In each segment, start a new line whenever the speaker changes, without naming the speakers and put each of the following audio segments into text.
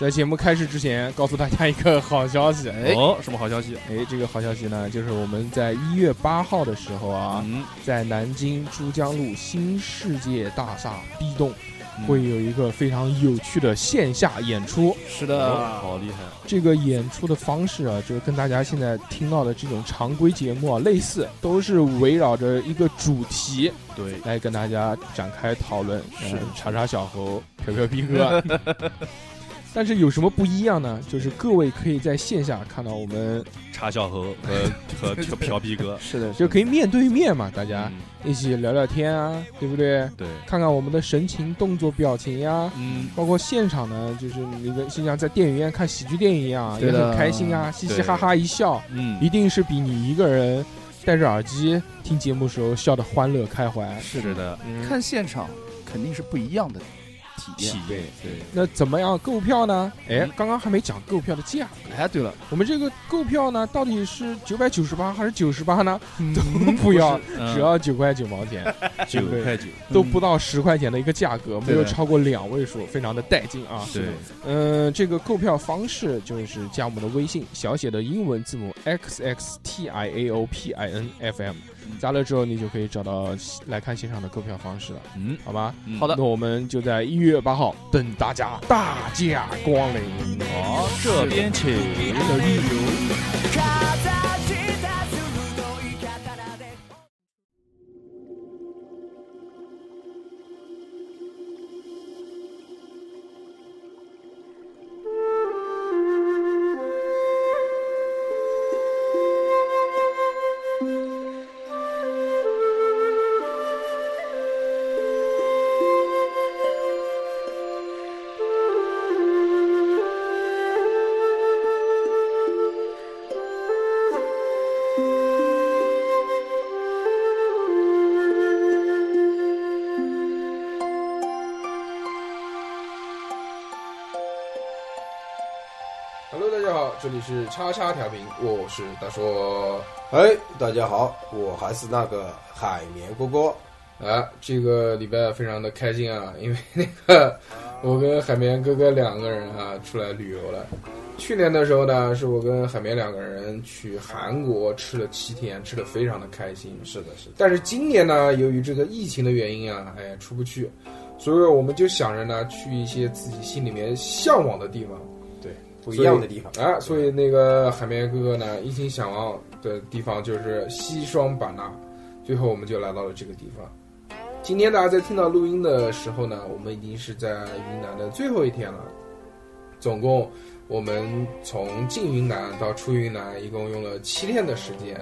在节目开始之前，告诉大家一个好消息。哎
哦，什么好消息？
哎，这个好消息呢，就是我们在一月八号的时候啊，
嗯，
在南京珠江路新世界大厦 B 栋
嗯
会有一个非常有趣的线下演出。
是
的
哦好厉害，
这个演出的方式啊，就是跟大家现在听到的这种常规节目啊类似，都是围绕着一个主题
对，
来跟大家展开讨论。
是
呃查查小猴，飘飘逼哥。 但是有什么不一样呢？就是各位可以在线下看到我们，
查小猴 和和和朴皮哥，
是的，
就可以面对面嘛，大家
嗯
一起聊聊天啊，对不对？
对，
看看我们的神情、动作、表情呀、
嗯，
包括现场呢，就是你跟就像在电影院看喜剧电影一样，也
对的
很开心啊，嘻嘻哈哈一笑，
嗯，
一定是比你一个人戴着耳机听节目时候笑得欢乐开怀。
是的，
嗯，
看现场肯定是不一样的体
体
验。
验，对，
那怎么样购票呢？哎
嗯，
刚刚还没讲购票的价格，
哎，对了，
我们这个购票呢，到底是九百九十八还是九十八呢？都
不
不要，
嗯
只要九块九毛钱，
九块九，
都不到十块钱的一个价格，没有
对的
超过两位数，非常的带劲啊！
对，
嗯，这个购票方式就是加我们的微信，小写的英文字母 x x t i a o p i n f m，加了之后你就可以找到来看现场的购票方式了，
嗯，
好吗？
嗯
好的
那我们就在一月八号等大家大驾光临。
好，这边请。
Hello，大家好，这里是叉叉调频，我是大硕。
哎，大家好，我还是那个海绵哥哥。
啊，这个礼拜非常的开心啊，因为那个
啊
我跟海绵哥哥两个人啊出来旅游了。去年的时候呢，是我跟海绵两个人去韩国吃了七天，吃的非常的开心。
是的，是的，
但是今年呢，由于这个疫情的原因啊，哎，出不去，所以我们就想着呢，去一些自己心里面向往的地方。
不一样的地方。
啊，所以那个海绵哥哥呢，一心想往的地方就是西双版纳，最后我们就来到了这个地方。今天大家在听到录音的时候呢，我们已经是在云南的最后一天了。总共我们从进云南到出云南，一共用了七天的时间。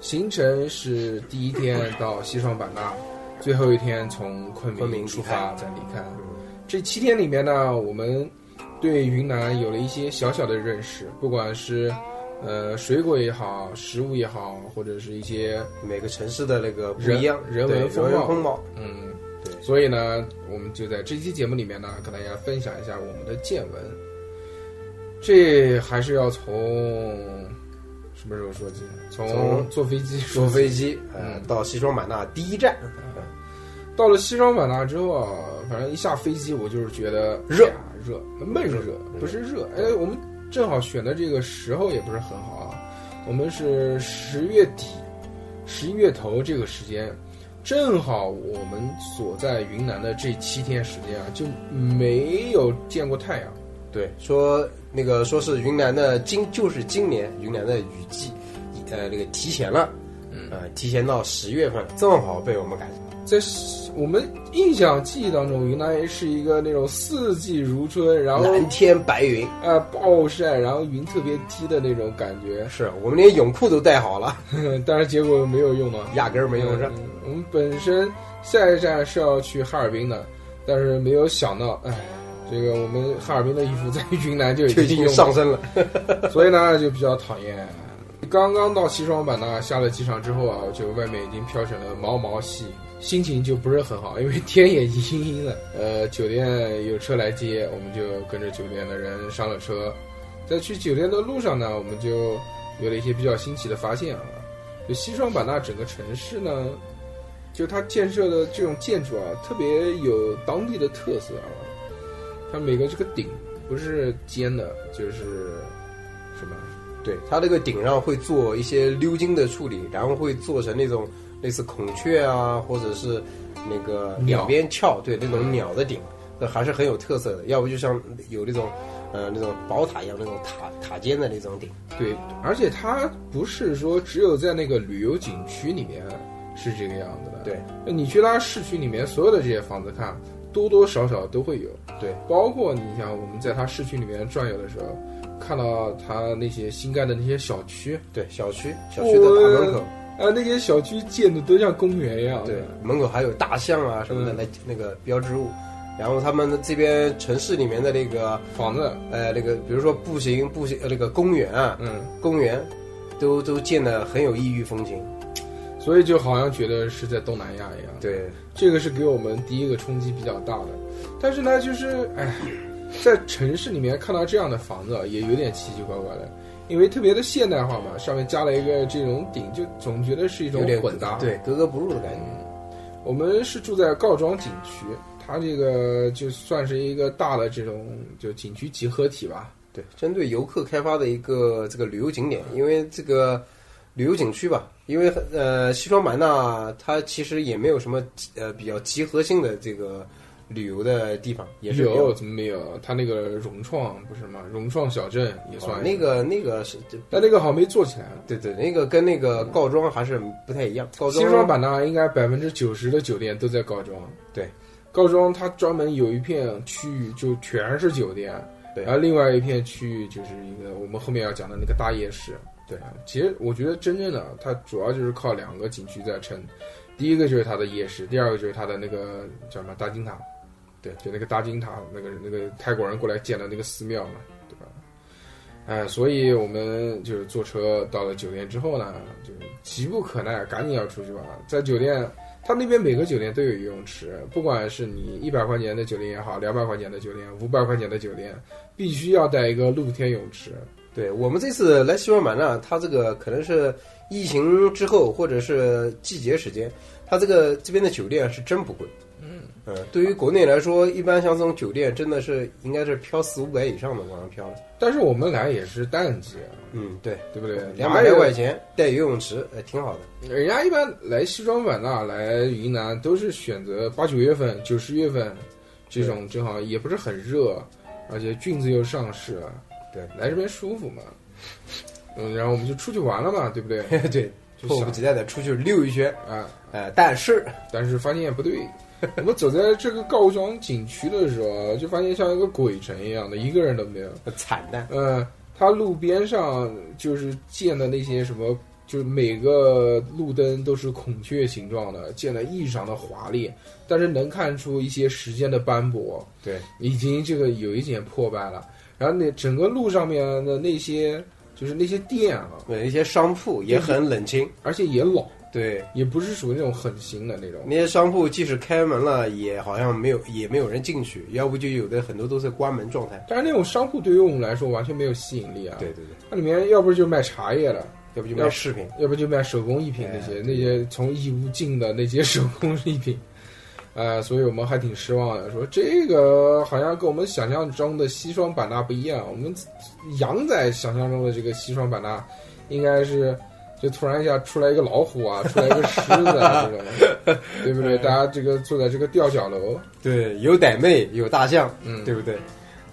行程是第一天到西双版纳，最后一天从昆
昆明
明
离
出
开
发再离开。
嗯
这七天里面呢，我们对云南有了一些小小的认识，不管是呃水果也好，食物也好，或者是一些
每个城市的那个不一样，
人人
对
文
人
风
文
貌
风貌。
嗯，
对
所以呢，我们就在这期节目里面呢，跟大家分享一下我们的见闻。这还是要从什么时候说起？啊从
从
坐飞机说
坐
起
飞机，呃
嗯，
到西双版纳第一站，
到了西双版纳之后啊，反正一下飞机我就是觉得
热
哎呀热闷热，不是热。哎，我们正好选的这个时候也不是很好啊，我们是十月底、十一月头这个时间，正好我们所在云南的这七天时间啊，就没有见过太阳。
对，说那个说是云南的今就是今年云南的雨季，呃，那个提前了，
嗯
呃，提前到十月份，正好被我们赶上。
在我们印象记忆当中，云南是一个那种四季如春，然后
蓝天白云，
呃暴晒，然后云特别低的那种感觉。
是我们连泳裤都带好了，
但是结果没有用到，
压根儿没用上。
嗯我们本身下一站是要去哈尔滨的，但是没有想到，哎，这个我们哈尔滨的衣服在云南就已
就已
经
经
用
上升了，
了， 所以呢就比较讨厌。刚刚到西双版纳，下了机场之后啊，就外面已经飘起了毛毛细雨，心情就不是很好，因为天也阴阴的。呃，酒店有车来接，我们就跟着酒店的人上了车。在去酒店的路上呢，我们就有了一些比较新奇的发现啊。就西双版纳整个城市呢，就它建设的这种建筑啊，特别有当地的特色啊。它每个这个顶不是尖的，就是什么？
对，它那个顶上会做一些鎏金的处理，然后会做成那种类似孔雀啊，或者是那个
鸟
两边翘，对，那种鸟的顶，那还是很有特色的。要不就像有那种，呃，那种宝塔一样那种塔塔尖的那种顶，
对，而且它不是说只有在那个旅游景区里面是这个样子的。
对，
你去它市区里面所有的这些房子看，多多少少都会有。
对，
包括你想我们在它市区里面转悠的时候，看到它那些新盖的那些小区，
对，小区小区的大门口，
啊，那些小区建的都像公园一样。
对，门口还有大象啊什么的
嗯
来那个标志物。然后他们这边城市里面的那个
房子，
呃那个，比如说步行步行呃那个公园啊，
嗯，
公园都都建的很有异域风情。
所以就好像觉得是在东南亚一样。
对，
这个是给我们第一个冲击比较大的。但是呢，就是哎，在城市里面看到这样的房子啊也有点奇奇怪怪的，因为特别的现代化嘛，上面加了一个这种顶，就总觉得是一种
有点
混搭。，嗯
对，格格不入的感觉。
我们是住在告庄景区，它这个就算是一个大的这种就景区集合体吧。
对，针对游客开发的一个这个旅游景点，因为这个旅游景区吧，因为呃，西双版纳它其实也没有什么呃比较集合性的这个旅游的地方，也是比较
有怎么没有？它那个融创不是吗？融创小镇也算、
哦那，个那个是，
但那个好像没做起来。啊
对对，那个跟那个告庄还是不太一样。告
西
庄
双版纳应该百分之九十的酒店都在告庄。
对，
告庄它专门有一片区域就全是酒店，
对
然后另外一片区域就是一个我们后面要讲的那个大夜市。
对
啊，其实我觉得真正的它主要就是靠两个景区在撑，第一个就是它的夜市，第二个就是它的那个叫什么大金塔，
对
就那个大金塔，那个那个泰国人过来建的那个寺庙嘛，对吧？哎，所以我们就是坐车到了酒店之后呢，就是急不可耐，赶紧要出去玩。在酒店，它那边每个酒店都有游泳池，不管是你一百块钱的酒店也好，两百块钱的酒店，五百块钱的酒店，必须要带一个露天泳池。
对我们这次来西双版纳，它这个可能是疫情之后或者是季节时间，它这个这边的酒店是真不贵。嗯，对于国内来说，一般像这种酒店真的是应该是飘四五百以上的往上飘。
但是我们来也是淡季，啊
嗯，对，
对不对？
两百
哪
来
有
块钱带游泳池，呃，挺好的。
人家一般来西双版纳、来云南都是选择八九月份、九十月份这种，正好也不是很热，而且菌子又上市，
对，
来这边舒服嘛。嗯，然后我们就出去玩了嘛，对不 对？
对，
就
迫不
想
及待的出去溜一圈。
啊，
呃，但是
但是发现也不对。 我们走在这个告庄景区的时候，就发现像一个鬼城一样的，一个人都没有。
呃惨淡。
嗯，它路边上就是建的那些什么，就是每个路灯都是孔雀形状的，建的异常的华丽，但是能看出一些时间的斑驳，
对，
已经这个有一点破败了。然后那整个路上面的那些就是那些店啊，
有一些商铺也很冷清。
而且也老，
对，
也不是属于那种很新的那种。
那些商铺即使开门了，也好像没有，也没有人进去，要不就有的很多都是关门状态。
但是那种商铺对于我们来说完全没有吸引力啊！
对，对对，
它里面要不就卖茶叶的，
要不就
要
卖
不
饰品。
要不就卖手工艺品那些、
哎
那些从义乌进的那些 手工艺品，呃，所以我们还挺失望的，说这个好像跟我们想象中的西双版纳不一样。我们羊仔想象中的这个西双版纳，应该是就突然一下出来一个老虎啊，出来一个狮子啊这种， 对
哎
不对？大家这个坐在这个吊脚楼，
对，有傣妹，有大象，
嗯，
对不对？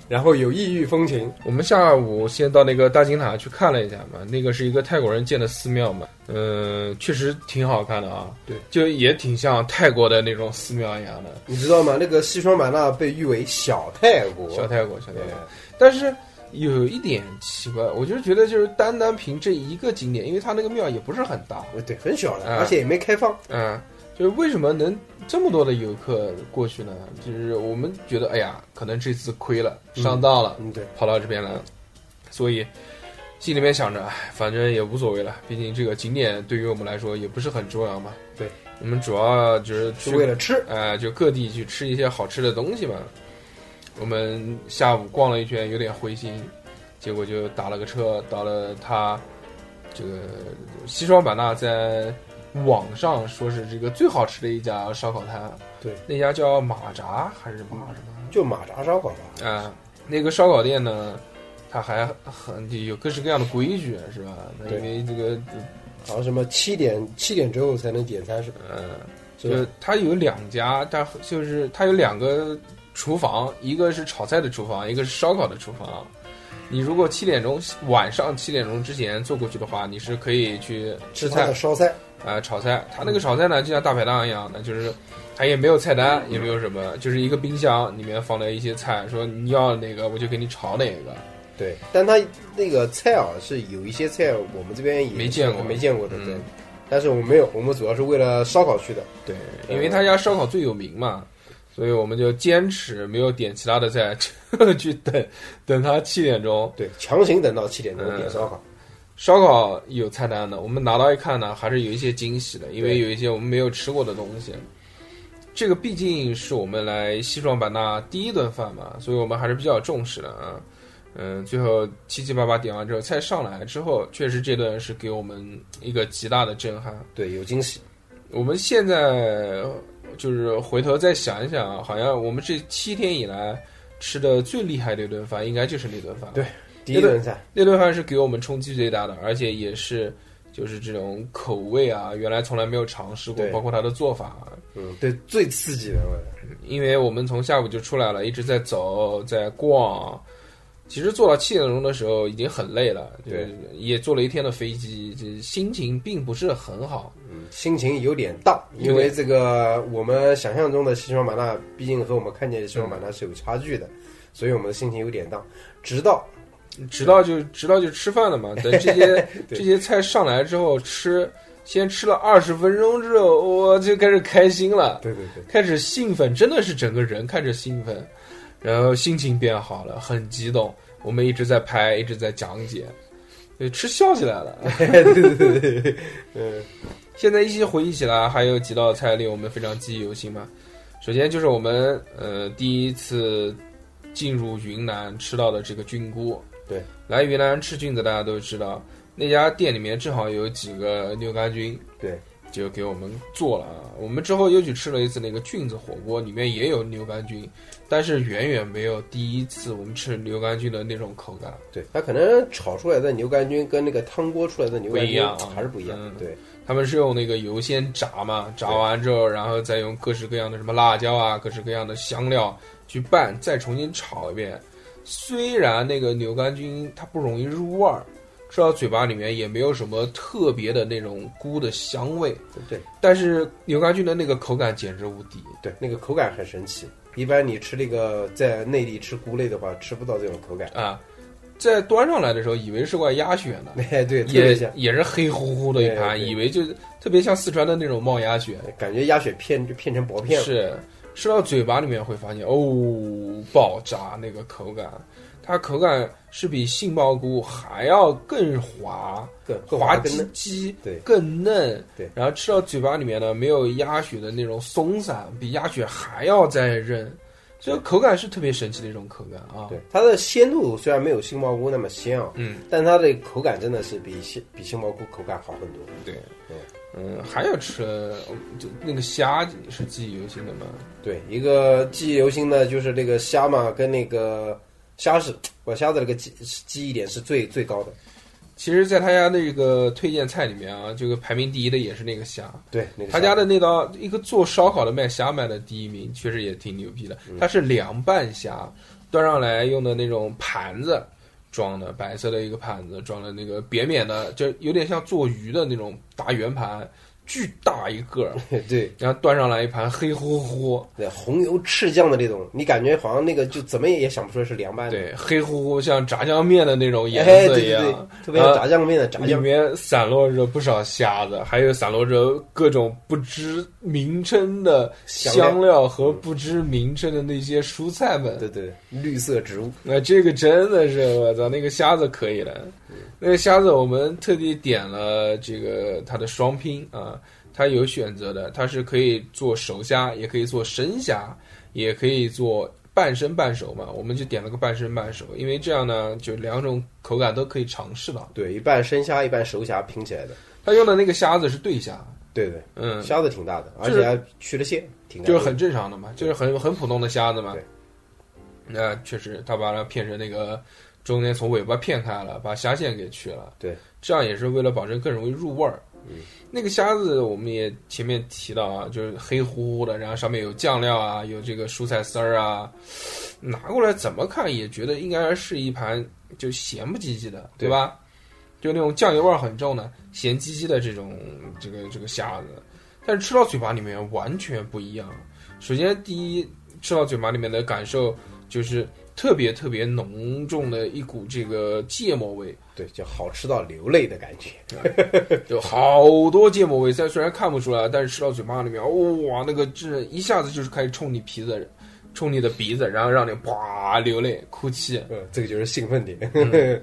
然后有异域风情，
我们下午先到那个大金塔去看了一下嘛，那个是一个泰国人建的寺庙嘛，嗯、确实挺好看的啊，
对，
就也挺像泰国的那种寺庙一样的，
你知道吗？那个西双版纳被誉为小泰国，哎
小泰国，小泰
对
国。但是有一点奇怪，我就觉得就是单单凭这一个景点，因为它那个庙也不是很大，
对，很小的，
啊
而且也没开放。
嗯，就是为什么能这么多的游客过去呢？就是我们觉得，哎呀，可能这次亏了，上当了，
嗯，对，
跑到这边来了，所以心里面想着，哎，反正也无所谓了，毕竟这个景点对于我们来说也不是很重要嘛。
对，
我们主要就是去
是为了吃。
呃，就各地去吃一些好吃的东西嘛。我们下午逛了一圈，有点灰心，结果就打了个车到了它这个西双版纳，在网上说是这个最好吃的一家烧烤摊，
对，
那家叫马扎还是马什么？
就马扎烧烤吧，
啊、那个烧烤店呢，它还很有各式各样的规矩，是吧？那因为这个，
好像什么七点七点之后才能点餐是吧？
嗯，
是
就
吧
是它有两家，它就是它有两个厨房，一个是炒菜的厨房，一个是烧烤的厨房。你如果七点钟晚上七点钟之前坐过去的话，你是可以去吃
他
菜
的烧菜，
啊、炒菜。它那个炒菜呢，就像大排档一样的，就是它也没有菜单，也没有什么，就是一个冰箱里面放了一些菜，说你要哪个我就给你炒哪个。
对，但他那个菜啊是有一些菜我们这边也
没见过
没见过的，
嗯
对。但是我们没有，我们主要是为了烧烤去的。
对，因为他家烧烤最有名嘛，所以我们就坚持没有点其他的菜， 就去等等他七点钟。
对，强行等到七点钟
嗯
点烧烤。
烧烤有菜单的，我们拿到一看呢，还是有一些惊喜的，因为
对
有一些我们没有吃过的东西。这个毕竟是我们来西双版纳第一顿饭嘛，所以我们还是比较重视的啊。嗯，最后七七八八点完之后，菜上来之后，确实这顿是给我们一个极大的震撼。
对，有惊喜。
我们现在就是回头再想一想，好像我们这七天以来吃的最厉害的一顿饭，应该就是那顿饭。
对第一顿菜，
那顿饭是给我们冲击最大的，而且也是就是这种口味啊，原来从来没有尝试过，
对
包括它的做法啊。
嗯，对，最刺激的，我觉得
因为我们从下午就出来了，一直在走，在逛。其实坐到七点钟的时候已经很累了，
对，
也坐了一天的飞机，这心情并不是很好。
嗯心情有点荡，因为这个我们想象中的西双版纳，毕竟和我们看见的西双版纳是有差距
嗯
的，所以我们的心情有点荡。直到
直到就直到就吃饭了嘛，等这些
对
这些菜上来之后吃，先吃了二十分钟之后，我就开始开心了，
对对对，
开始兴奋，真的是整个人开始兴奋，然后心情变好了，很激动。我们一直在拍，一直在讲解，对，吃笑起来了。
嗯，
现在一起回忆起来，还有几道菜令我们非常记忆犹新嘛。首先就是我们呃第一次进入云南吃到的这个菌菇。
对，
来云南吃菌子大家都知道，那家店里面正好有几个牛肝菌，
对，
就给我们做了啊。我们之后又去吃了一次那个菌子火锅，里面也有牛肝菌，但是远远没有第一次我们吃牛肝菌的那种口感。
对，它可能炒出来的牛肝菌跟那个汤锅出来的牛肝
不一
菌
样啊
还是不一样。
嗯
对，
他们是用那个油先炸嘛，炸完之后，然后再用各式各样的什么辣椒啊，各式各样的香料去拌，再重新炒一遍。虽然那个牛肝菌它不容易入味儿，吃到嘴巴里面也没有什么特别的那种菇的香味，
对
但是牛肝菌的那个口感简直无敌。
对，那个口感很神奇。一般你吃那个在内地吃菇类的话，吃不到这种口感。
啊，在端上来的时候以为是块鸭血呢，
哎，对，特别
也
香，
也是黑乎乎的一
对
盘，
对
以为就特别像四川的那种冒鸭血。
感觉鸭血片片成薄片了。
是吃到嘴巴里面会发现，哦，爆炸那个口感，它口感是比杏鲍菇还要更滑，
更更
滑
更
唧
嫩。
唧，
对
更嫩。
对
然后吃到嘴巴里面呢，没有鸭血的那种松散，比鸭血还要再韧。这个口感是特别神奇的一种口感啊。
对，它的鲜度虽然没有杏鲍菇那么鲜啊，
嗯，
但它的口感真的是比杏比杏鲍菇口感好很多。
对
对，
嗯，还有吃了就那个虾是记忆犹新的吗？
对，一个记忆犹新的就是那个虾嘛，跟那个虾是，我虾的那个记记忆点是最最高的。
其实，在他家那个推荐菜里面啊，这个排名第一的也是那个虾。
对，那个
他
虾
家的那道一个做烧烤的卖虾卖的第一名，确实也挺牛逼的。
嗯
它是凉拌虾，端上来用的那种盘子装的，白色的一个盘子装的那个扁扁的，就有点像做鱼的那种大圆盘，巨大一个儿，
对
然后端上来一盘黑乎乎，
对红油赤酱的那种，你感觉好像那个就怎么也想不出来是凉拌的，
对，黑乎乎像炸酱面的那种颜
哎，
色
对
一
对
样。啊
对，特别像炸酱面的炸
里
酱面。
面散落着不少虾子，还有散落着各种不知名称的香
香
料嗯和不知名称的那些蔬菜们。
对对，绿色植物，
那这个真的是我操，那个虾子可以了。那个虾子我们特地点了这个它的双拼啊，它有选择的，它是可以做熟虾，也可以做生虾，也可以做半生半熟嘛。我们就点了个半生半熟，因为这样呢，就两种口感都可以尝试到。
对，一半生虾，一半熟虾拼起来的。
他用的那个虾子是对虾，
对对，
嗯，
虾子挺大的，而
就是
且还去了线，挺大
就是
的
很正常的嘛，就是很很普通的虾子嘛
对。
那确实他把它骗成那个中间从尾巴骗开了，把虾线给去了。
对，
这样也是为了保证更容易入味儿。
嗯，
那个虾子我们也前面提到啊，就是黑乎乎的，然后上面有酱料啊，有这个蔬菜丝儿啊，拿过来怎么看也觉得应该是一盘就咸不唧唧的，对
对
吧？就那种酱油味儿很重的、咸唧唧的这种这个这个虾子，但是吃到嘴巴里面完全不一样。首先，第一吃到嘴巴里面的感受就是特别特别浓重的一股这个芥末味，
对，就好吃到流泪的感觉。
有好多芥末味，虽然虽然看不出来，但是吃到嘴巴里面，哇，那个这一下子就是开始冲你鼻子，冲你的鼻子，然后让你哇流泪哭泣，
嗯，这个就是兴奋点。
嗯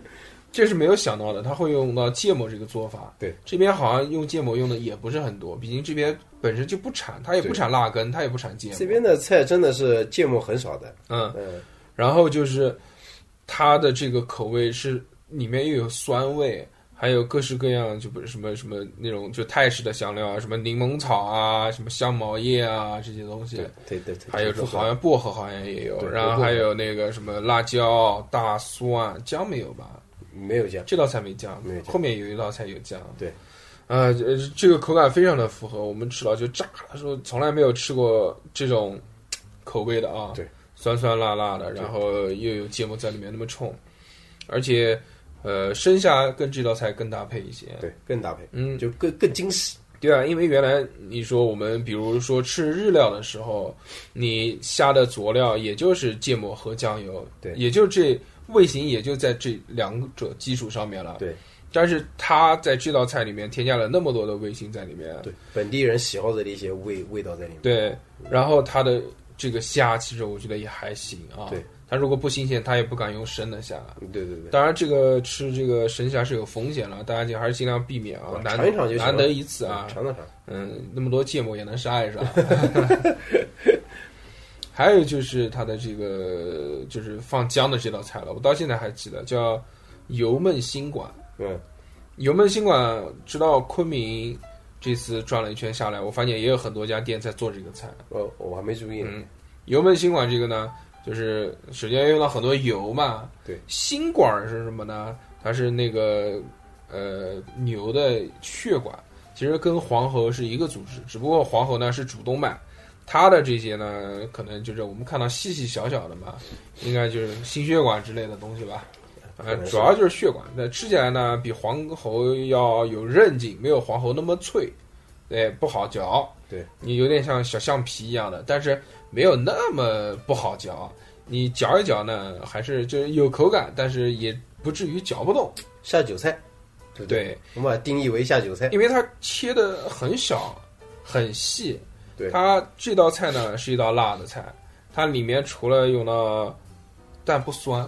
这是没有想到的，他会用到芥末这个做法。
对，
这边好像用芥末用的也不是很多，毕竟这边本身就不产，它也不
对
产辣根，它也不产芥末。
这边的菜真的是芥末很少的，
嗯，
嗯，
然后就是它的这个口味是里面又有酸味，还有各式各样，就不是什么什么那种就泰式的香料啊，什么柠檬草啊，什么香茅叶啊这些东西
对。对对对，
还有
挺
这
复杂
好像薄荷好像也有，
对
然
有
后
薄荷
还有那个什么辣椒、大蒜、姜没有吧？
没有酱，
这道菜没酱
没有，酱
后面有一道菜有酱。
对，
呃，这这个口感非常的符合，我们吃到就炸了，说从来没有吃过这种嘖口味的啊。
对，
酸酸辣辣的，
对
然后又有芥末在里面那么冲，而且呃，生虾跟这道菜更搭配一些。
对，更搭配，
嗯，
就更更精细。
对啊，因为原来你说我们比如说吃日料的时候，你虾的佐料也就是芥末和酱油，
对
也就这味型也就在这两者基础上面了。
对，
但是它在这道菜里面添加了那么多的味型在里面。
对，本地人喜好的一些味味道在里面。
对，然后它的这个虾其实我觉得也还行啊。
对，
它如果不新鲜，它也不敢用生的虾。
嗯对对对，
当然，这个吃这个生虾是有风险了，大家就还是尽量避免啊
我，
难
尝一尝就行了
难得一次啊。
尝尝尝。
嗯，那么多芥末也能杀一杀。还有就是它的这个就是放姜的这道菜了，我到现在还记得叫油焖新馆。
嗯，
油焖新馆直到昆明这次转了一圈下来，我发现也有很多家店在做这个菜。
我哦我还没注意呢。
嗯，油焖新馆这个呢，就是首先用到很多油嘛。
对，
新馆是什么呢？它是那个呃牛的血管，其实跟黄喉是一个组织，只不过黄喉呢是主动脉，它的这些呢可能就是我们看到细细小小的嘛，应该就是心血管之类的东西吧。呃
可，能是
主要就是血管，那吃起来呢比黄喉要有韧劲，没有黄喉那么脆，对，不好嚼。
对
你有点像小橡皮一样的，但是没有那么不好嚼。你嚼一嚼呢，还是就是有口感，但是也不至于嚼不动。
下酒菜，对不对？
对，
我们把它定义为下酒菜。
因为它切的很小很细。
对
它这道菜呢是一道辣的菜，它里面除了用到，但不酸，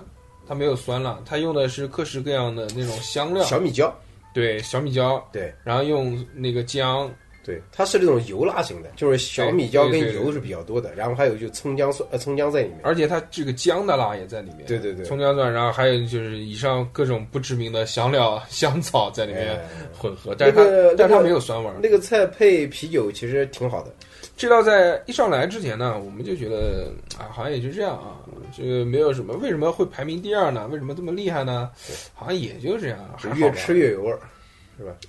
它没有酸辣，它用的是各式各样的那种香料，
小米椒，
对小米椒，
对
然后用那个姜，
对，它是那种油辣型的，就是小米椒跟
对对对
油是比较多的，然后还有就葱姜蒜，呃，葱姜在里面。
而且它这个姜的辣也在里面。
对对对，
葱姜蒜，然后还有就是以上各种不知名的香料、香草在里面
哎
混合，但是它、
那个
但是
那
它
个
没有酸味儿。
那个菜配啤酒其实挺好的。
这道在一上来之前呢，我们就觉得啊，好像也就这样啊，就没有什么。为什么会排名第二呢？为什么这么厉害呢？好像也就这样，还
就
好吧
越吃越有味儿。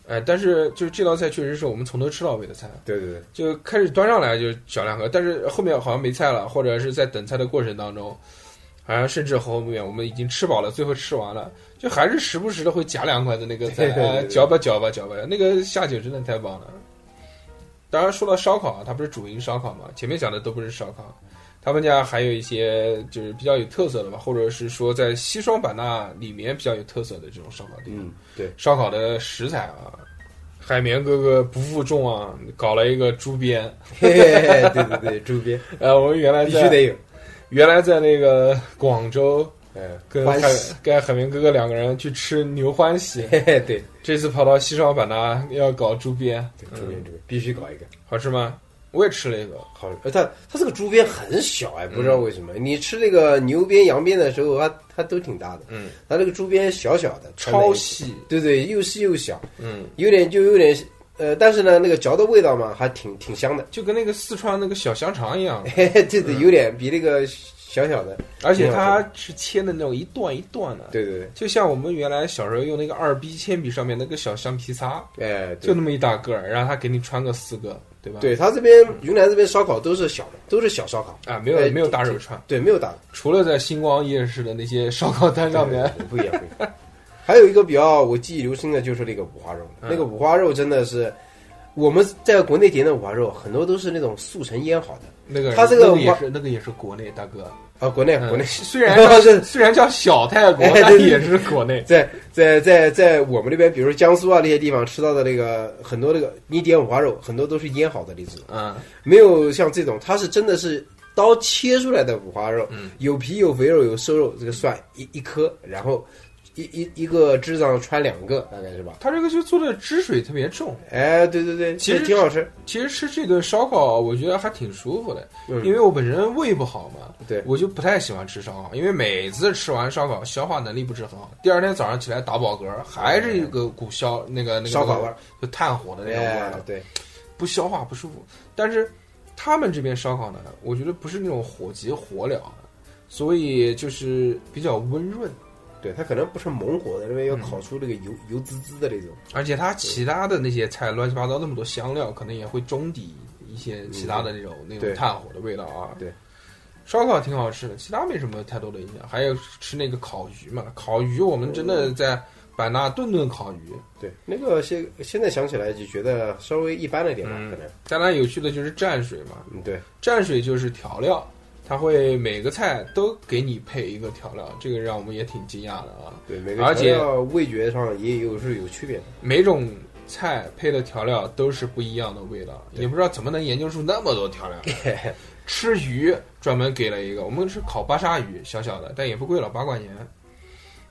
哎，但是就是这道菜确实是我们从头吃到尾的菜，
对对对，
就开始端上来就小两个，但是后面好像没菜了，或者是在等菜的过程当中，好像甚至后面我们已经吃饱了，最后吃完了，就还是时不时的会夹两块的那 个菜，
对对对
哎
对
嚼吧嚼吧嚼吧，那个下酒真的太棒了。当然说到烧烤啊，它不是主营烧烤嘛，前面讲的都不是烧烤，他们家还有一些就是比较有特色的吧，或者是说在西双版纳里面比较有特色的这种烧烤店。
嗯，对，
烧烤的食材啊，海绵哥哥不负众望，搞了一个猪鞭。
嘿嘿嘿对对对，猪鞭
呃，我们原来
必须
在
得有。
原来在那个广州
嗯，
哎跟
欢
海
喜，
跟海绵哥哥两个人去吃牛欢 喜，
嘿嘿， 对，
这次跑到西双版纳要搞猪鞭，
对猪鞭猪鞭必须搞一个。
好吃吗？我也吃了一个，
好，呃，它它这个猪鞭很小哎，不
嗯
知道为什么。你吃那个牛鞭、羊鞭的时候，它它都挺大的，
嗯，
它那个猪鞭小小的，
超，细，
对对，又细又小，
嗯，
有点就有点，呃，但是呢，那个嚼的味道嘛，还挺挺香的， 嗯
就跟那个四川那个小香肠一样。
嘿嘿，对对，有点比那个小小的，
而且它是切的那种一段一段的，，
对对
就像我们原来小时候用那个二 B 铅笔上面那个小橡皮擦，
对，哎，对
就那么一大个儿，然后他给你穿个四个，对吧？
对他这边云南这边烧烤都是小的，都是小烧烤，
啊，没有
对
没有打手串，
对，没有大的。
除了在星光夜市的那些烧烤摊上面，
对不一样，不一样。还有一个比较我记忆犹新的就是那个五花肉，
嗯
那个五花肉真的是我们在国内点的五花肉，很多都是那种速成腌好的
那个
他这个
那个也
我
是那个也是国内大哥，
啊。国内
嗯
国内
虽 然叫
是
虽然叫小泰国，
哎对
但
对嗯
也是国内。
在在在在我们那边，比如说江苏啊那些地方吃到的那个很多那个你点五花肉，很多都是腌好的那种，
嗯
没有像这种，它是真的是刀切出来的五花肉，
嗯
有皮有肥肉有瘦肉，这个蒜一一颗，然后一一一个枝上穿两个，大概是吧？
他这个就做的汁水特别重，
哎，对对对，
其实
这挺好吃，
其实吃这顿烧烤我觉得还挺舒服的，
嗯
因为我本身胃不好嘛，
对
我就不太喜欢吃烧烤，因为每次吃完烧烤消化能力不是很好，第二天早上起来打饱嗝还是一个股消那个那个
烧烤味儿，
就炭火的那个味儿
哎
了，
对，
不消化不舒服。但是他们这边烧烤呢，我觉得不是那种火急火燎的，所以就是比较温润，
对，它可能不是猛火的，因为要
嗯
烤出那个油、油滋滋的那种。
而且它其他的那些菜乱七八糟那么多香料，可能也会中底一些其他的那种、那种
对
炭火的味道啊。
对，
烧烤挺好吃的，其他没什么太多的影响。还有吃那个烤鱼嘛，烤鱼我们真
哦
的在版纳顿顿烤鱼。
对，那个现现在想起来就觉得稍微一般了一点吧，
嗯
可能。
当然有趣的就是蘸水嘛，
嗯，对，
蘸水就是调料，它会每个菜都给你配一个调料，这个让我们也挺惊讶的啊。
对，每个
而
调
且
料味觉上也有是有区别的。
每种菜配的调料都是不一样的味道，也不知道怎么能研究出那么多调料。吃鱼专门给了一个，我们是烤巴沙鱼，小小的，但也不贵了，八块钱。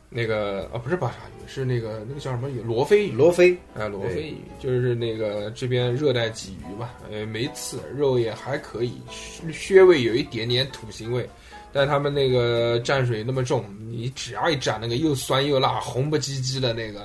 那个啊，不是巴沙鱼，是那个那个叫什么鱼？罗非鱼，
罗非，
哎，罗非鱼就是那个这边热带鲫鱼吧，呃，没刺，肉也还可以，血血味有一点点土腥味，但他们那个蘸水那么重，你只要一蘸那个又酸又辣、红不唧唧的那个，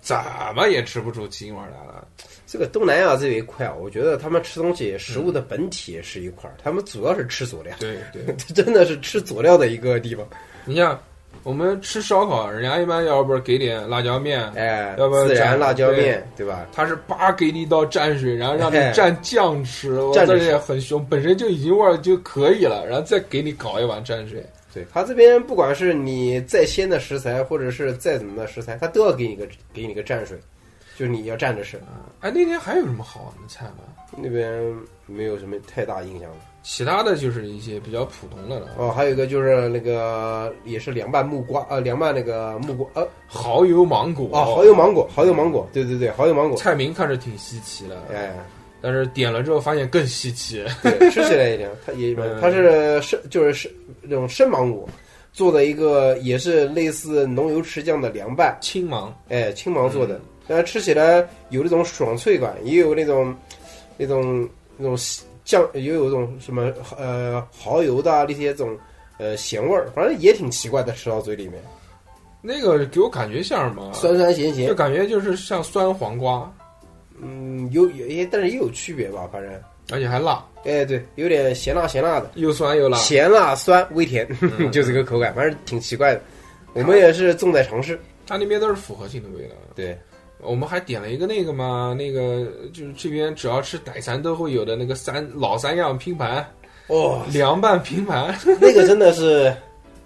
怎么也吃不出腥味儿来了。
这个东南亚这一块啊，我觉得他们吃东西食
嗯
物的本体是一块儿，他们主要是吃佐料，
对对，
这真的是吃佐料的一个地方。
你像我们吃烧烤，人家一般要不是给点辣椒面，
哎，
要不然
孜然
蘸
辣椒面，对吧？
他是叭给你一道蘸水，然后让你
哎
蘸酱吃，我
蘸
这
着吃
也很凶，本身就已经味儿就可以了，然后再给你搞一碗蘸水。
对他这边不管是你再鲜的食材，或者是再怎么的食材，他都要给你个给你个蘸水，就是你要蘸着吃。
哎，那天还有什么好玩的菜吗？
那边没有什么太大印象了。
其他的就是一些比较普通的了，
哦，还有一个就是那个也是凉拌木瓜，呃，凉拌那个木瓜，呃，
蚝油芒果
哦，蚝油芒果，蚝油芒果，对对对，蚝油芒 果，
菜名看着挺稀奇的，
哎，
但是点了之后发现更稀奇。
对，吃起来也凉，它也一般
嗯，
它是生就是生那种生芒果做的一个，也是类似浓油赤酱的凉拌，
青芒，
哎，青芒做的，但吃起来有那种爽脆感，也有那种那种那种酱，也有一种什么呃蚝油的啊那些这种呃咸味儿，反正也挺奇怪的，吃到嘴里面
那个给我感觉像什么？啊
酸酸咸
就
咸，
感觉就是像酸黄瓜，
嗯，有有也但是也有区别吧，反正
而且还辣，
哎对，有点咸辣咸辣的，
又酸又辣。
咸辣酸微甜，
嗯
就这个口感，反正挺奇怪的。我们也是重在尝试，
它那边都是复合性的味道。
对，
我们还点了一个那个嘛，那个就是这边只要吃傣餐都会有的那个三老三样拼盘，
哦，
凉拌拼盘，
那个真的是，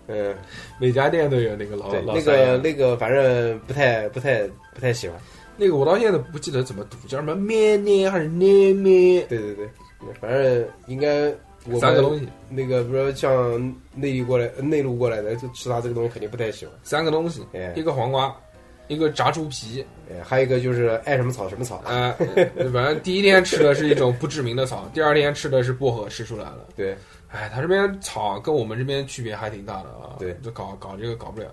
嗯，
每家店都有那个老
对，
老
那
三
个
样。
那个，反正不太不太不太喜欢。
那个我到现在都不记得怎么读，叫什么面呢还是捏咩？
对对对，反正应该我
三个东
们
西，
那个，比如说像内地过来、内陆过来的，就吃它这个东西肯定不太喜欢。
三个东西，
哎
一个黄瓜，一个炸猪皮，
哎，还有一个就是爱什么草什么草。
啊、反正第一天吃的是一种不知名的草，第二天吃的是薄荷，吃出来了。
对，
哎，他这边草跟我们这边区别还挺大的啊。
对
就搞搞这个搞不了。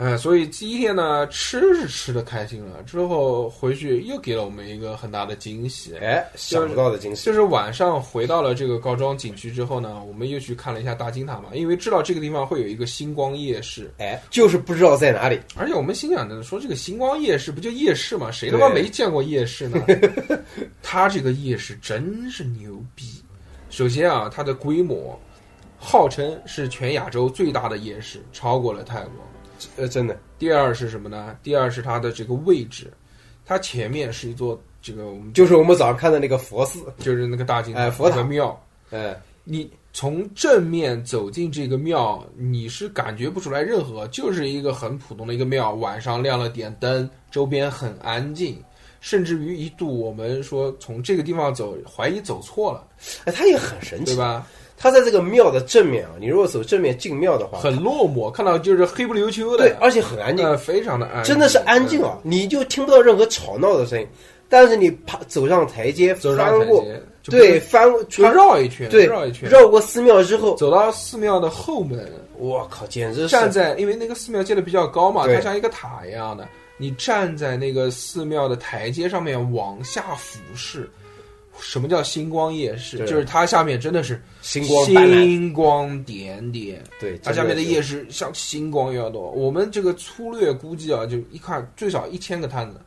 哎，所以第一天呢，吃是吃的开心了，之后回去又给了我们一个很大的惊喜。
哎，想不到的惊喜。
就是晚上回到了这个高庄景区之后呢，我们又去看了一下大金塔嘛，因为知道这个地方会有一个星光夜市，
哎，就是不知道在哪里。
而且我们心想着说这个星光夜市不就夜市嘛，谁他妈
对
没见过夜市 呢？他这个夜市真是牛逼。首先啊，它的规模，号称是全亚洲最大的夜市，超过了泰国。
呃，真的，
第二是什么呢？第二是它的这个位置，它前面是一座这个我们
就是我们早上看的那个佛寺，
就是那个大金
哎佛塔
那个庙，
哎，
你从正面走进这个庙，你是感觉不出来任何，就是一个很普通的一个庙，晚上亮了点灯，周边很安静。甚至于一度，我们说从这个地方走，怀疑走错了，
哎，它也很神
对
奇。
吧？
它在这个庙的正面啊，你如果走正面进庙的话，
很落寞，看到就是黑不溜秋的，
对，而且很安静，
呃，非常的安静，
真的是安静啊，你就听不到任何吵闹的声音。但是你爬走上台阶，
嗯。走上
翻
台
过，
阶，就不
对，
是，
翻过，
他绕一圈，
对
绕一圈，
绕过寺庙之后，
走到寺庙的后门，
我靠，简直是
站在，因为那个寺庙建的比较高嘛，
对
它像一个塔一样的，你站在那个寺庙的台阶上面往下俯视。什么叫星光夜市？
对
就是它下面真的是
星光斑斓，
星光点点，
对，
它
它
下面的夜
夜
市像星光一样多。我们这个粗略估计啊，就一看最少一千个摊子，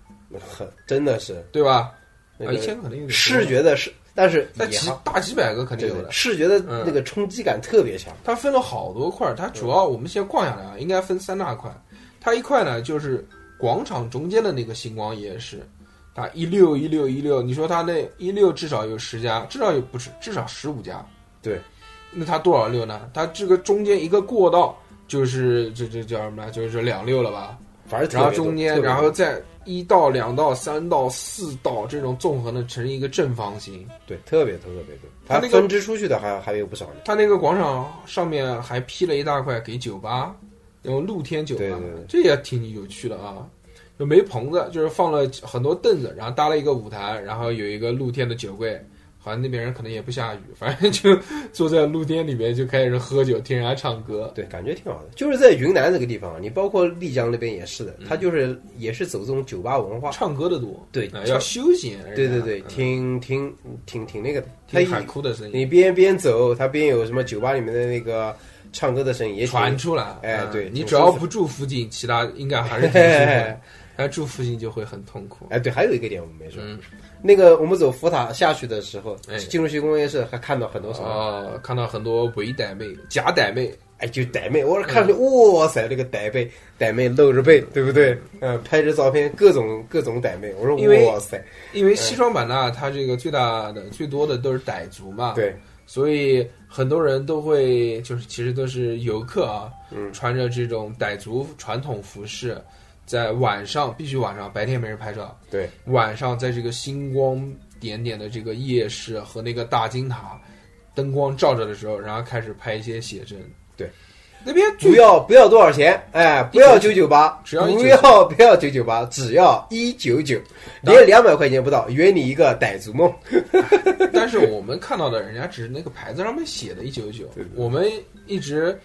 很真的是
对吧？
那
啊，一
个
千个肯定有点多
视，觉的是，但是
但
也
几
好
大几百个肯定
对
有
对
的，。
视觉的
嗯
那个冲击感特别强，
它分了好多块，儿，它主要我们先逛下来啊，应该分三大块。它一块呢就是广场中间的那个星光夜市，它一溜一溜一溜，你说它那一溜至少有十家，至少有不是至少十五家。
对，
那它多少溜呢？它这个中间一个过道就是这这叫什么呢？就是两溜了吧？
反正特
然后
别多
中间
特别
然
多
后再一道、两道、三道、四道这种纵横的成一个正方形。
对特别多特别多，
它
它
那个
分支出去的还还有不少呢，
它那个广场上面还批了一大块给酒吧，那种露天酒吧，
对对对
这也挺有趣的啊。就没棚子，就是放了很多凳子，然后搭了一个舞台，然后有一个露天的酒柜。好像那边人可能也不下雨，反正就坐在露天里面就开始喝酒，听人家唱 歌。
对，感觉挺好的。就是在云南这个地方，你包括丽江那边也是的，它就是也是走这种酒吧文化，
唱歌的多，
对
啊
唱
要休闲。人家
对对对，
嗯
挺挺挺挺那个的，它一
听海哭的声音
你边边走，它边有什么酒吧里面的那个唱歌的声音，也挺
传出来。
哎
嗯
对
你
挺
只要
舒服
不住附近，其他应该还是挺舒服的。
哎，
但住附近就会很痛苦。
对，还有一个点我们没说，
嗯，
那个我们走佛塔下去的时候
哎，
进入去工业室还看到很多什么，
哦，看到很多伪傣妹、假傣妹，
哎，就傣妹，我看着哇塞，那个傣妹，傣妹露着背，对不对？呃，拍着照片，各种各种傣妹，我
因为
说哇塞，
因为西双版纳它这个最大的、最多的都是傣族嘛，，
对，
所以很多人都会就是其实都是游客啊，
嗯
穿着这种傣族传统服饰，在晚上必须晚上，白天没人拍照，
对，
晚上在这个星光点点的这个夜市和那个大金塔灯光照着的时候，然后开始拍一些写真，
对，
那边
不
最
要不要多少钱，哎，不要九九八，
只要
不
199
要不要九九八，只要一九九，连两百块钱不到，圆你一个傣族梦。
但是我们看到的，人家只是那个牌子上面写的一九九
对对，对
我们一直，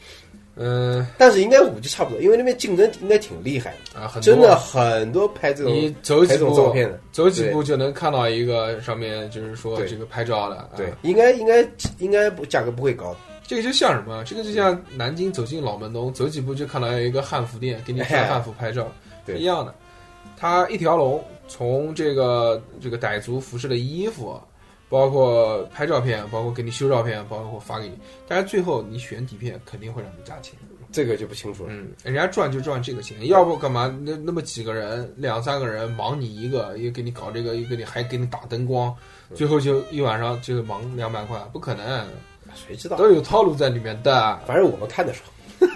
嗯、
但是应该五就差不多，因为那边竞争应该挺厉害的，
啊，很多
真的，很多拍这
你走
种拍
几
这种照
步，
片的，
走几步就能看到一个上面就是说
对
这个拍照的，
对
啊，，
应该应该应该不价格不会高，
这个就像什么？这个就像南京走进老门东，走几步就看到有一个汉服店给你穿
哎
汉服拍照，
对
一样的，它一条龙，从这个这个傣族服饰的衣服。包括拍照片，包括给你修照片，包括发给你，但是最后你选底片肯定会让你加钱。
这个就不清楚了。
嗯，人家赚就赚这个钱，要不干嘛？那那么几个人，两三个人忙你一个，又给你搞这个，又给你还给你打灯光，最后就一晚上就忙两百块，不可能，
谁知道？
嗯都有套路在里面的。
反正我们看的时候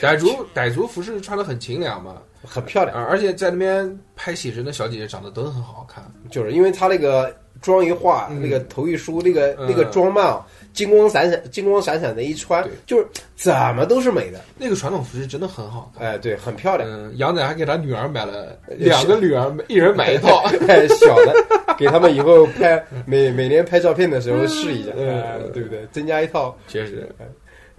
傣族傣族服饰穿的很清凉嘛，
很漂亮，
而而且在那边拍写真的小姐姐长得都很好看，
就是因为他那个妆一化，
嗯
那个头一梳，那个
嗯
那个装扮啊，金光闪闪，金光闪闪的一穿
对，
就是怎么都是美的。
那个传统服饰真的很好看。
哎，对，很漂亮。
嗯，杨仔还给他女儿买了
呃
两个女儿，一人买一 套。
太哎小的，给他们以后拍每每年拍照片的时候试一下，
嗯
呃对不对？增加一套，
确实，
呃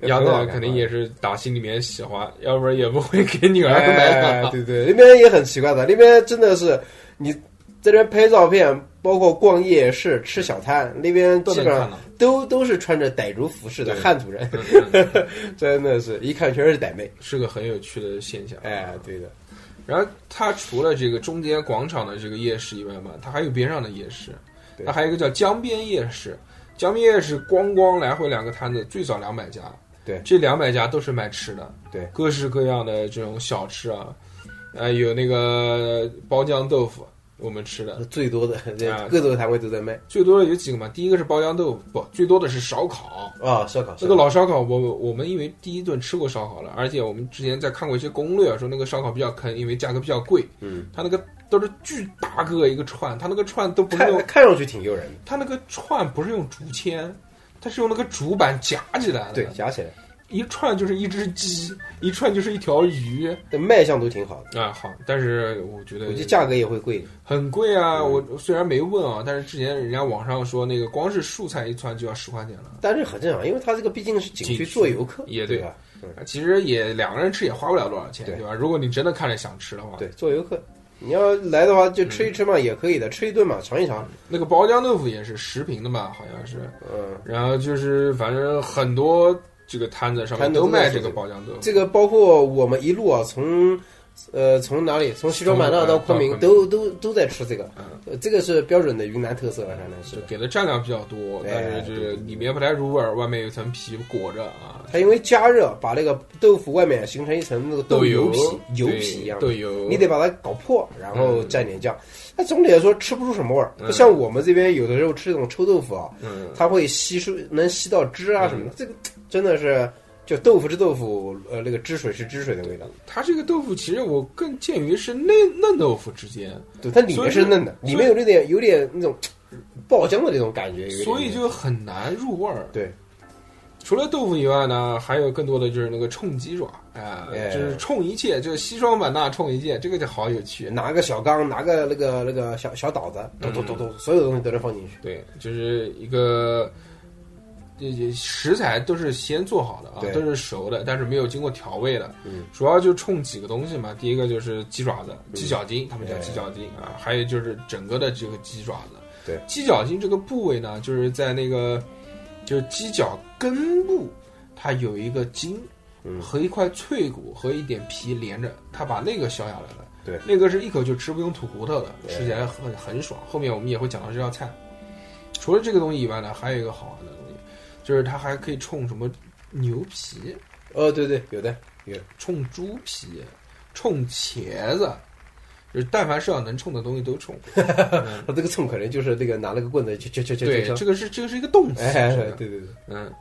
杨
很好
仔
看
肯定也是打心里面喜欢，要不然也不会给女儿买
哎
两套。
对对，那边也很奇怪的，那边真的是你在这边拍照片，包括逛夜市、吃小摊，那边
都
基
能
本上
看到。
都都是穿着傣族服饰的
对
汉族 人，真的是一看全是傣妹。
嗯是个很有趣的现象。
哎，对的，
然后它除了这个中间广场的这个夜市以外嘛，它还有边上的夜市，
对
它还有一个叫江边夜市。江面夜市光光来回两个摊子，最少两百家。
对
这两百家都是卖吃的，
对
各式各样的这种小吃啊，呃，有那个包浆豆腐，我们吃的
最多的
啊
这各种摊位都在卖
最多的有几个嘛？第一个是包浆豆腐，不，最多的是烧烤。
啊，烧烤。
那个
烧烤
老烧烤，我我们因为第一顿吃过烧烤了，而且我们之前在看过一些攻略，说那个烧烤比较坑，因为价格比较贵。
嗯，
它那个都是巨大个一个串，它那个串都不是
看
用
看上去挺诱人的，
它那个串不是用竹签，它是用那个竹板夹起来的。
对，，夹起来，
一串就是一只鸡，一串就是一条鱼
但卖相都挺好的，
啊。好，但是我觉得
估计价格也会贵的。
很贵啊。
嗯
我虽然没问啊，但是之前人家网上说那个光是蔬菜一串就要十块钱了，
但是很正常，因为它这个毕竟是景区做游客，
也
对
对
吧？
其实也两个人吃也花不了多少钱，
对
对吧？如果你真的看着想吃的话，
对，做游客，你要来的话就吃一吃嘛，也可以的，吃一顿嘛，尝一尝。
那个包浆豆腐也是十平的吧，好像是。
嗯，
然后就是反正很多这个摊子上面
摊子
都
都在
卖
说
这个
这个
包浆豆腐，
这个包括我们一路啊，从呃从哪里，从西双版纳到昆明
从，
都都都在吃这个
嗯，
呃这个是标准的云南特色了，还能是
就。给的蘸料比较多，
哎
但是就是里面不太入味儿，外面有一层皮裹着啊。
它因为加热，把那个豆腐外面形成一层那个豆
油
油皮，油
嗯对
皮一样的
豆油，
你得把它搞破，然后
嗯
蘸点酱。那总体来说吃不出什么味儿，
嗯
不像我们这边有的时候吃这种臭豆腐啊，
嗯，
它会吸收能吸到汁啊什么的，这个真的是就豆腐是豆腐，呃，那个汁水是汁水的味道。
它这个豆腐其实我更介于是嫩嫩豆腐之间，
对，它里面是嫩的，
所以
里面有那点有点那种爆浆的那种感觉，有一点
所以就很难入味儿。
对，
除了豆腐以外呢，还有更多的就是那个冲鸡爪啊，
哎
就是冲一切，就是西双版纳冲一切，这个就好有趣。
拿个小缸，拿个那个那个小小岛子，咚咚咚咚，所有的东西都能放进去。
对，就是一个。这这食材都是先做好的啊
对，
都是熟的，但是没有经过调味的。
嗯，
主要就冲几个东西嘛，第一个就是鸡爪子、鸡脚筋，他们叫鸡脚筋啊，还有就是整个的这个鸡爪子。
对，
鸡脚筋这个部位呢，就是在那个就是鸡脚根部，它有一个筋
嗯
和一块脆骨和一点皮连着，它把那个削下来了。
对
那个是一口就吃，不用吐骨头的，
对
吃起来很很爽。后面我们也会讲到这道菜。除了这个东西以外呢，还有一个好玩的东西，就是它还可以冲什么牛皮。
哦，对对，有的，
冲猪皮，冲茄子，就是但凡是要能冲的东西都 冲。嗯
它这个葱可能就是那个拿那个棍子去去去去
对，
去
这个是这个是一个动词，
哎，
是
对
吧
对对，
嗯，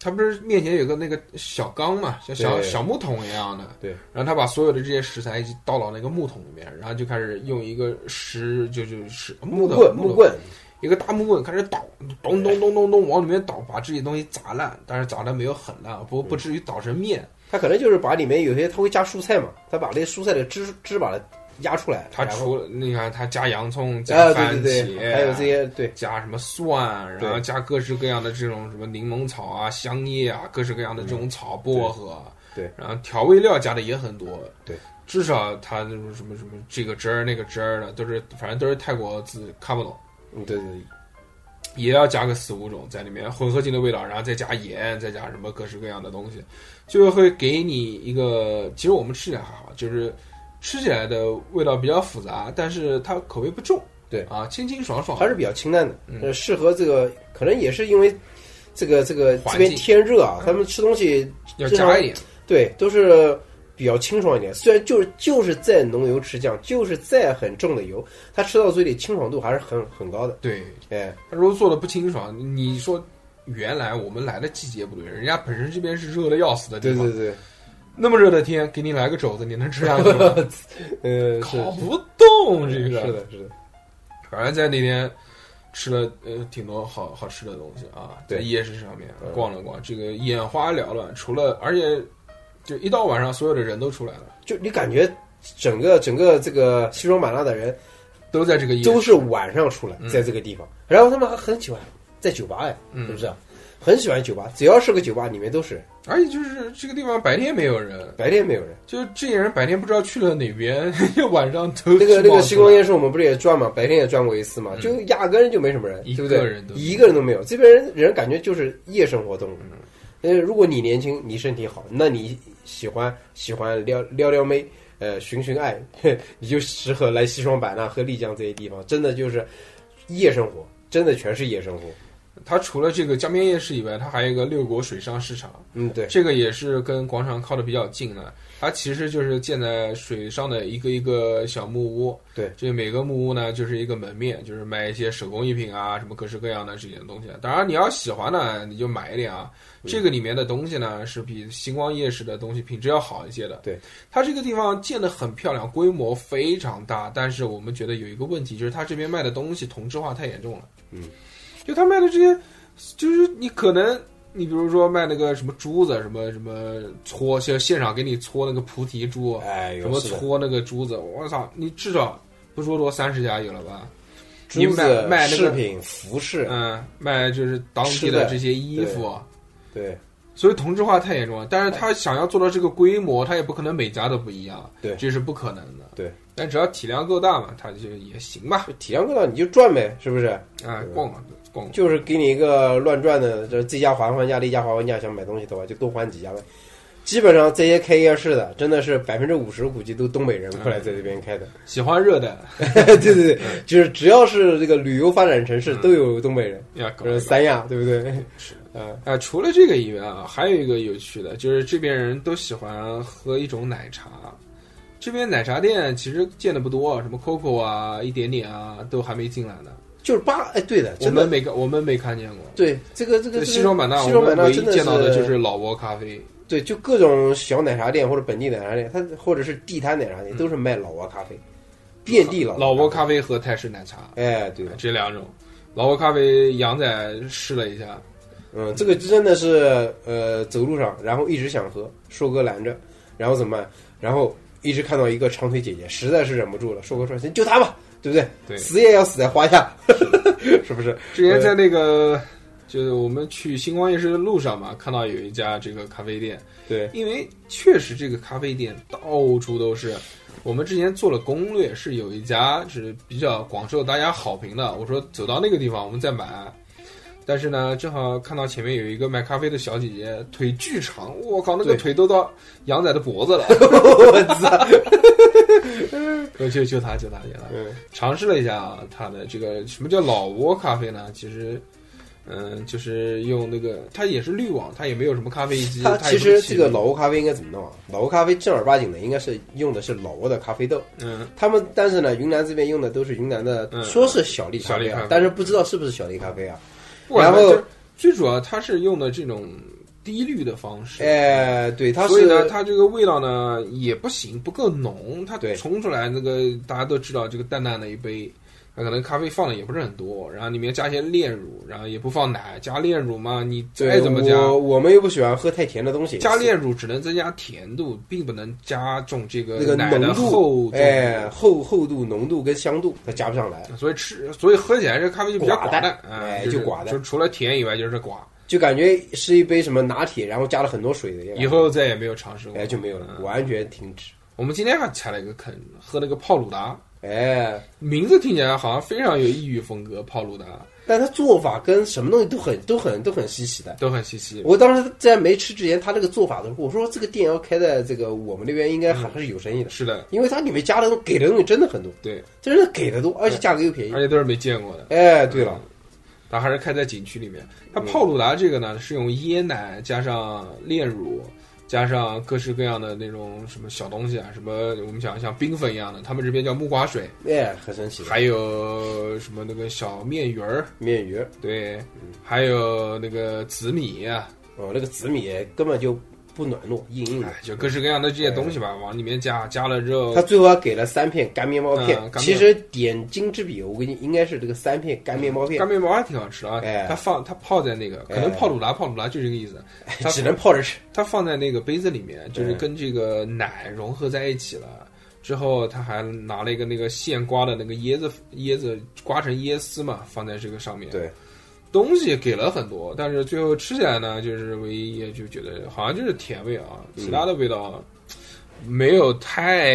他不是面前有个那个小缸嘛，像小
对
小木桶一样的，
对，
然后他把所有的这些食材一起倒到那个木桶里面，然后就开始用一个石就就是
木
木头
棍
木
木
头
棍，
一个大木棍开始倒，咚咚咚咚咚往里面倒，把这些东西砸烂，但是砸的没有很烂，不不至于倒成面。
它可能就是把里面有些它会加蔬菜嘛，它把那蔬菜的汁汁把它压出来，
它
然后
除了你看，它加洋葱、加
啊，
番茄，
对
哎
对对，还有这些对
加什么蒜，然后
对
加各式各样的这种什么柠檬草啊、香叶啊，各式各样的这种草薄荷，
嗯
啊
对对
然后调味料加的也很多，
对，
至少它那种什么什么这个汁儿那个汁儿的，都是反正都是泰国字看不懂，
嗯对对，对
也要加个四五种在里面混合进的味道，然后再加盐，再加什么各式各样的东西，就会给你一个，其实我们吃起来还好，就是吃起来的味道比较复杂，但是它口味不重，
对
啊，清清爽爽，
嗯还是比较清淡的，
嗯
呃，适合这个，可能也是因为这个这个
环
这边
境嗯
天热啊，他们吃东西
要加一点，
对都是比较清爽一点，虽然就是就是再浓油赤酱，就是再很重的油，它吃到嘴里清爽度还是很很高的，
对，
哎，
他说做的不清爽，你说原来我们来的季节不对，人家本身这边是热的要死的地
对
方，
对对，
那么热的天给你来个肘子，你能吃下去吗？
呃，是
烤不动这
是
个，
是的是的，
反正在那天吃了呃挺多好好吃的东西啊，在
对
夜市上面
嗯
逛了逛，这个眼花缭乱，除了而且就一到晚上所有的人都出来了，
就你感觉整个整个这个西双版纳的人
都在这个夜市
都是晚上出来
嗯，
在这个地方，然后他们还很喜欢在酒吧哎，
嗯
是不是啊？很喜欢酒吧，只要是个酒吧，里面都是人
而且就是这个地方白天没有人，
白天没有人。
就这些人白天不知道去了哪边， 晚上都
那
去
个那
冒
个
出
星光
来
夜市，我们不是也转嘛？白天也转过一次嘛，
嗯
就压根就没什么人，
一
对不
个
对？
人都没有
一个人都没有。这边人人感觉就是夜生活动物。呃，如果你年轻，你身体好，那你喜欢喜欢撩撩撩妹，呃，寻寻爱， 你就适合来西双版纳和丽江这些地方。真的就是夜生活，真的全是夜生活。
它除了这个江边夜市以外，它还有一个六国水上市场，
嗯，对，
这个也是跟广场靠的比较近的。它其实就是建在水上的一个一个小木屋，
对，
这每个木屋呢就是一个门面，就是卖一些手工艺品啊，什么各式各样的这些东西。啊当然你要喜欢呢，你就买一点啊。
嗯
这个里面的东西呢是比星光夜市的东西品质要好一些的。
对，
它这个地方建得很漂亮，规模非常大，但是我们觉得有一个问题，就是它这边卖的东西同质化太严重了。
嗯，
就他卖的这些，就是你可能。你比如说卖那个什么珠子，什么什么搓，现现场给你搓那个菩提珠，啊
哎呦，
什么
是的
搓那个珠子，我操！你至少不说多三十家有了吧？你
珠
买
子、
卖那个
饰品、服饰，
嗯，卖就是当地
吃的
的这些衣服，
对
所以同质化太严重了。但是他想要做到这个规模，他也不可能每家都不一样，
对
这是不可能的。
对，
但只要体量够大嘛，他就也行吧。
就体量够大你就赚呗，是不是？
啊，
对
逛逛逛逛，
就是给你一个乱转的，这这家还还价，那家还还价，想买东西的话就多还几家呗。基本上这些开夜市的，真的是百分之五十估计都东北人过来在这边开的。
喜欢热的
对对对， 就是只要是这个旅游发展城市，都有东北人，
呀，
就
搞
是
一搞
三亚，对不对？
是
啊，
啊，除了这个以外啊，还有一个有趣的，就是这边人都喜欢喝一种奶茶。这边奶茶店其实见的不多，什么 COCO 啊、一点点啊，都还没进来呢。
就是八哎，对的，
我
真
们
的
没看，我们没看见过。
对这个这个
在
这
西
个
双版纳，
西
我
双版
们
纳
唯一
真的
见到的就是老挝咖啡。
对，就各种小奶茶店或者本地奶茶店，它或者是地摊奶茶店，
嗯
都是卖老挝咖啡，遍地老
老挝
挝
咖啡和泰式奶茶
啡。哎，对，
这两种。老挝咖啡，杨仔试了一下，
嗯，这个真的是呃，走路上，然后一直想喝，硕哥拦着，然后怎么办？然后一直看到一个长腿姐姐，实在是忍不住了，硕哥说：“行，就她吧，对不对？
对
死也要死在花下， 是不是？
之前在那个就是我们去星光夜市的路上嘛，看到有一家这个咖啡店。
对，
因为确实这个咖啡店到处都是。我们之前做了攻略，是有一家是比较广受大家好评的。我说走到那个地方我们再买，但是呢，正好看到前面有一个卖咖啡的小姐姐，腿巨长，我靠，那个
对
腿 都到杨仔的脖 子了。 我操！就就他，就他，就他。
嗯，
尝试了一下啊，它的这个什么叫老挝咖啡呢？其实，嗯，就是用那个，它也是滤网，它也没有什么咖啡机。
他
它也
其
不
实
是起
这个
滤
老挝咖啡应该怎么弄啊？老挝咖啡正儿八经的应该是用的是老挝的咖啡豆，
嗯，
他们但是呢，云南这边用的都是云南的，
嗯
说是小粒
小粒咖
啊
啡，
但是不知道是不是小粒咖啡啊？
不管
然后
它就是最主要它是用的这种低滤的方式，，
哎，对，它
所以
是
呢，它这个味道呢也不行，不够浓，它
对
冲出来那个大家都知道，这个淡淡的一杯。它可能咖啡放的也不是很多，然后里面加一些炼乳，然后也不放奶，加炼乳嘛，你
对
爱怎么加。
我我们又不喜欢喝太甜的东西，
加炼乳只能增加甜度，并不能加重这
那个
个呃奶
浓
的
度
厚，度。
哎，厚厚度、浓度跟香度它加不上来，
所以吃，所以喝起来这咖啡就比较
寡
淡，
淡
哎
哎，
是
就寡淡
就除了甜以外就是寡。
就感觉是一杯什么拿铁，然后加了很多水的样子
以后再也没有尝试过，
哎就没有了，
嗯
完全停止。
我们今天还踩了一个坑，喝那个泡鲁达，
哎，
名字听起来好像非常有异域风格，泡鲁达
但它做法跟什么东西都很、都很、都很稀奇的。
都很稀奇。
我当时在没吃之前，他这个做法的时候，我说这个店要开在这个我们那边应该
嗯
还是有生意的，
是的，
因为它里面加的东给的东西真的很多，
对，
真的给的多，而且价格又便宜
而。且都是没见过的。
哎，对了，
它还是开在景区里面。它泡鲁达这个呢，是用椰奶加上炼乳，加上各式各样的那种什么小东西啊，什么我们想像冰粉一样的，他们这边叫木瓜水，
哎，很神奇
嗯
的
还有什么那个小面鱼儿，
面鱼，
对，
嗯
还有那个紫米、啊，
哦，那个紫米根本就不软糯，硬硬的
哎。就各式各样的这些东西吧，往里面加，加了之后
他，最后还给了三片干面包片，
哦嗯干面
其实点睛之笔，我跟你应该是这个三片干面包片
干，面包还挺好吃的啊
哎。
它放它泡在那个，可能
哎
泡鲁达泡鲁达就这个意思，它
只能泡着吃。
它放在那个杯子里面，就是
嗯
跟这个奶融合在一起了。之后，他还拿了一个那个现刮的那个椰子，椰子刮成椰丝嘛，放在这个上面。
对，
东西给了很多，但是最后吃起来呢，就是唯一也就觉得好像就是甜味啊，
嗯
其他的味道没有太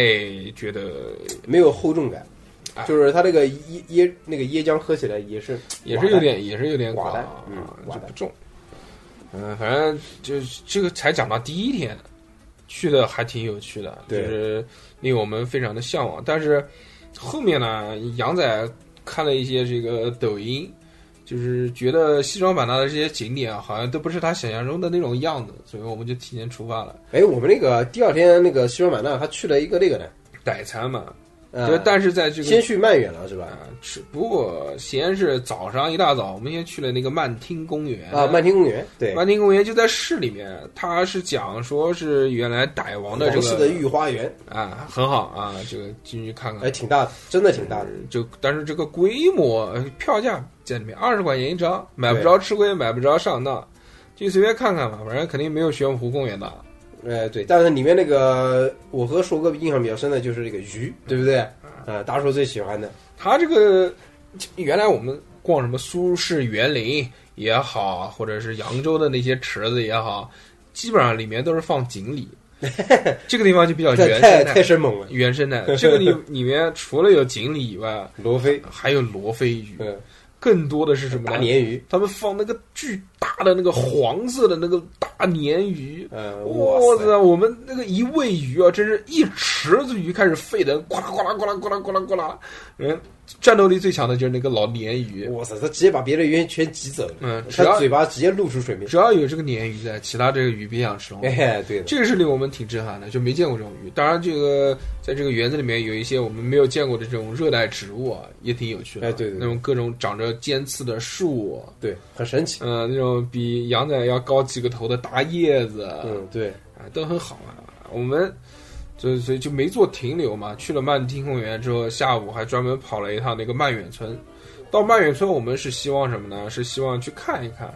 觉得
没有厚重感
哎，
就是它这个椰椰那个椰浆喝起来也是
也是有点也是有点寡
寡淡
啊，
嗯
就
寡
不
淡
重。嗯，反正就是这个才讲到第一天，去的还挺有趣的，就
对
是令我们非常的向往。但是后面呢，杨仔看了一些这个抖音，就是觉得西双版纳的这些景点啊，好像都不是他想象中的那种样子，所以我们就提前出发了，
哎，我们那个第二天那个西双版纳还去了一个那个呢，
傣餐嘛。
呃
就但是在这个
先去曼远了是吧？
啊，吃不过先是早上一大早，我们先去了那个曼听公园
啊，曼听公园，对，
曼听公园就在市里面，它是讲说是原来傣王的这
皇
个
室的御花园，
啊，很好啊，这个进去看看
哎，。挺大的，真的挺大的。
就但是这个规模，呃票价在里面二十块钱一张，买不着吃亏，买不着上当，就随便看看吧，反正肯定没有玄武湖公园大。
哎，对，但是里面那个我和硕哥印象比较深的就是那个鱼，对不对？
嗯
啊，大硕最喜欢的，
它这个原来我们逛什么苏式园林也好，或者是扬州的那些池子也好，基本上里面都是放锦 鲤，这个地方就比较
太
原
太
生
太
态。
生猛了，
原生 态，这个里里面除了有锦鲤以外，
罗非，
还有罗非鱼，
嗯，
更多的是什么
大
呢？
鲶鱼，
他们放那个巨大的那个黄色的那个大鲶鱼，
嗯，
我
塞，
操！我们那个一喂鱼啊，真是一池子鱼开始沸腾，呱啦呱啦呱啦呱啦呱啦呱啦。嗯，战斗力最强的就是那个老鲶鱼，
哇塞，他直接把别的鱼全挤走了，
嗯，只
他
要
嘴巴直接露出水面。
只要有这个鲶鱼在，其他这个鱼别想吃了。
哎，对的，
这个是令我们挺震撼的，就没见过这种鱼。当然，这个在这个园子里面有一些我们没有见过的这种热带植物啊，也挺有趣的。
哎对对对
那种各种长着尖刺的树啊，
对，很神奇。
呃，那种比羊仔要高几个头的大叶子，
嗯，对，
啊，都很好玩。我们就所以就没做停留嘛，去了曼听公园之后，下午还专门跑了一趟那个曼远村。到曼远村，我们是希望什么呢？是希望去看一看，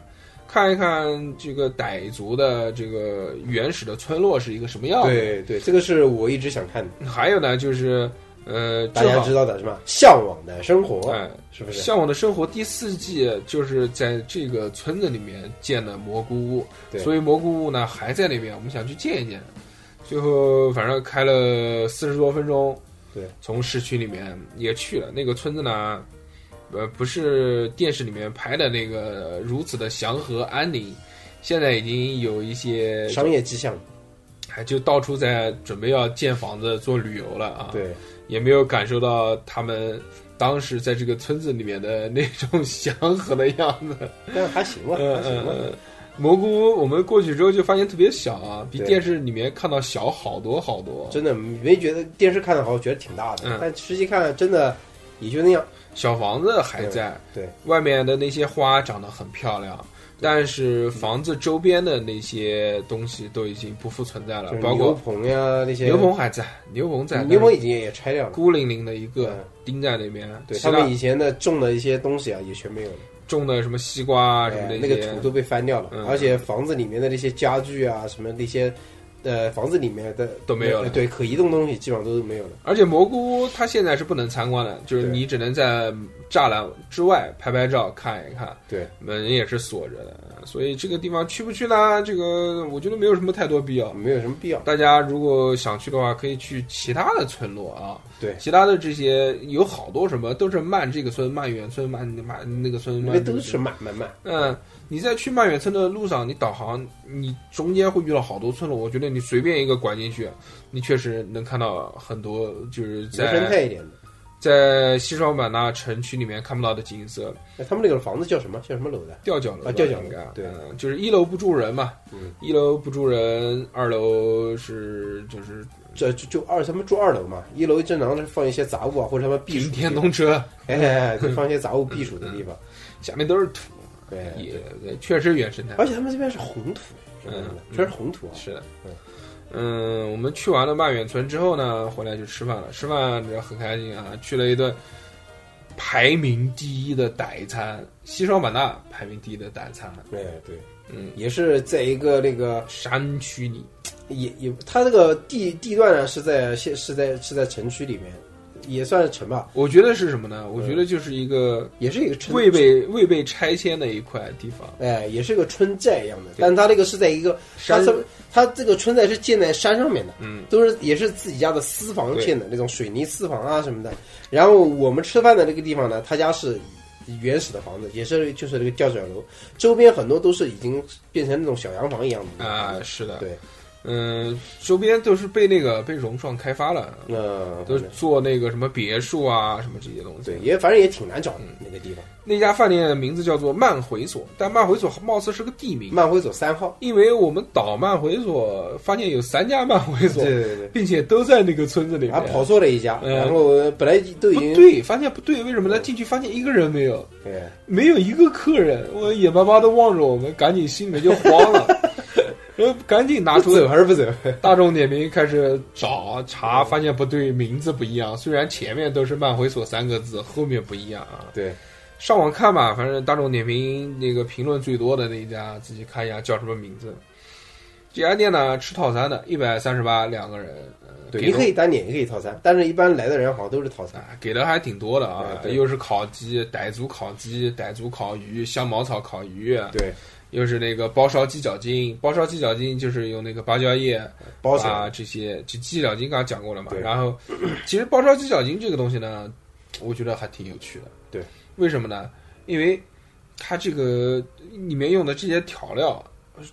看一看这个傣族的这个原始的村落是一个什么样子。
对对，这个是我一直想看的，
还有呢，就是呃，
大家
正好
知道的是吧？向往的生活，
哎，
是不
《
是？
向往的生活》第四季就是在这个村子里面建的蘑菇屋，
对
所以蘑菇屋呢还在那边，我们想去见一见。最后反正开了四十多分钟，
对，
从市区里面也去了那个村子呢，呃，不是电视里面拍的那个如此的祥和安宁，现在已经有一些
商业迹象，
还就到处在准备要建房子做旅游了啊，
对，
也没有感受到他们当时在这个村子里面的那种祥和的样子。
但还行吧，
嗯
还行
嗯
吧。
嗯。蘑菇屋，我们过去之后就发现特别小啊，比
对
电视里面看到小好多好多。
真的没觉得电视看的好，觉得挺大的，
嗯
但实际看真的也就那样。
小房子还在，
对对
外面的那些花长得很漂亮，但是房子周边的那些东西都已经不复存在了
就是，
啊包
牛
括
棚呀那些嗯
牛棚还在，牛棚在，
牛棚已经也拆掉
但是
了。
孤零零的一
嗯
个钉在那边，
对
其
他们
他
以前的种的一些东西啊，也全没有了，
种的什么西瓜啊什么
哎
的，
那个土都被翻掉了，
嗯
而且房子里面的那些家具啊，什么那些，呃，房子里面的呃
都没有了
对，可移动东西基本上都没有了。
而且蘑菇屋它现在是不能参观的，就是
对
你只能在栅栏之外拍拍照、看一看，
对，
门也是锁着的，所以这个地方去不去呢？这个我觉得没有什么太多必要。
没有什么必要。
大家如果想去的话，可以去其他的村落啊，
对
其他的这些有好多什么都是漫这个村、漫远村、漫漫那个村，漫
那边
那
都
个
是
村
慢慢慢，
嗯，你在去漫远村的路上，你导航，你中间会遇到好多村落，我觉得你随便一个拐进去，你确实能看到很多就是
原生
在
态一点的。
在西双版纳城区里面看不到的景色，
哎他们那个房子叫什么？叫什么楼的？
吊脚楼吧
啊吊脚楼
应该
对
嗯就是一楼不住人嘛，
嗯
一楼不住人，二楼是就是
这就就二，他们住二楼嘛，一楼正常是放一些杂物啊，或者他们避暑
停
的地
电
方。
动车，
哎，对，放一些杂物避暑的地方。
下面都是土，
对，
也对确实原生态，
而且他们这边是红土，
嗯
全是红土啊。
是的
嗯。
嗯，我们去完了曼远村之后呢，回来就吃饭了。吃饭这很开心啊，去了一顿排名第一的傣餐，西双版纳排名第一的傣餐，
哎，对，
嗯，
也是在一个那个
山区里
也也，它这个地地段呢是在现是在是在城区里面，也算是城吧，
我觉得是什么呢？我觉得就是一个
也是一个城。
未被未被拆迁的一块地方，
哎，也是个村寨一样的，
对
但它那个是在一个，它
山
这它这个村寨是建在山上面的，
嗯，
都是也是自己家的私房
对
建的那种水泥私房啊什么的。然后我们吃饭的那个地方呢，他家是原始的房子，也是就是那个吊脚楼，周边很多都是已经变成那种小洋房一样的
啊、是的，
对，
嗯，周边都是被那个被融创开发了，
那
都是做那个什么别墅啊，什么这些东西。
对，也反正也挺难找的
嗯
那个地方。
那家饭店的名字叫做慢回所，但慢回所貌似是个地名，
漫回走三号，
因为我们岛慢回所发现有三家慢回所
对，对对，
并且都在那个村子里
然
面
后。跑错了一家，
嗯
然后本来都已
不
经
对，发现不对，为什么呢？进去发现一个人没有，
哦对
没有一个客人，我眼巴巴的望着我们，赶紧心里面就慌 了，然后赶紧拿
不
出
走还是不走？
大众点评开始找查，发现不对，名字不一样。虽然前面都是“慢回所”三个字，后面不一样啊。
对，
上网看吧，反正大众点评那个评论最多的那一家，自己看一下叫什么名字。这家店呢，吃套餐的，一百三十八两个人，呃
对，
给
你
的
可以单点，也可以套餐，但是一般来的人好像都是套餐。
啊，给的还挺多的啊
啊，对
又是烤鸡、傣族烤鸡、傣族烤鱼、香茅草烤鱼，
对，
又是那个包烧鸡脚筋，包烧鸡脚筋就是用那个芭蕉叶，
包起
啊
来，
这些，这鸡脚筋刚刚讲过了嘛。
对
然后， 其实包烧鸡脚筋这个东西呢，我觉得还挺有趣的。
对，
为什么呢？因为它这个里面用的这些调料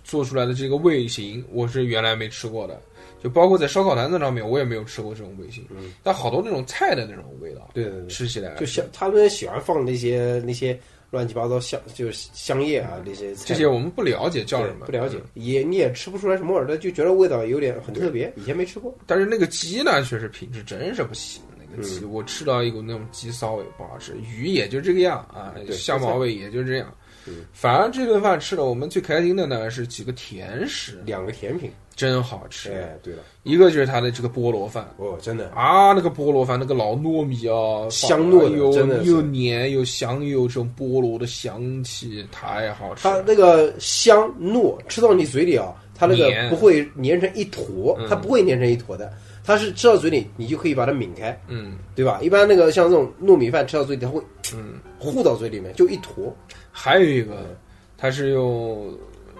做出来的这个味型，我是原来没吃过的。就包括在烧烤摊子上面，我也没有吃过这种味型。
嗯，
但好多那种菜的那种味道，
对对对，
吃起来
就香，他们喜欢放那些那些乱七八糟香，就是香叶啊那些菜
这些我们不了解叫
对
什么，
不了解
嗯，
也你也吃不出来什么味儿，但就觉得味道有点很特别，以前没吃过。
但是那个鸡呢，确实品质真是不行。那个鸡，
嗯
我吃到一股那种鸡骚味，不好吃。鱼也就这个样啊，
对
虾毛味也就这样
嗯。
反而这顿饭吃的我们最开心的呢是几个甜食，
两个甜品，
真好吃。
哎，对了，
一个就是它的这个菠萝饭
哦，真的，
啊，那个菠萝饭那个老糯米啊，
香糯的
又
真的是
又黏又香，又有这种菠萝的香气，太好吃
它
了。
那个香糯吃到你嘴里啊，它那个
黏
不会粘成一坨
嗯，
它不会粘成一坨的，它是吃到嘴里，你就可以把它抿开，
嗯
对吧？一般那个像这种糯米饭吃到嘴里，它会
嗯，
糊到嘴里面，就一坨
还有一个，它是用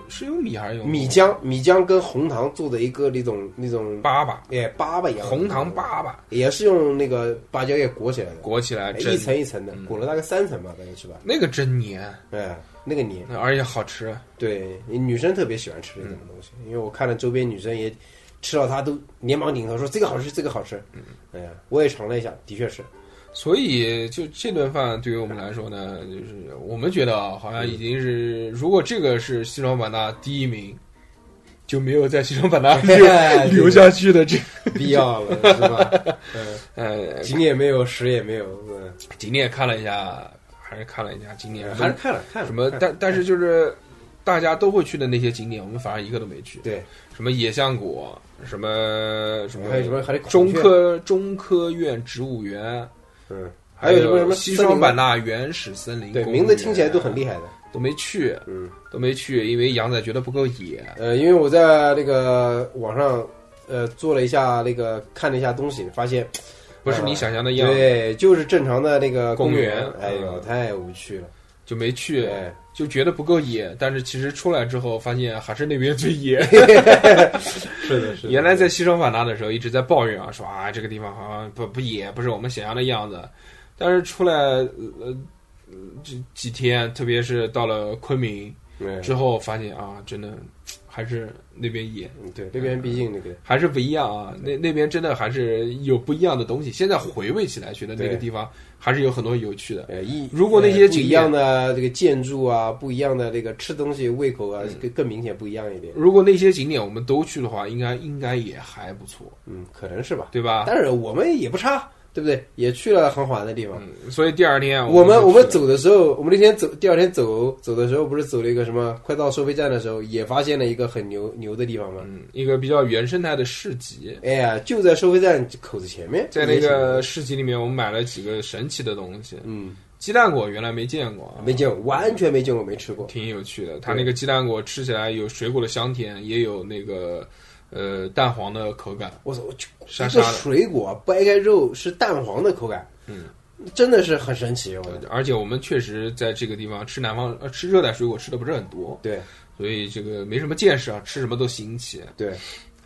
是用米还是用
嗯米浆，米浆跟红糖做的一个那种那种，
粑粑？
哎，粑粑一样，
红糖，粑粑
也是用那个芭蕉叶裹起来的，
裹起来
哎
真
一层一层的
嗯，
裹了大概三层吧，大概是吧？
那个真黏，
哎，那个黏，
那而且好吃。
对，女生特别喜欢吃这种东西，
嗯
因为我看了周边女生也吃到它都连忙顶头说这个好吃，这个好吃。
嗯
哎呀，我也尝了一下，的确是，
所以就这顿饭对于我们来说呢，就是我们觉得啊，好像已经是，如果这个是西双版纳第一名，就没有在西双版 纳
对
留下去的这
必要了 是吧？嗯，
呃
景也没有，食也没有，嗯，
景点看了一下，还是看了一下景点，
还是看了看了
什么，
看了
但但是就是大家都会去的那些景点，我们反而一个都没去。
对，
什么野象谷，什么什么
还有什么还有孔
中
雀
科中科院植物园，
嗯，还有什么什么
呃西
森林
双版纳原始森林公
对
园，
名字听起来都很厉害的，
都没去，
嗯，
都没去，因为杨仔觉得不够野。
呃，因为我在那个网上呃做了一下那个看了一下东西，发现
不是
呃
你想象的样，
对，就是正常的那个
公园
园，哎呦，
嗯
太无趣了，
就没去，
哎
就觉得不够野。但是其实出来之后，发现还是那边最野。
是的， 是
原来在西双版纳的时候，一直在抱怨啊，说啊这个地方好像不不野，不是我们想象的样子。但是出来呃呃这几天，特别是到了昆明
嗯
之后，发现啊，真的还是那边野，
嗯对，那边毕竟那个
还是不一样啊。那那边真的还是有不一样的东西。现在回味起来，觉得那个
对
地方还是有很多有趣的。
呃一，
如果那些
呃不
景
一
点
样的这个建筑啊，不一样的这个吃东西胃口啊，更更明显不一样一点，
如果那些景点我们都去的话，应该应该也还不错，
嗯，可能是吧。
对吧？
但是我们也不差，对不对？也去了很好玩的地方。
嗯，所以第二天
我们
我
我们走的时候，我们那天走，第二天走走的时候，不是走了一个什么？快到收费站的时候，也发现了一个很牛牛的地方吗？
嗯一个比较原生态的市集，
哎呀，就在收费站口子前面，
在那
也
个
挺
市集里面，我们买了几个神奇的东西。
嗯，
鸡蛋果原来没见过啊，
没见过，完全没见过，没吃过。
挺有趣的。它那个鸡蛋果吃起来有水果的香甜，也有那个呃蛋黄的口感。
我操，我就
沙
一
沙
个
的
水果掰开肉是蛋黄的口感，
嗯，
真的是很神奇，我觉
呃
得。
而且我们确实在这个地方吃南方呃吃热带水果吃的不是很多，
对
所以这个没什么见识啊，吃什么都新奇。
对，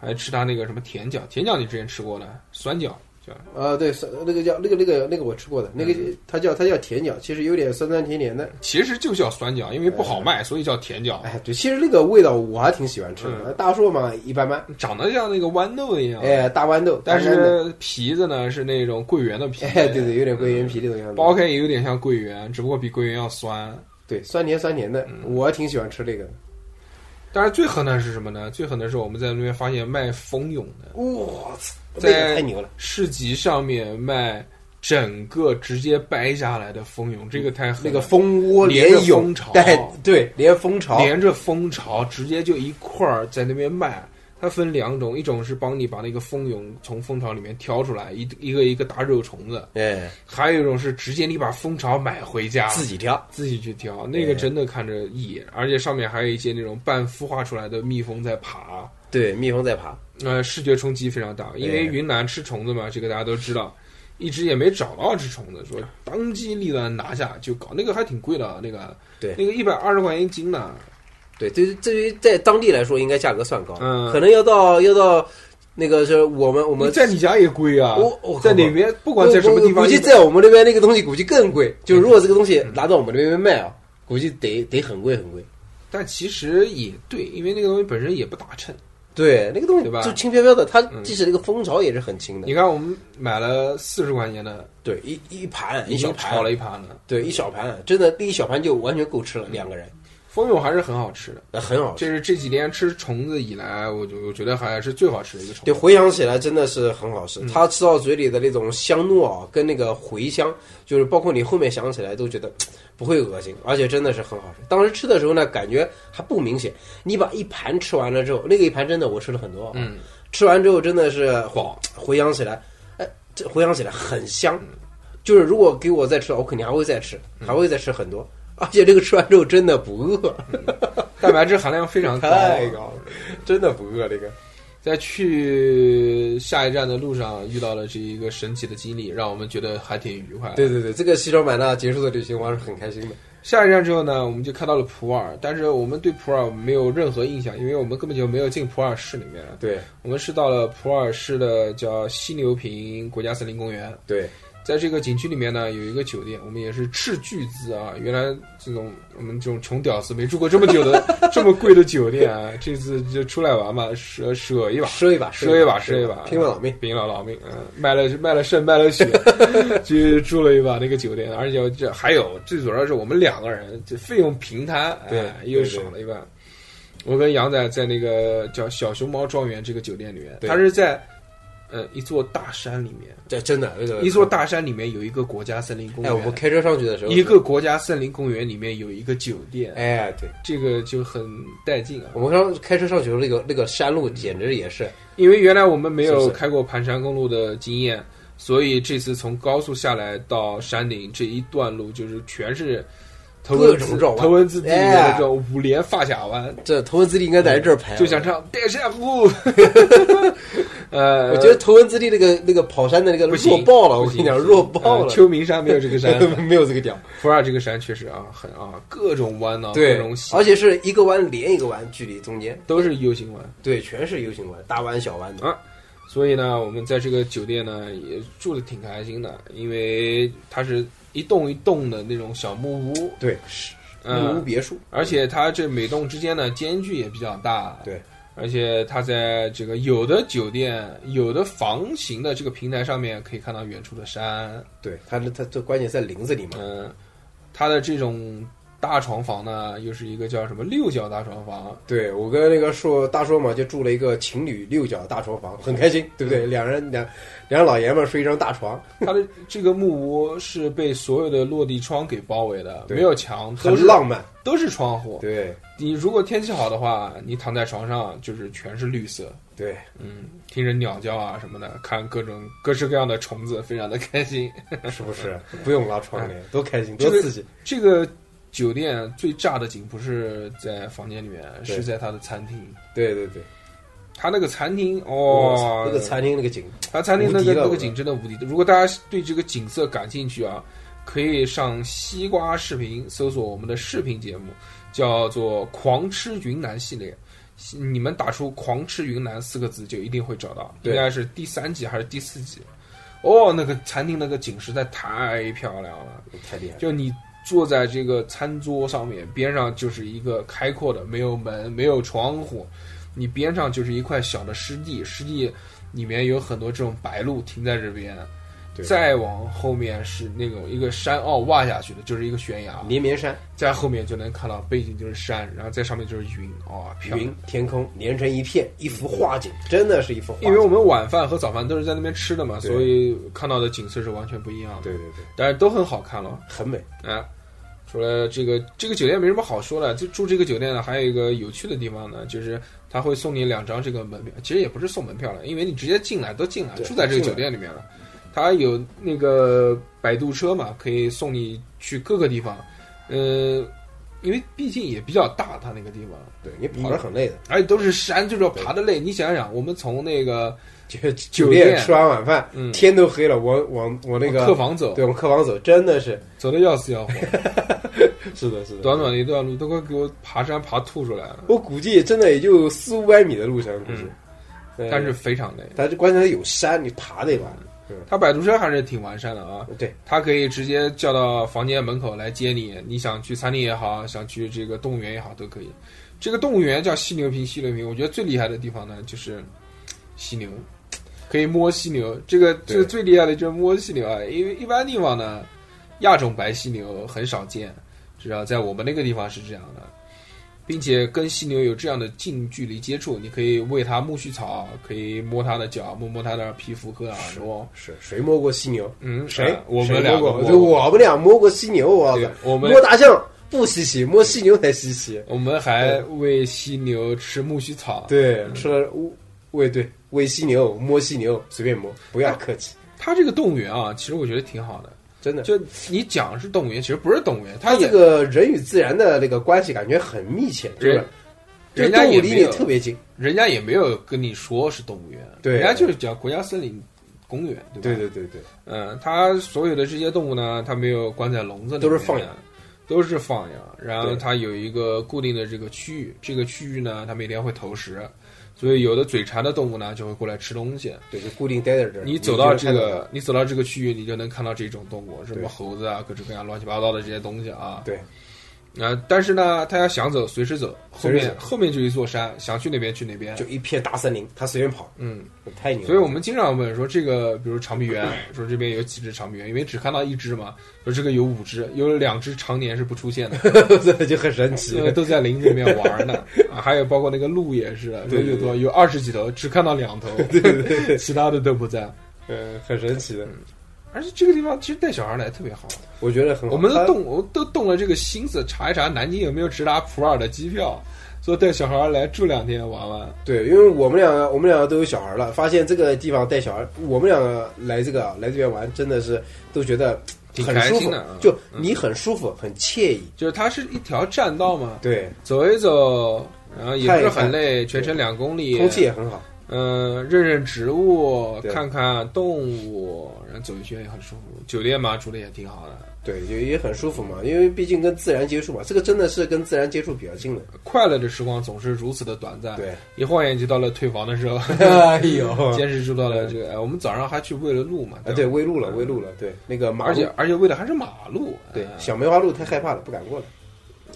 还吃它那个什么甜角，甜角你之前吃过的，酸角叫
啊，对，酸那个叫那个那个那个我吃过的，那个
嗯
它叫它叫甜角，其实有点酸酸甜甜的。
其实就叫酸角，因为不好卖，所以叫甜角。
哎，对，其实那个味道我还挺喜欢吃的。呃
嗯
大硕嘛，一般般。
长得像那个豌豆一样，
哎，大豌豆，
但
干干的
是皮子呢是那种桂圆的皮，嗯
哎，对对，有点桂圆皮那种样子。
剥开也有点像桂圆，只不过比桂圆要酸。
对，酸甜酸甜的，
嗯
我还挺喜欢吃那个的。
但是最狠的是什么呢？最狠的是我们在那边发现卖蜂蛹的，
我操，那
在
个太牛了！
市集上面卖整个直接掰下来的蜂蛹，这个太狠了。
那个蜂窝
连
连
着
蛹
蜂巢，
对对，连蜂巢，
连着蜂巢，直接就一块儿在那边卖。它分两种，一种是帮你把那个蜂蛹从蜂巢里面挑出来，一一个一个大肉虫子；
哎，
还有一种是直接你把蜂巢买回家，
自己挑。
自己去挑，那个真的看着野，而且上面还有一些那种半孵化出来的蜜蜂在爬，
对，蜜蜂在爬，
呃，视觉冲击非常大。因为云南吃虫子嘛，这个大家都知道，一直也没找到吃虫子，说当机立断拿下就搞，那个还挺贵的，那个
对
那个一百二十块钱一斤呢，
对，对，至于在当地来说，应该价格算高，
嗯
可能要到要到那个是我们我
你
们
在你家也贵啊，
我我
在哪
里面，
边不
不
管在什么地
估
方，嗯
计在我们那边那个东西估计更贵。就是如果这个东西拿到我们那边卖啊，估计得得很贵很贵。
但其实也对，因为那个东西本身也不大称。
对，那个东西
对吧
就轻飘飘的，它
嗯
即使那个蜂巢也是很轻的
你。看，我们买了四十块钱的，
对，一一盘
已
一小
经炒
盘
了，一盘了。
对，一小盘，真的，那一小盘就完全够吃了，两个
嗯
人，
蜂蛹还是很好吃的。
呃很好
这
吃。
是这几天吃虫子以来，我就我觉得还是最好吃的一个虫
对，
子。
回想起来真的是很好吃，它吃到嘴里的那种香糯啊，跟那个茴香，就是包括你后面想起来都觉得嘖不会恶心，而且真的是很好吃。当时吃的时候呢，感觉还不明显，你把一盘吃完了之后，那个一盘真的我吃了很多啊，
嗯，
吃完之后真的是
饱。
回想起来，哎，这回想起来很香，就是如果给我再吃，我肯定还会再吃，还会再吃很多。 而且这个吃完之后真的不饿，
蛋白质含量非常高。啊
太高了， 真的不饿这个。
在去下一站的路上遇到了这一个神奇的经历，让我们觉得还挺愉快。，
对对对，这个西双版纳结束的旅行我还是很开心的。
下一站之后呢，我们就开到了普洱，但是我们对普洱没有任何印象，因为我们根本就没有进普洱市里面。
对
我们是到了普洱市的叫犀牛坪国家森林公园，
对，
在这个景区里面呢，有一个酒店，我们也是斥巨资啊！原来这种我们这种穷屌丝没住过这么久的这么贵的酒店啊，这次就出来玩嘛，舍舍一把，
赊一把，
赊一把，赊一把，
拼了老命。
拼了老命！嗯，卖了卖了肾，卖了 血，去住了一把那个酒店，而且这还有最主要是我们两个人，这费用平摊，哎
对
又
对
省了一半。我跟杨仔在那个叫小熊猫庄园这个酒店里面，
对
它是在呃一座大山里面。
这真的那个
一座大山里面有一个国家森林公
哎，
园，
我们开车上去的时候，
一个国家森林公园里面有一个酒店，
哎，对，
这个就很带劲啊
我！们上开车上去的时候，那个那个山路简直也是，
因为原来我们没
是
有
是
开过盘山公路的经验，所以这次从高速下来到山顶这一段路，就是全是头文字
各种绕弯
头文字 D 里面的
哎
这种五连发卡弯，
这头文字 D 应该在这儿排，啊
就想唱《带山 虎》。呃，
我觉得头文字 D 那个那个跑山的那个
不行
弱爆了，我
不
跟
行
你讲，弱爆
呃
了，
秋名山没有这个山， 啊
没有这个屌。
普洱这个山确实啊，很啊，各种弯呢、各
对
种，险
而且是一个弯连一个弯，距离中间，
都是 U 型弯。
对，全是 U 型弯，大弯小
嗯
弯的。
所以呢，我们在这个酒店呢也住的挺开心的，因为它是一栋一栋的那种小木屋，
对，木屋
嗯，
别墅，
而且它这每栋之间呢间距也比较大，
对，
而且它在这个有的酒店、有的房型的这个平台上面可以看到远处的山，
对，它它这关键在林子里嘛，
嗯，它的这种大床房呢又是一个叫什么六角大床房，
对我跟那个硕大硕嘛，就住了一个情侣六角大床房，很开心，对不对？
嗯
两人两两老爷们儿睡一张大床，
它的这个木屋是被所有的落地窗给包围的，
对
没有墙，
很
都是
浪漫。
都是窗户，
对
你如果天气好的话，你躺在床上就是全是绿色，
对，
嗯，听着鸟叫啊什么的，看各种各式各样的虫子，非常的开心。
是不是？不用拉窗帘，多开心，
这
多
个
刺激。
这个酒店最炸的景不是在房间里面，
对
是在它的餐厅。
对对对，
它那个餐厅
哇
哦
塞，，那个餐厅那个景，
它餐厅那
无敌
个
了
那
嗯我
个
觉得
景真的无敌。如果大家对这个景色感兴趣啊，可以上西瓜视频搜索我们的视频节目，叫做“狂吃云南”系列。西你们打出“狂吃云南”四个字，就一定会找到，
对
应该是第三集还是第四集。哦，那个餐厅那个景实在太漂亮了，
太厉害了。
就你坐在这个餐桌上面，边上就是一个开阔的，没有门，没有窗户，你边上就是一块小的湿地，湿地里面有很多这种白鹭停在这边。
对
再往后面是那种一个山坳挖下去的，就是一个悬崖，
连绵山
在后面就能看到背景就是山，然后在上面就是云，哇、漂亮嗯
云！天空连成一片，一幅画景，真的是一幅画景。
因为我们晚饭和早饭都是在那边吃的嘛，
对
所以看到的景色是完全不一样的。
对对对，
但是都很好看了。
很美。
哎，除了这个这个酒店没什么好说的，就住这个酒店呢，还有一个有趣的地方呢，就是他会送你两张这个门票，其实也不是送门票了，因为你直接进来都进来，
对
住在这个
进来
酒店里面了。他有那个摆渡车嘛，可以送你去各个地方。呃，因为毕竟也比较大，他那个地方，
对你
嗯
跑得很累的，
而且都是山，就是要爬的累。你想想，我们从那个
就
酒
酒
店
店吃完晚饭，
嗯
天都黑了，往往往那个
客房走，
对，往客房走，真 的是
走的要死要活，
是的，是的。
短短的一段路都快给我爬山爬吐出来了，
我估计真的也就四五百米的路程，估计。呃
嗯但是，非常累。
但是关键是有山，你爬得完。
他摆渡车还是挺完善的啊，
对，
他可以直接叫到房间门口来接你，你想去餐厅也好，想去这个动物园也好都可以。这个动物园叫犀牛坪，犀牛坪，我觉得最厉害的地方呢就是犀牛，可以摸犀牛。这个
对
这个最厉害的就是摸犀牛啊，因为一般地方呢，亚种白犀牛很少见，至少在我们那个地方是这样的。并且跟犀牛有这样的近距离接触，你可以喂它苜蓿草，可以摸它的脚，摸摸它的皮肤和耳朵。
是谁摸过犀牛？
嗯，
谁
啊？我
谁
们两个
摸
摸
过，就我们俩摸过犀牛，我
对
操！
我们
摸大象不稀奇，摸犀牛才稀奇。
我们还喂犀牛吃苜蓿草。，
对，吃了喂对喂犀牛，摸犀牛，随便摸，不要客气，
它这个动物园啊，其实我觉得挺好的。
真的。
就你讲是动物园，其实不是动物园，它
它
也
这个人与自然的那个关系感觉很密切，就
人
是
人
对
家
动
也
物离
没
你
有，
特别近。
人家也没有跟你说是动物园，
对
人家就是讲国家森林公园，对吧？
对对对对，
嗯，它所有的这些动物呢，它没有关在笼子里面，
都是放养，
都是放养。然后
对
它有一个固定的这个区域，这个区域呢，它每天会投食，所以有的嘴馋的动物呢，就会过来吃东西。
对，就固定待在这儿。
你走到
就
这
能看
个，你走到这个区域，你就能看到这种动物，什么
对
猴子啊，各种各样乱七八糟的这些东西啊。
对，
啊、但是呢，他要想走，随时走，后
随时
面
走
后面就一座山，想去哪边去哪边
到。就一片大森林，它随便跑，
嗯，
太牛了。
所以我们经常问说这个，比如长臂 猿，说这边有几只长臂猿，因为只看到一只嘛，说这个有五只，有两只常年是不出 现的，
这就很神奇
因。为都在林子里面玩呢。啊，还有包括那个鹿也是，
对
有多有二十几头，只看到两头，对对对，其他的都不在。
嗯，很神奇的，
而且这个地方其实带小孩来特别好。
我觉得很好。
我们
它
都动，我都动了这个心思，查一查南京有没有直达普洱的机票，说带小孩来住两天玩玩。
对，因为我们两个，我们两个都有小孩了，发现这个地方带小孩，我们两个来这个来这边玩，真的是都觉得
挺
很
开
舒
心
服
的啊，
就你很舒服，很惬意。
就是它是一条栈道嘛，
对，
走一走，然后也不是很累，全程两公里。
空气也很好。
嗯、认认植物，
对
看看动物，然后走一圈也很舒服。酒店嘛，住的也挺好的，
对，也也很舒服嘛，因为毕竟跟自然接触嘛，这个真的是跟自然接触比较近的。
快乐的时光总是如此的短暂。，
对，
一晃眼就到了退房的时候。
哎呦，啊，
坚持住到了这个，哎我们早上还去喂了鹿嘛？吧
对，喂鹿了，喂鹿了，啊对，那个马
嗯而且
路，
而且喂的还是马鹿，
对
哎，
小梅花鹿太害怕了，不敢过来。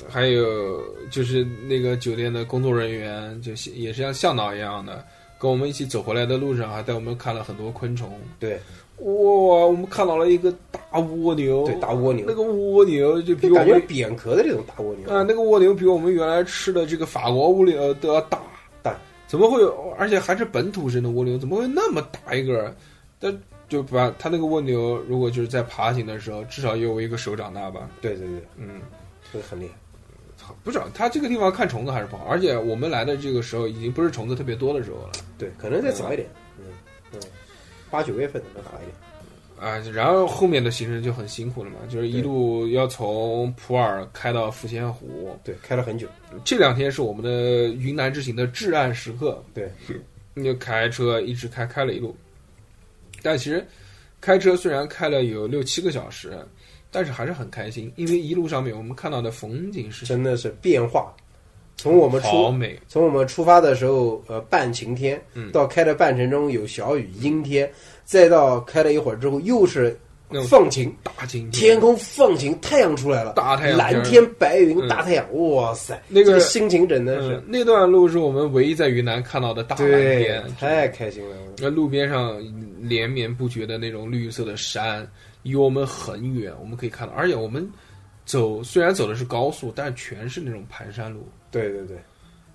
还有就是那个酒店的工作人员，就是也是像向导一样的，跟我们一起走回来的路上，还带我们看了很多昆虫。
对，
哇，我们看到了一个大蜗牛，
对，大蜗牛
那，个蜗牛就比
就
我
感觉
们
扁壳的这种大蜗牛，
啊、那个蜗牛比我们原来吃的这个法国蜗牛都要大
大，
怎么会有？而且还是本土生的蜗牛，怎么会那么大一个？但就把它那个蜗牛，如果就是在爬行的时候，至少也有我一个手掌大吧。
对对对，
嗯，
这个很厉害。
不是，它这个地方看虫子还是不好，而且我们来的这个时候已经不是虫子特别多的时候了
对，可能再早一点，嗯嗯，八九月份能好一点。
啊、然后后面的行程就很辛苦了嘛，就是一路要从普洱开到抚仙湖，
对，开了很久，
这两天是我们的云南之行的至暗时刻。
对，
你就开车一直开开了一路，但其实开车虽然开了有六七个小时，但是还是很开心，因为一路上面我们看到的风景是
真的是变化从我们
好
出
美，
从我们出发的时候，呃，半晴天
嗯，
到开的半程中有小雨阴天，再到开了一会儿之后又是
那种
放晴，
大晴
天空放晴，太阳出来了，
嗯大太阳
蓝天白
嗯
云，大太阳，哇塞，
那个
这心情真的是
嗯，那段路是我们唯一在云南看到的大蓝
对
天，，
太开心了。
那路边上连绵不绝的那种绿色的山，离我们很远，我们可以看到。而且我们走虽然走的是高速，但全是那种盘山路。
对对对，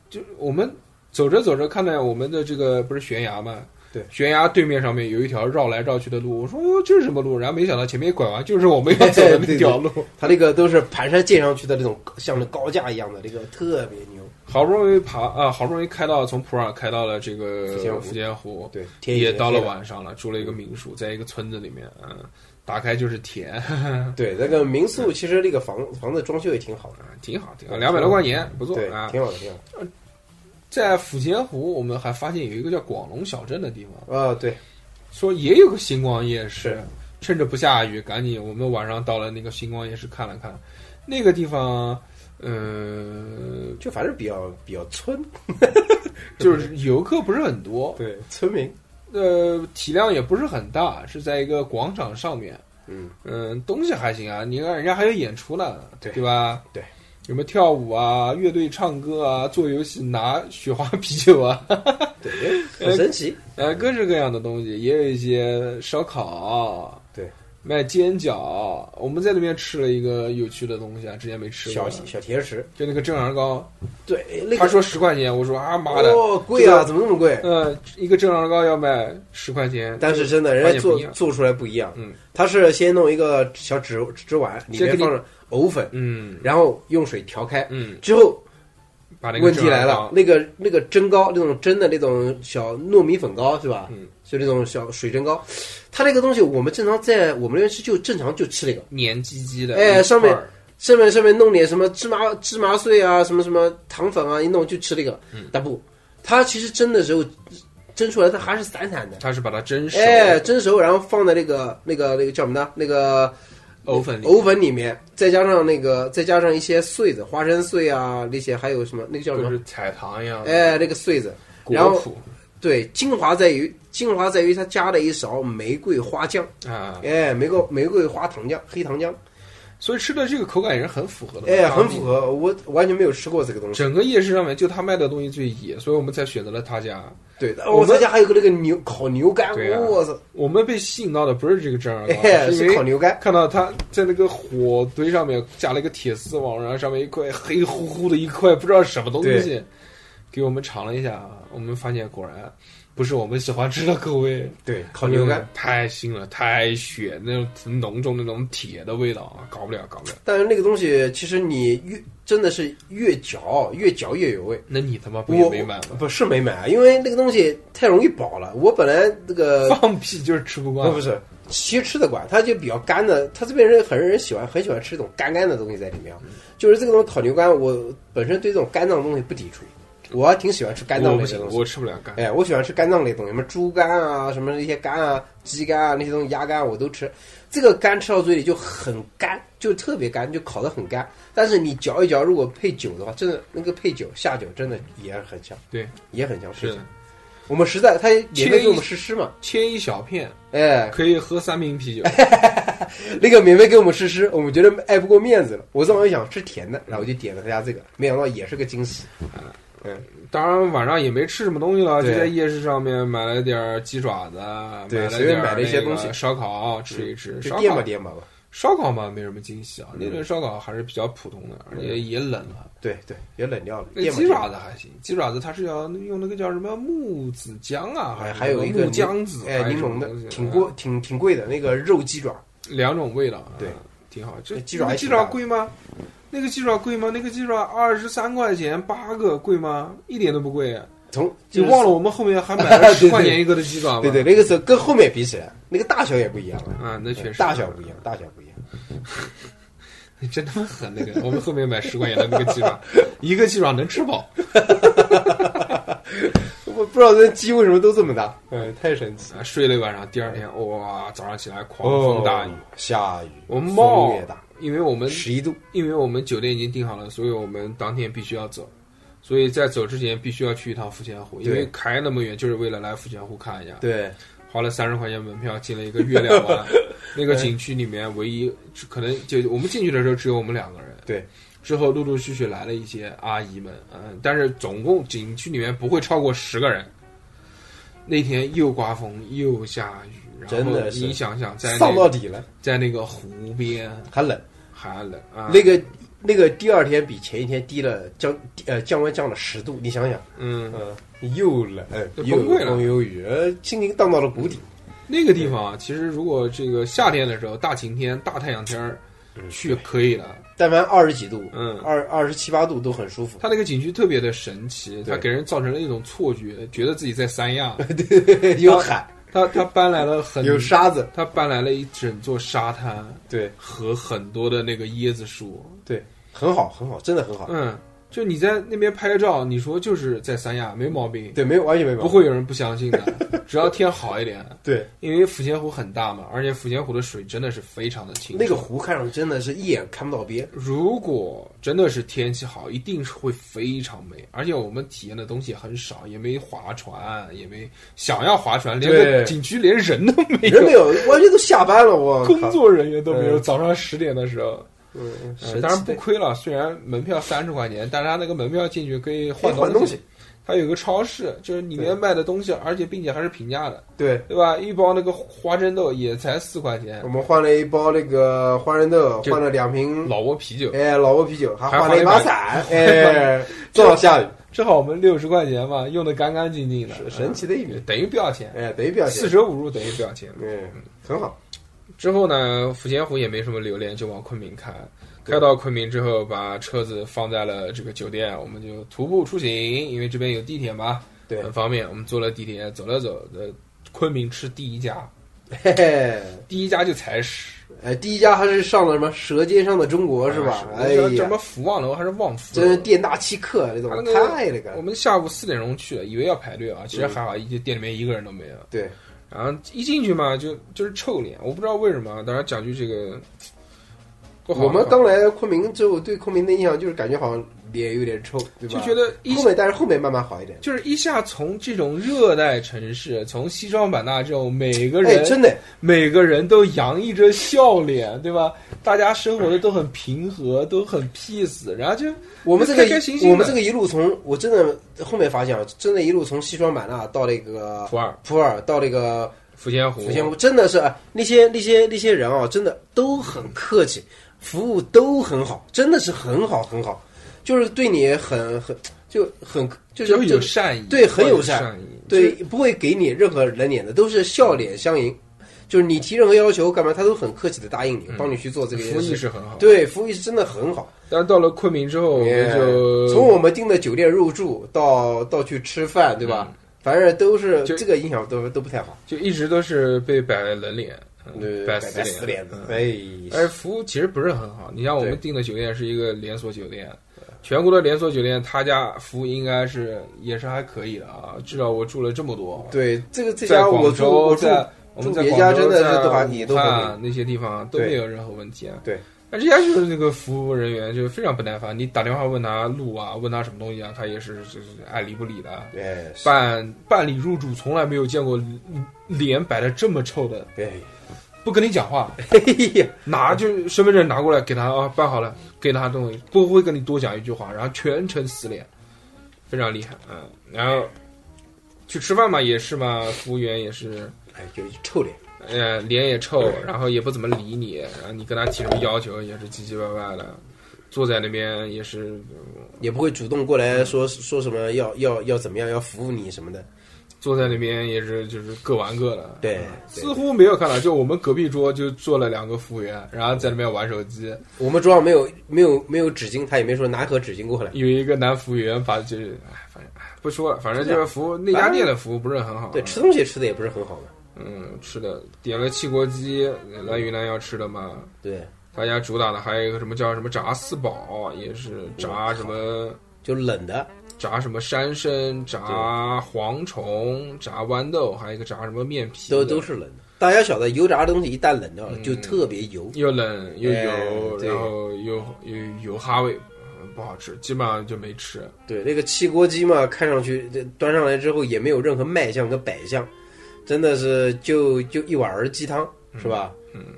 就我们走着走着，看到我们的这个不是悬崖嘛？
对
悬崖对面上面有一条绕来绕去的路。我说哦这是什么路？然后没想到前面一拐弯就是我们要走的
对对
那
对
条路。
它那个都是盘山建上去的那种，像那高架一样的，那个特别牛。
好不容易爬啊，好不容易开到从普洱开到了这个
福建湖
福建湖，
对，天
也到了
晚。
晚上了，住了一个民
嗯
宿，在一个村子里面，嗯，打开就是田。
对，那个民宿其实那个房房子装修也挺好的，
啊， 挺好，挺好，两百多块钱，不错
嗯对，
啊。
挺好的，挺好的。
在抚贤湖，我们还发现有一个叫广龙小镇的地方，
啊，对，
说也有个星光夜市
是。
趁着不下雨，赶紧我们晚上到了那个星光夜市看了看，那个地方，呃，
就反正比较比较村，
就是游客不是很多，
对，村民，
呃，体量也不是很大，是在一个广场上面。
嗯，
嗯，东西还行啊，你看人家还有演出呢，
对
吧？
对，
有没有跳舞啊、乐队唱歌啊、做游戏、拿雪花啤酒啊，
对，很神奇，
呃，各式各样的东西，也有一些烧烤，
对，
卖煎饺。我们在那边吃了一个有趣的东西啊，之前没吃
小
过，
小甜食，
就那个蒸羊羔。
对，那个
他说十块钱，我说啊妈的，
哦，贵
这个
啊，怎么那么贵？
呃，一个蒸羊羔要卖十块钱，
但是真的，人
发
家
现不
做
一样
做出来不一样，
嗯，
他是先弄一个小纸纸碗，里
先给
面
你
放着藕粉，
嗯
然后用水调开，
嗯，
之后
把那个
问
蒸
题来
羊
了
羔，
那个那个蒸糕，那种蒸的那种小糯米粉糕是吧？
嗯，
就那种小水蒸糕，它那个东西我们正常在我们那边吃就正常就吃那个，
黏唧唧的，
哎
一
上面
块儿
上面上面弄点什么芝麻芝麻碎啊，什么什么糖粉啊，一弄就吃那个。
嗯
但不，它其实蒸的时候蒸出来它还是散散的，
他是把它蒸熟，
哎，蒸熟然后放在那个那个那个叫什么呢？那个
藕粉里，
藕粉里面，再加上那个再加上一些穗子，花生碎啊那些，还有什么那个叫什
就
么？
是彩糖一样，，
哦哎，那个穗子。然
果
后
脯
对，精华在于精华在于它加了一勺玫瑰花酱，
啊，
哎，玫瑰玫瑰花糖浆，黑糖浆，
所以吃的这个口感也是很符合的，
哎，很符。合。我完全没有吃过这个东西。
整个夜市上面就他卖的东西最野，所以我们才选择了他家。
对，
我
我
们
们家还有个那个牛烤牛肝，
对啊
我操，
我们被吸引到的不是这个蒸羊
哎，
羔，因
是烤
为
牛肝，
看到他在那个火堆上面架了一个铁丝网，然后上面一块黑乎乎的一块不知道什么东西，给我们尝了一下，我们发现果然不是我们喜欢吃的口味。
对，烤牛肝。
嗯太腥了，太血，那种浓重那种铁的味道啊，搞不了，搞不了。
但是那个东西，其实你越真的是越嚼越嚼越有味。
那你他妈不也
我
没买吗？
不是没买，啊因为那个东西太容易饱了。我本来那个
放屁就是吃不惯
不。不是，其实吃得惯，它就比较干的。他这边人很多人喜欢很喜欢吃这种干干的东西在里面啊，就是这个东西烤牛肝，我本身对这种肝脏的东西不抵触，我还挺喜欢吃肝脏
我
类
不
的
行，
东西。
我吃不了干。
哎，我喜欢吃肝脏类的东西，什么猪肝啊，什么那些肝啊、鸡肝啊那些东西，鸭肝啊我都吃。这个肝吃到嘴里就很干，就特别干，就烤得很干。但是你嚼一嚼，如果配酒的话，真的那个配酒下酒真的也很香，
对，
也很香。
是
配
的
酒，我们实在他也
切
没
一
给我们试吃嘛，
切一小片
哎，
可以喝三瓶啤酒。
那个免费给我们试吃，我们觉得哎爱不过面子了。我正好想吃甜的，然后我就点了他家这个，没想到也是个惊喜。
当然晚上也没吃什么东西了，就
对
在夜市上面买了点儿鸡爪子，买
对
了
随便
点儿
买了一些
那个
东西嗯
烧烤吃一吃。
就
烧
颠吧
烤
颠吧吧。
烧烤嘛，没什么惊喜啊，
嗯
那顿烧烤还是比较普通的，而且
嗯
也冷了。
对对，也冷掉了。
那
颠吧
哎鸡
颠
爪
吧
子还行，鸡爪子它是要用那个叫什么木子姜啊，是
哎还有
什么
一个
木姜子，
哎，
还是
柠
什么
檬的
东西，
挺
啊
贵，挺挺贵的那个肉鸡爪，
两种味道，啊
对，
挺好。这
那鸡爪
那
还
个鸡
挺
爪
大的
贵吗？那个鸡爪贵吗？那个鸡爪二十三块钱八个，贵吗？一点都不贵。
从
你
就
忘
了？
了我们后面还买了十
对对
块钱一个的鸡爪吗？
对对，那个时候跟后面比起来，那个大小也不一样了，
啊，那确实
大小不一样，大小不一样。
真他妈狠那个。我们后面买十块钱的那个鸡 爪，一个鸡爪能吃饱。
我不知道这鸡为什么都这么大，嗯，太神奇。
啊睡了一晚上，第二天哇，早上起来狂
哦
风大雨，，
下雨，
我们
风
冒
越大，
因为我们
十一度，
因为我们酒店已经订好了，所以我们当天必须要走，所以在走之前必须要去一趟福建湖，因为
对
开那么远就是为了来福建湖看一下。
对，
花了三十块钱门票进了一个月亮湾， 那个景区里面唯一只可能就我们进去的时候只有我们两个人。
对，
之后陆陆续续来了一些阿姨们，嗯、但是总共景区里面不会超过十个人。那天又刮风又下雨，然
真
后
的是
你想想在那
丧到
个
底了，
在那个湖边
还冷。
还冷啊，
那个那个第二天比前一天低了降呃降温降了十度，你想想，
嗯，
嗯，又冷呃
崩
又
溃了
风又雨，呃，心情荡到了谷底。
那个地方啊，其实如果这个夏天的时候大晴天大太阳天儿
嗯
去可以了，
但凡二十几度，
嗯，
二二十七八度都很 舒服。
它那个景区特别的神奇，
对
它给人造成了一种错觉，觉得自己在三 亚。
有海，
它它搬来了很，
有沙子，
它搬来了一整座沙滩
对
和很多的那个椰子树。
对，很好很好，真的很好。
嗯，就你在那边拍照，你说就是在三亚没毛病，
对，没有完全没有，
不会有人不相信的。 只要天好一点，
对
因为抚仙湖很大嘛，而且抚仙湖的水真的是非常的清澈。
那个湖看上去真的是一眼看不到边。
如果真的是天气好，一定是会非常美。而且我们体验的东西也很少，也没划船，也没想要划船，连个
对
景区连人都没
人
有，
没有，完全都下班了，我靠
工。作人员都没有。
嗯
早上十点的时候，
嗯，嗯
呃
神
当然
奇
不
的
亏了。虽然门票三十块钱，但是他那个门票进去可以
可以
换
换东西。，
它有个超市，就是里面卖的东西，而且并且还是平价的，
对。
对吧？一包那个花生豆也才四块钱
我，们换了一包那个花生豆，
就
换了两瓶
老挝啤酒。
哎老挝啤酒，还
还
换了一把伞， 哎，正好下雨，
正好我们六十块钱嘛，用的干干净净的，
是神奇的一笔
嗯，，等于不要钱。
哎，等于表
四
现，
舍五入等于不要钱。
嗯，很好，
之后呢，抚仙湖也没什么留恋，就往昆明开。开到昆明之后，把车子放在了这个酒店，我们就徒步出行，因为这边有地铁嘛，
对
很，方便。我们坐了地铁，走了走，呃，昆明吃第一家，
嘿嘿，
第一家就踩屎，
哎，第一家还是上了什么《舌尖上的中国》是吧？
啊
哎
叫叫什
呀
么，福旺楼还是旺福楼？
真是店大欺客，这种
他那个
太那个
我
了，
们下午四点钟去的，以为要排队啊，其
嗯
实还好，一店里面一个人都没有。
对，
然后一进去嘛，就就是臭脸，我不知道为什么啊。当然讲句这个不好的话，
我们刚来昆明之后，对昆明的印象就是感觉好像脸有点臭，对
就
吧？
觉得一
后面，但是后面慢慢好一点。
就是一下从这种热带城市，从西双版纳这种每个
哎，
人、
真的，
每个人都洋溢着笑脸，对吧？大家生活的都很平和，都很 peace，然后就
我们这个
开开心心的
我们这个一路从我真的后面发现啊，真的一路从西双版纳到那个
普洱、
普洱，到那个
抚仙湖、
抚仙湖，真的是啊，那些那些那些人啊，真的都很客气，服务都很好，真的是很好很好，就是对你很很就很就
就是有
就
善意，
对很
有
友善
意，
对，不会给你任何人脸的，都是笑脸相迎，就是你提任何要求干嘛，他都很客气的答应你
嗯，
帮你去做这个
服务意
事。
识很好。
对，服务意识真的很好。
但到了昆明之后，我们就
从我们订的酒店入住到到去吃饭，对吧？反正都是
嗯就
这个影响都都不太好，
就一直都是被摆冷脸，嗯
对，
摆
百
死
死
脸
脸。
嗯
哎，
而服务其实不是很好。你像我们
对
订的酒店是一个连锁酒店，全国的连锁酒店，他家服务应该是也是还可以的啊。至少我住了这么多，
对，这个这
在
家我
广
住
州，
我住，
在我们在
别
广
家
州
真的是
在
都还
武
也都
汉
很
那些地方啊都
对
没有任何问题啊。
对。
那这家就是那个服务人员就非常不耐烦，你打电话问他路啊，问他什么东西啊，他也是就是爱理不理的。啊
哎，是
办办理入住从来没有见过嗯脸摆的这么臭的，
哎
不跟你讲话，
呀，
拿就身份证拿过来给他啊，办好了，给他东西，不会跟你多讲一句话，然后全程死脸，非常厉害，嗯，然后去吃饭嘛也是嘛，服务员也是，
哎，就是臭脸，
呃，脸也臭，
嗯
然后也不怎么理你，然后你跟他提什么要求也是唧唧歪歪的，坐在那边也是
也不会主动过来说说什么要要要怎么样，要服务你什么的。
坐在那边也是就是各玩各的，
对，对
似乎没有看到，就我们隔壁桌就坐了两个服务员，然后在那边玩手机。
我们桌上没有没有没有纸巾，他也没说拿一盒纸巾过来。
有一个男服务员把就是，哎，反正哎不说了，反正就是服务那家店的服务不是很好。啊
对，吃东西吃的也不是很好嘛。
嗯，吃的点了汽锅鸡，来云南要吃的嘛。
对，
他家主打的还有一个什么叫什么炸四宝，也是炸什么
就冷的，
炸什么山参、炸蝗虫、炸豌豆，还有一个炸什么面皮的，
都都是冷的。大家晓得油炸的东西一旦冷掉了，
嗯
就特别油。
又冷又
哎
油，
对
然后又又有哈味，嗯不好吃，基本上就没吃。
对，那个汽锅鸡嘛，看上去这端上来之后也没有任何卖相跟摆相，真的是就就一碗儿鸡汤是吧？
嗯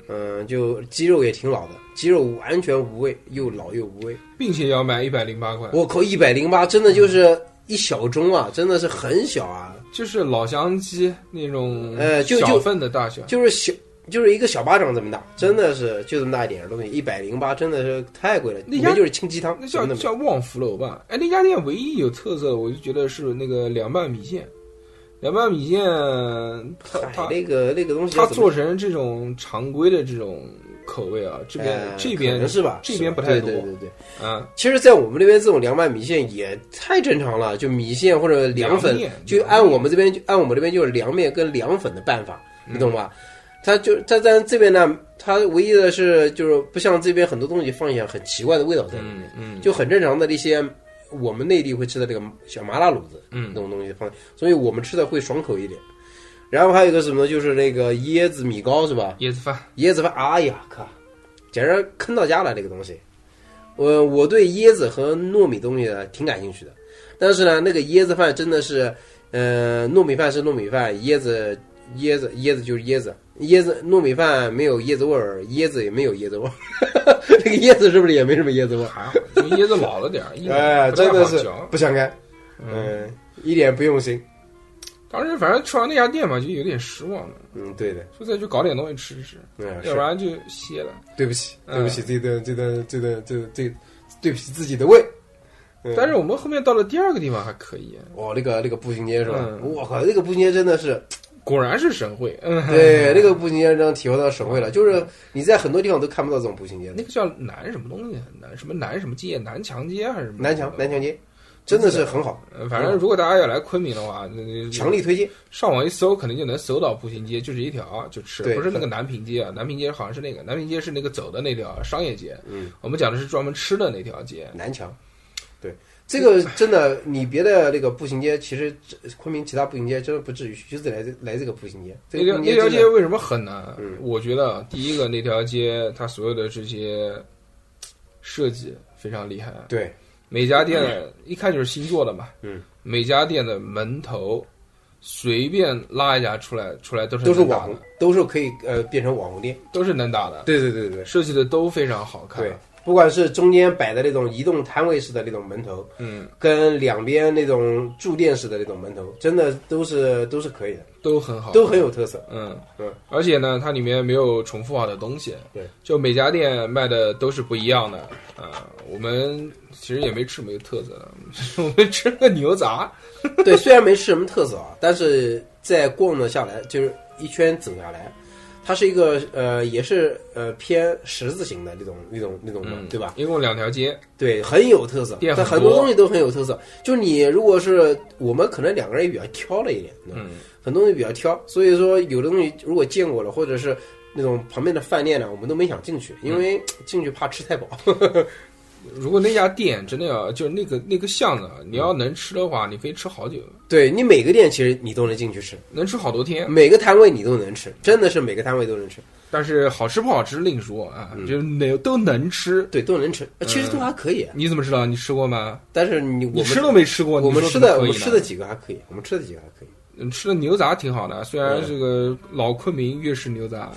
嗯，就鸡肉也挺老的，鸡肉完全无味，又老又无味。
并且要卖一百零八块，
我靠，一百零八真的就是一小盅啊，真的是很小啊，
就是老乡鸡那种
呃就就
小份的大小，
就是小。就是一个小巴掌这么大，真的是就这么大一点儿东西，一百零八真的是太贵了。
那
里
家
面就是清鸡汤，
那
什
叫
么都没有
叫旺福楼吧？哎，那家店唯一有特色的，我就觉得是那个凉拌米线。凉拌米线，它
哎
它
那个那个东西要
它
怎么
做成这种常规的这种口味啊，这边、
呃
这
可
边
能是吧，
这
是
边
吧
不太
对
多
对对对。
啊，
其实，在我们这边，这种凉拌米线也太正常了，就米线或者凉粉，
面嗯
就按我们这边，就按我们这边就是凉面跟凉粉的办法，你懂吧？它就它但这边呢，它唯一的是就是不像这边很多东西放一些很奇怪的味道在里面，
嗯嗯，
就很正常的那些我们内地会吃的那个小麻辣卤子，
嗯
那 种东西放，所以我们吃的会爽口一点。然后还有一个什么呢，就是那个椰子米糕是吧？
椰子饭，
椰子饭，哎呀靠，简直坑到家了这个东西。我我对椰子和糯米东西呢挺感兴趣的，但是呢，那个椰子饭真的是，呃，糯米饭是糯米饭，椰子椰子椰子就是椰子，椰子糯米饭没有椰子味儿，椰子也没有椰子味儿， 那个椰子是不是也没什么椰子味儿？
还好，因为椰子老了点儿，一点
哎，
不太
真的
好
是
嚼
不想干，
嗯，
嗯，一点不用心，
当时反正吃完那家店嘛，就有点失望了，
嗯，对的，
说再去搞点东西吃吃，
嗯，
要
是
不然就歇了。
对不起，
啊嗯
对不起，这顿这顿这顿这顿这，对不起自己的胃，嗯
但是我们后面到了第二个地方还可以，
哇，哦那个那个步行街是吧？
嗯
我靠，那个步行街真的是，
果然是神会，嗯，
对，那个步行街让体会到省会了。就是你在很多地方都看不到这种步行街的
那，个叫南什么东西，南什么南什么街，南强街还是什么？
南墙南墙街真的是很好，
呃。反正如果大家要来昆明的话，那那
强力推荐。
上网一搜，肯定就能搜到步行街，就是一条就吃，
对
不是那个南平街啊，南平街好像是那个，南平街是那个走的那条商业街，
嗯，
我们讲的是专门吃的那条街。
南墙，对，这个真的，你别的那个步行街，其实这昆明其他步行街真的不至于，就得来这来这个步行街，这
那
个
条
步
那
行街
条
真
街
的
为什么狠呢？
嗯
我觉得第一个那条街它所有的这些设计非常厉害，
对，
每家店一看就是新做的嘛，
嗯，
每家店的门头随便拉一家出来，出来都是
都是
能打
网
的
红，，都是可以呃变成网红店。
都是能打的，
对对对对对
设计的都非常好看，
对，嗯不管是中间摆的那种移动摊位式的那种门头，
嗯，
跟两边那种驻店式的那种门头，真的都是都是可以的，
都很好，
都很有 特色。
嗯
对，
而且呢，它里面没有重复好的东西，
对，
就每家店卖的都是不一样的啊。我们其实也没吃没有特色 的，我们吃了个牛杂，
对，虽然没吃什么特色啊，但是在逛了下来，就是一圈走下来，它是一个呃，也是呃偏十字形的那种那种那种的，
嗯，
对吧？？
一共两条街，
对，很有特色，
店
但
很
很
多
多东西都很有特色。就你如果是我们可能两个人也比较挑了一点，对吧
嗯，
很多东西比较挑，所以说有的东西如果见过了，或者是那种旁边的饭店呢，我们都没想进去，因
嗯
为进去怕吃太饱。
如果那家店真的要就是那个那个巷子啊，你要能吃的话，你可以吃好久，
对你每个店其实你都能进去吃，
能吃好多天。
每个摊位你都能吃，真的是每个摊位都能吃，
但是好吃不好吃另说啊，
嗯
就是哪都能吃。
对，都能吃，呃其实都还可以。
你怎么知道？你吃过吗？
但是你我
嗯你
们
吃都没吃过，
我们
你说
吃
怎么
的我
可以
们
呢
吃的几个还可以，我们吃的几个还可以。
嗯吃的牛杂挺好的，虽然这个老昆明粤式牛杂，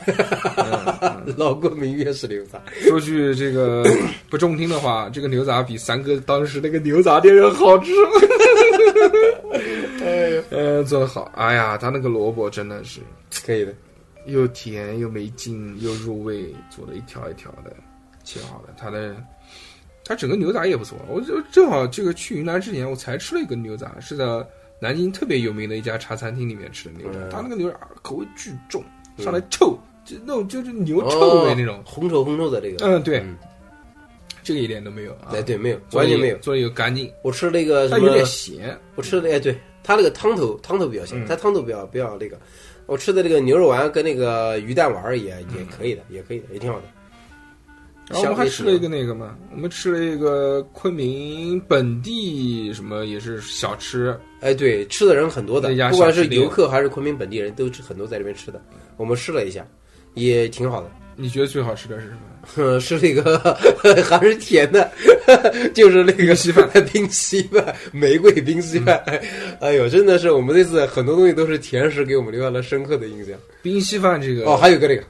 老过明月是流沙，
说句这 个不中听的话，这个牛杂比三哥当时那个牛杂店要好吃。 呃，做的好，哎呀，他那个萝卜真的是
可以的。
又甜又没劲又入味，做的一条一条的切好的，他的。他整个牛杂也不错，我就正好这个去云南之前，我才吃了一个牛杂，是在南京特别有名的一家茶餐厅里面吃的牛杂，
嗯
他那个牛杂啊口味巨重，
嗯
上来臭，就那种就是牛臭味那种
哦。红稠红稠的这个，
嗯，对
嗯，
这个一点都没有啊
哎，对，没有，
做
完
得
全
也
没有。
做的又干净，
我吃那个什
但
么
有，点咸，
我吃的哎，对，它那个汤头汤头比较咸
嗯，
它汤头比较比较那个。我吃的那个牛肉丸跟那个鱼蛋丸儿也也可以的，也可以的，也挺好的。
嗯然后我们还
香味
吃了一个那个嘛，我们吃了一个昆明本地什么也是小吃，
哎，对，吃的人很多的
那家，
不管
小吃
是
店
游客还是昆明本地人，都是很多在这边吃的。我们试了一下，也挺好的，
你觉得最好吃的是什么？
哼，是那个 还是甜的， 就是那个
冰嗯稀饭，
冰稀饭， 玫瑰冰稀饭。哎呦，真的是我们这次很多东西都是甜食给我们留下了深刻的印象。
冰稀饭这个
哦，还有个那个，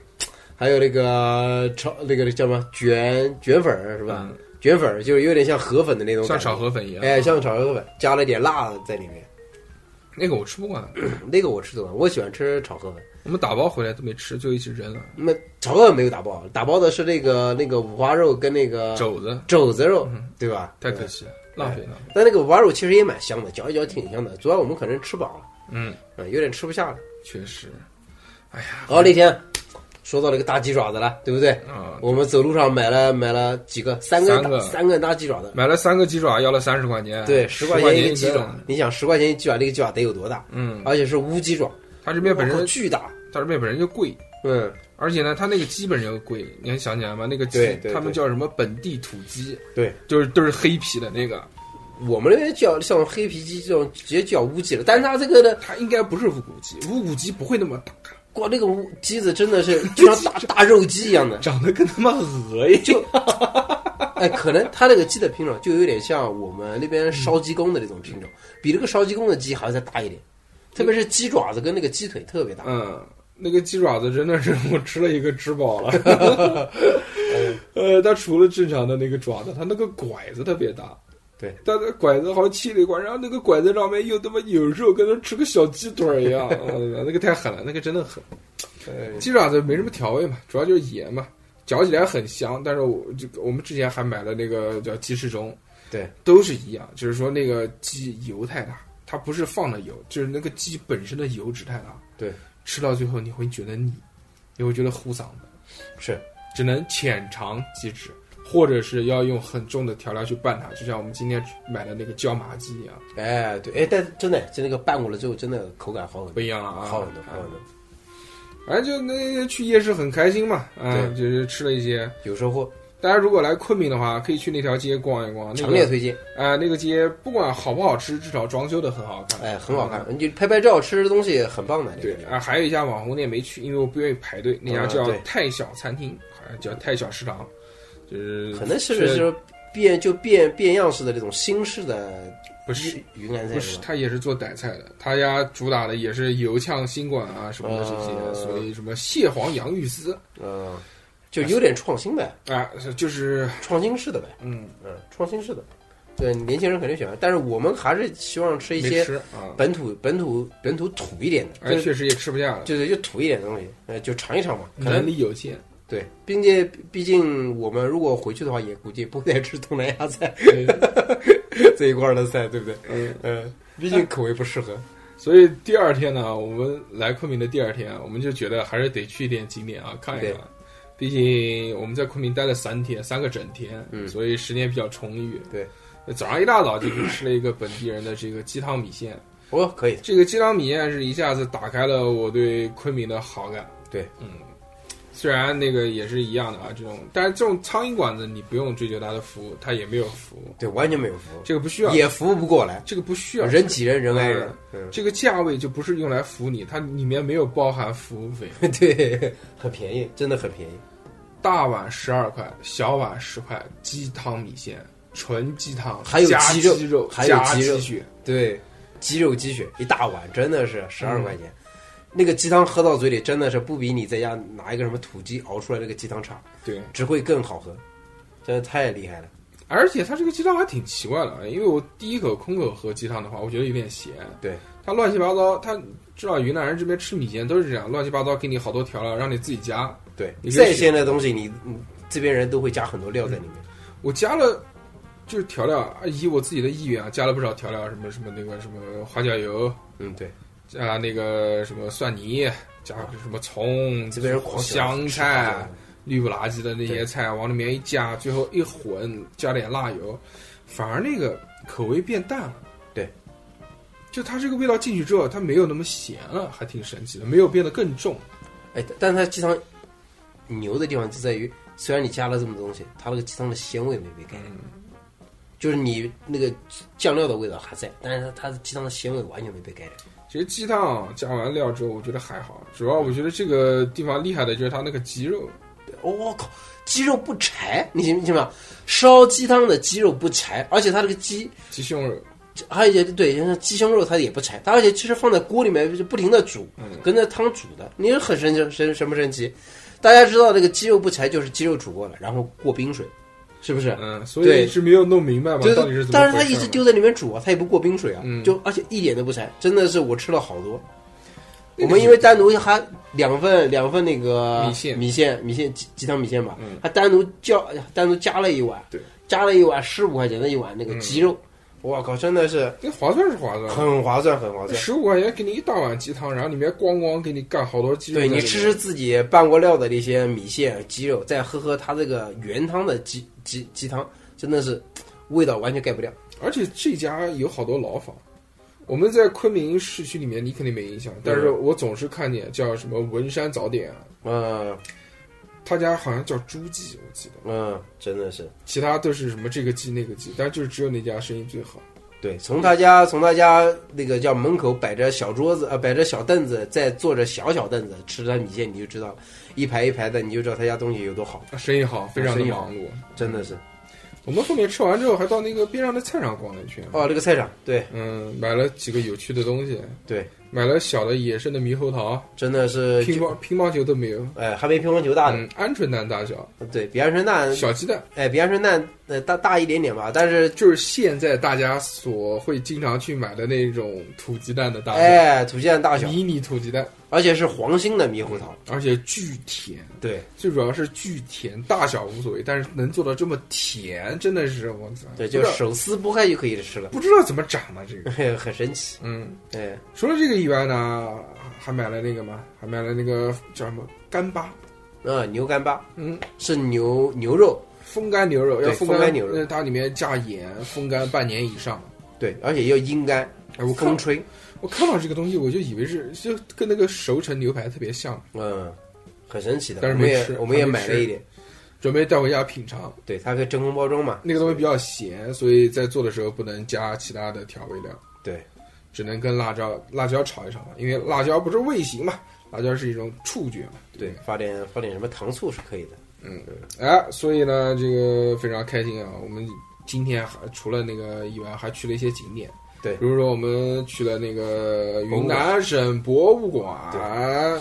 还有那个炒那个叫什么卷卷粉儿是吧？
嗯
卷粉儿就是有点像河粉的那种
像
感觉，
炒河粉一样，
哎，像炒河粉，加了点辣在里面。
那个我吃不惯，
那个我吃得惯，我喜欢吃炒河粉。
我们打包回来都没吃，就一啊起扔了。
那炒河粉没有打包，打包的是那个那个五花肉跟那个
肘子
肘子肉
嗯，
对吧？
太可
嗯
惜了，浪费浪费。
但那个五花肉其实也蛮香的，嚼一嚼挺香的。主要我们可能吃饱了，
嗯，
嗯，有点吃不下了。
确实，哎呀，
然后那天说到那个大鸡爪子了，对不对？
啊，
我们走路上买了买了几个，三根
三
大
个
三根大鸡爪子，
买了三个鸡爪，要了三十块钱，
对，
十
十块
钱
钱一啊
个
个鸡爪
爪。。
你想十块钱一鸡爪，那个鸡爪得有多大？
嗯，
而且是乌鸡爪，
它这边本
哇靠
身，
巨大。
它这边本身就贵，
嗯，
而且呢，它那个鸡本身就贵，你还想起来吗？那个鸡
对对
他们
对
叫什么本地土鸡，
对，
就是都是黑皮的那个，
我们那边叫像黑皮鸡这种直接叫乌鸡了，但是它这个呢，
它应该不是无骨鸡，无骨鸡不会那么大，
哇，那个乌鸡子真的是就 像大大肉鸡一样的，
长得跟他妈鹅一样。
就，哎，可能它那个鸡的品种就有点像我们那边烧鸡公的那种品种，
嗯
比那个烧鸡公的鸡还要再大一点，特别是鸡爪子跟那个鸡腿特别大。
嗯，那个鸡爪子真的是 我吃了一个吃饱 了。呃，它除了正常的那个爪子，它那个拐子特别大。
对，
它的拐子好像切了一块，然后那个拐子上面又他妈有肉，跟那吃个小鸡腿儿一样。 我的妈那个太狠了，那个真的狠。鸡爪子没什么调味嘛，主要就是盐嘛，嚼起来很香。但是我就我们之前还买了那个叫鸡翅中，
对，
都是一样，就是说那个鸡油太大，它不是放的油，就是那个鸡本身的油脂太大。
对，
吃到最后你会觉得腻，你会觉得糊嗓子，
是，
只能浅尝即止，或者是要用很重的调料去拌它，就像我们今天买的那个椒麻鸡一样，
哎，对，哎，但真的，就那个拌过了之后，真的口感好很
不
多，
一样了啊，
好很多，好
啊
很多，
反正就那去夜市很开心嘛，啊，
对
就是吃了一些。
有收获，
大家如果来昆明的话，可以去那条街逛一逛。那
强烈
个
推荐，
啊、那个街不管好不好吃，至少装修的很好看，嗯
哎，很好看，你就拍拍照，吃吃东西，很棒的。那
对
个地方
啊，还有一家网红店没去，因为我不愿意排队。那家
嗯
叫
对
太小餐厅，好像叫太小食堂，就是
可能是
是
就是变就变变样式的这种新式的
不是
云云南菜
不是，
吧？
他也是做傣菜的，他家主打的也是油呛新馆啊什么的这些，
嗯
所以什么蟹黄洋芋丝
嗯，就有点创新呗，
啊，是就是
创新式的呗。
嗯，
嗯，创新式的，对年轻人肯定喜欢，但是我们还是希望吃一
没
些
吃啊，
本土、本土、本土土一点的，
而
就
且
是
确实也吃不下了，
就是就土一点的东西，呃，就尝一尝嘛。可
能
能
力有 限，
对，并且毕竟我们如果回去的话，也估计不会再吃东南亚菜这一块儿的菜，对不对？
嗯，
嗯，毕竟口味不适合。
所以第二天呢，我们来昆明的第二天，我们就觉得还是得去一点景点啊，看一
对
看。毕竟我们在昆明待了三天，三个整天，
嗯
所以时间比较充裕。
对，
早上一大早就去吃了一个本地人的这个鸡汤米线，
哦，可以，
这个鸡汤米线是一下子打开了我对昆明的好感。
对，
嗯，虽然那个也是一样的啊，这种，但是这种苍蝇馆子你不用追求它的服务，它也没有服务，
对，完全没有服务，
这个不需要，
也服务不过来，
这个不需要，
人挤人，人挨人。嗯，
这个价位就不是用来服你，它里面没有包含服务费。
嗯对，很便宜，真的很便宜。
大碗十二块，小碗十块，鸡汤米线，纯鸡汤，
还有
加
鸡
鸡
肉
肉，
还有
加
鸡肉
血，
对，鸡肉鸡血一大碗，真的是十二块钱。那个鸡汤喝到嘴里，真的是不比你在家拿一个什么土鸡熬出来那个鸡汤差，
对。
只会更好喝，真的太厉害了。
而且它这个鸡汤还挺奇怪的，因为我第一口空口喝鸡汤的话，我觉得有点咸。
对，
它乱七八糟，它知道云南人这边吃米线都是这样，乱七八糟给你好多调料，让你自己加。
对
你，可以
再
选
鲜的东西你，你这边人都会加很多料在里面。
我加了。就是调料，啊以我自己的意愿啊，加了不少调料，什么什么那个什么花椒油，
嗯，对，
加那个什么蒜泥，加什么葱，
嗯这边人狂喜欢
嗯香
吃啊辣椒
菜，啊绿不拉几的那些菜往里面一加，最后一混，加点辣油，反而那个口味变淡了。
对，
就它这个味道进去之后，它没有那么咸了，还挺神奇的，没有变得更重。
哎，但但它鸡汤牛的地方就在于，虽然你加了这么多东西，它那个鸡汤的鲜味没被改，就是你那个酱料的味道还在，但是它它的鸡汤的鲜味完全没被改良。
其实鸡
嗯
汤啊加完料之后，我觉得还好，主要我觉得这个地方厉害的就是它那个鸡肉，
哦我靠，鸡肉不柴，你信不信吧？烧鸡汤的鸡肉不柴，而且它这个鸡
鸡胸肉，
还有一些对，像鸡胸肉它也不柴，它而且其实放在锅里面就不停的煮，跟着汤煮的，你很神奇，神神不神奇？大家知道这个鸡肉不柴就是鸡肉煮过了，然后过冰水，是不是？
嗯，所以
对
一直没有弄明白嘛，
对
到底是怎么
但是
回
它
事嘛
一直丢在里面煮啊，它也不过冰水啊，
嗯
就而且一点都不柴，真的是我吃了好多。
那个
我们因为单独还两份两份那个
米线
米线米线鸡鸡汤米线吧
嗯，
还单独叫哎单独加了一碗，
对，
加了一碗十五块钱的一碗那个
嗯
鸡肉，我靠，真的是
那划算是划算，
很划算，很划算。
十五块钱给你一大碗鸡汤，然后里面咣咣给你干好多鸡肉在
对
里面，
你吃吃自己拌过料的那些米线、鸡肉，再喝喝它这个原汤的鸡鸡鸡汤，真的是味道完全盖不掉。
而且这家有好多牢房。我们在昆明市区里面，你肯定没印象，但是我总是看见叫什么文山早点啊，
嗯
他家好像叫朱记，我记得，
嗯，真的是。
其他都是什么这个记那个记，但就是只有那家生意最好。
对，从他家从他家那个叫门口摆着小桌子，呃，摆着小凳子，再坐着小小凳子吃他米线，你就知道了，一排一排的，你就知道他家东西有多好，
生意好，非常的
生意好
忙碌。
真的是。
嗯我们后面吃完之后，还到那个边上的菜场逛了一圈。
哦，这个菜场，对
嗯，买了几个有趣的东西，
对，
买了小的野生的猕猴桃，
真的是，
乒乓乒乓球都没有，
哎，还没乒乓球大呢。
嗯，鹌鹑蛋大小，
对比鹌鹑蛋，
嗯小鸡蛋，
哎，比鹌鹑蛋呃大大一点点吧，但是
就是现在大家所会经常去买的那种土鸡蛋的大小，
哎，土鸡蛋大小，
迷你土鸡蛋，
而且是黄心的猕猴桃。
而且巨甜，
对，
最主要是巨甜，大小无所谓，但是能做到这么甜，真的是我操，
对，
不知
就
道
是手撕剥开就可以吃了，
不知道怎么长的这个，
很神奇。
嗯，
哎，
除了这个以外呢，还买了那个嘛，还买了那个叫什么干巴，
啊，牛干巴
嗯，
是牛牛肉，
风干牛肉，
对
要风
风干牛肉
呃它里面加盐，风干半年以上。
对，而且要阴干，
哎，我看
风吹，
我看到这个东西，我就以为是就跟那个熟成牛排特别像，
嗯，很神奇的。
但是
我们
没
也
吃
我们也
还没
买了
吃
一点，
准备带回家品尝。
对，它可以真空包装嘛。
那个东西比较咸，所以在做的时候不能加其他的调味料，
对，
嗯只能跟辣椒辣椒炒一炒嘛，因为辣椒不是味型嘛，辣椒是一种触觉嘛。
对，发点发点什么糖醋是可以的。
哎，所以呢，这个非常开心啊！我们今天还除了那个以外，还去了一些景点。
对
比如说我们去了那个
博物
云
馆
南省博物馆，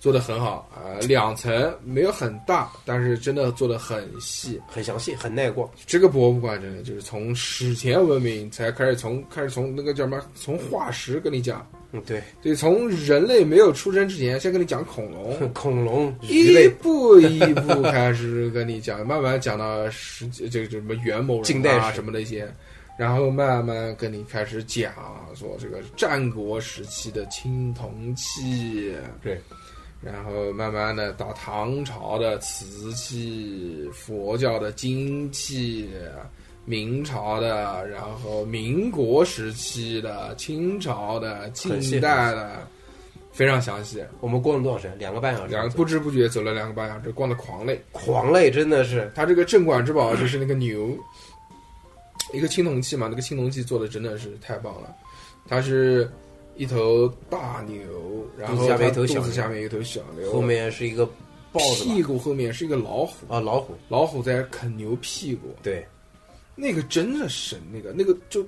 做的很好啊、两层没有很大，但是真的做的很细。
很详细，很耐逛。
这个博物馆真的就是从史前文明才开始从开始从那个叫什么，从化石跟你讲，
嗯，对，
对，从人类没有出生之前，先跟你讲 恐龙，
恐龙、鱼
一
类、
步一步开始跟你讲，慢慢讲到十这这什么元谋人啊
近代史
什么那些，然后慢慢跟你开始讲说这个战国时期的青铜器，
对，
然后慢慢的到唐朝的瓷器、佛教的金器。明朝的，然后民国时期的、清朝的、
很细
近代的，非常详细。
我们逛了多少时间？两个半小时。
两不知不觉走了两个半小时，逛的狂累。
狂类真的是，
他这个镇馆之宝啊就是那个牛，一个青铜器嘛，那个青铜器做的真的是太棒了。它是一头大牛，然
肚
后
子下面
它
一头小
肚子
牛
下面有一头小牛，
后面是一个豹子
屁
吧？
股后面是一个老虎，
啊，老虎。
老虎在啃牛屁股，
对，
那个真的神，那个那个就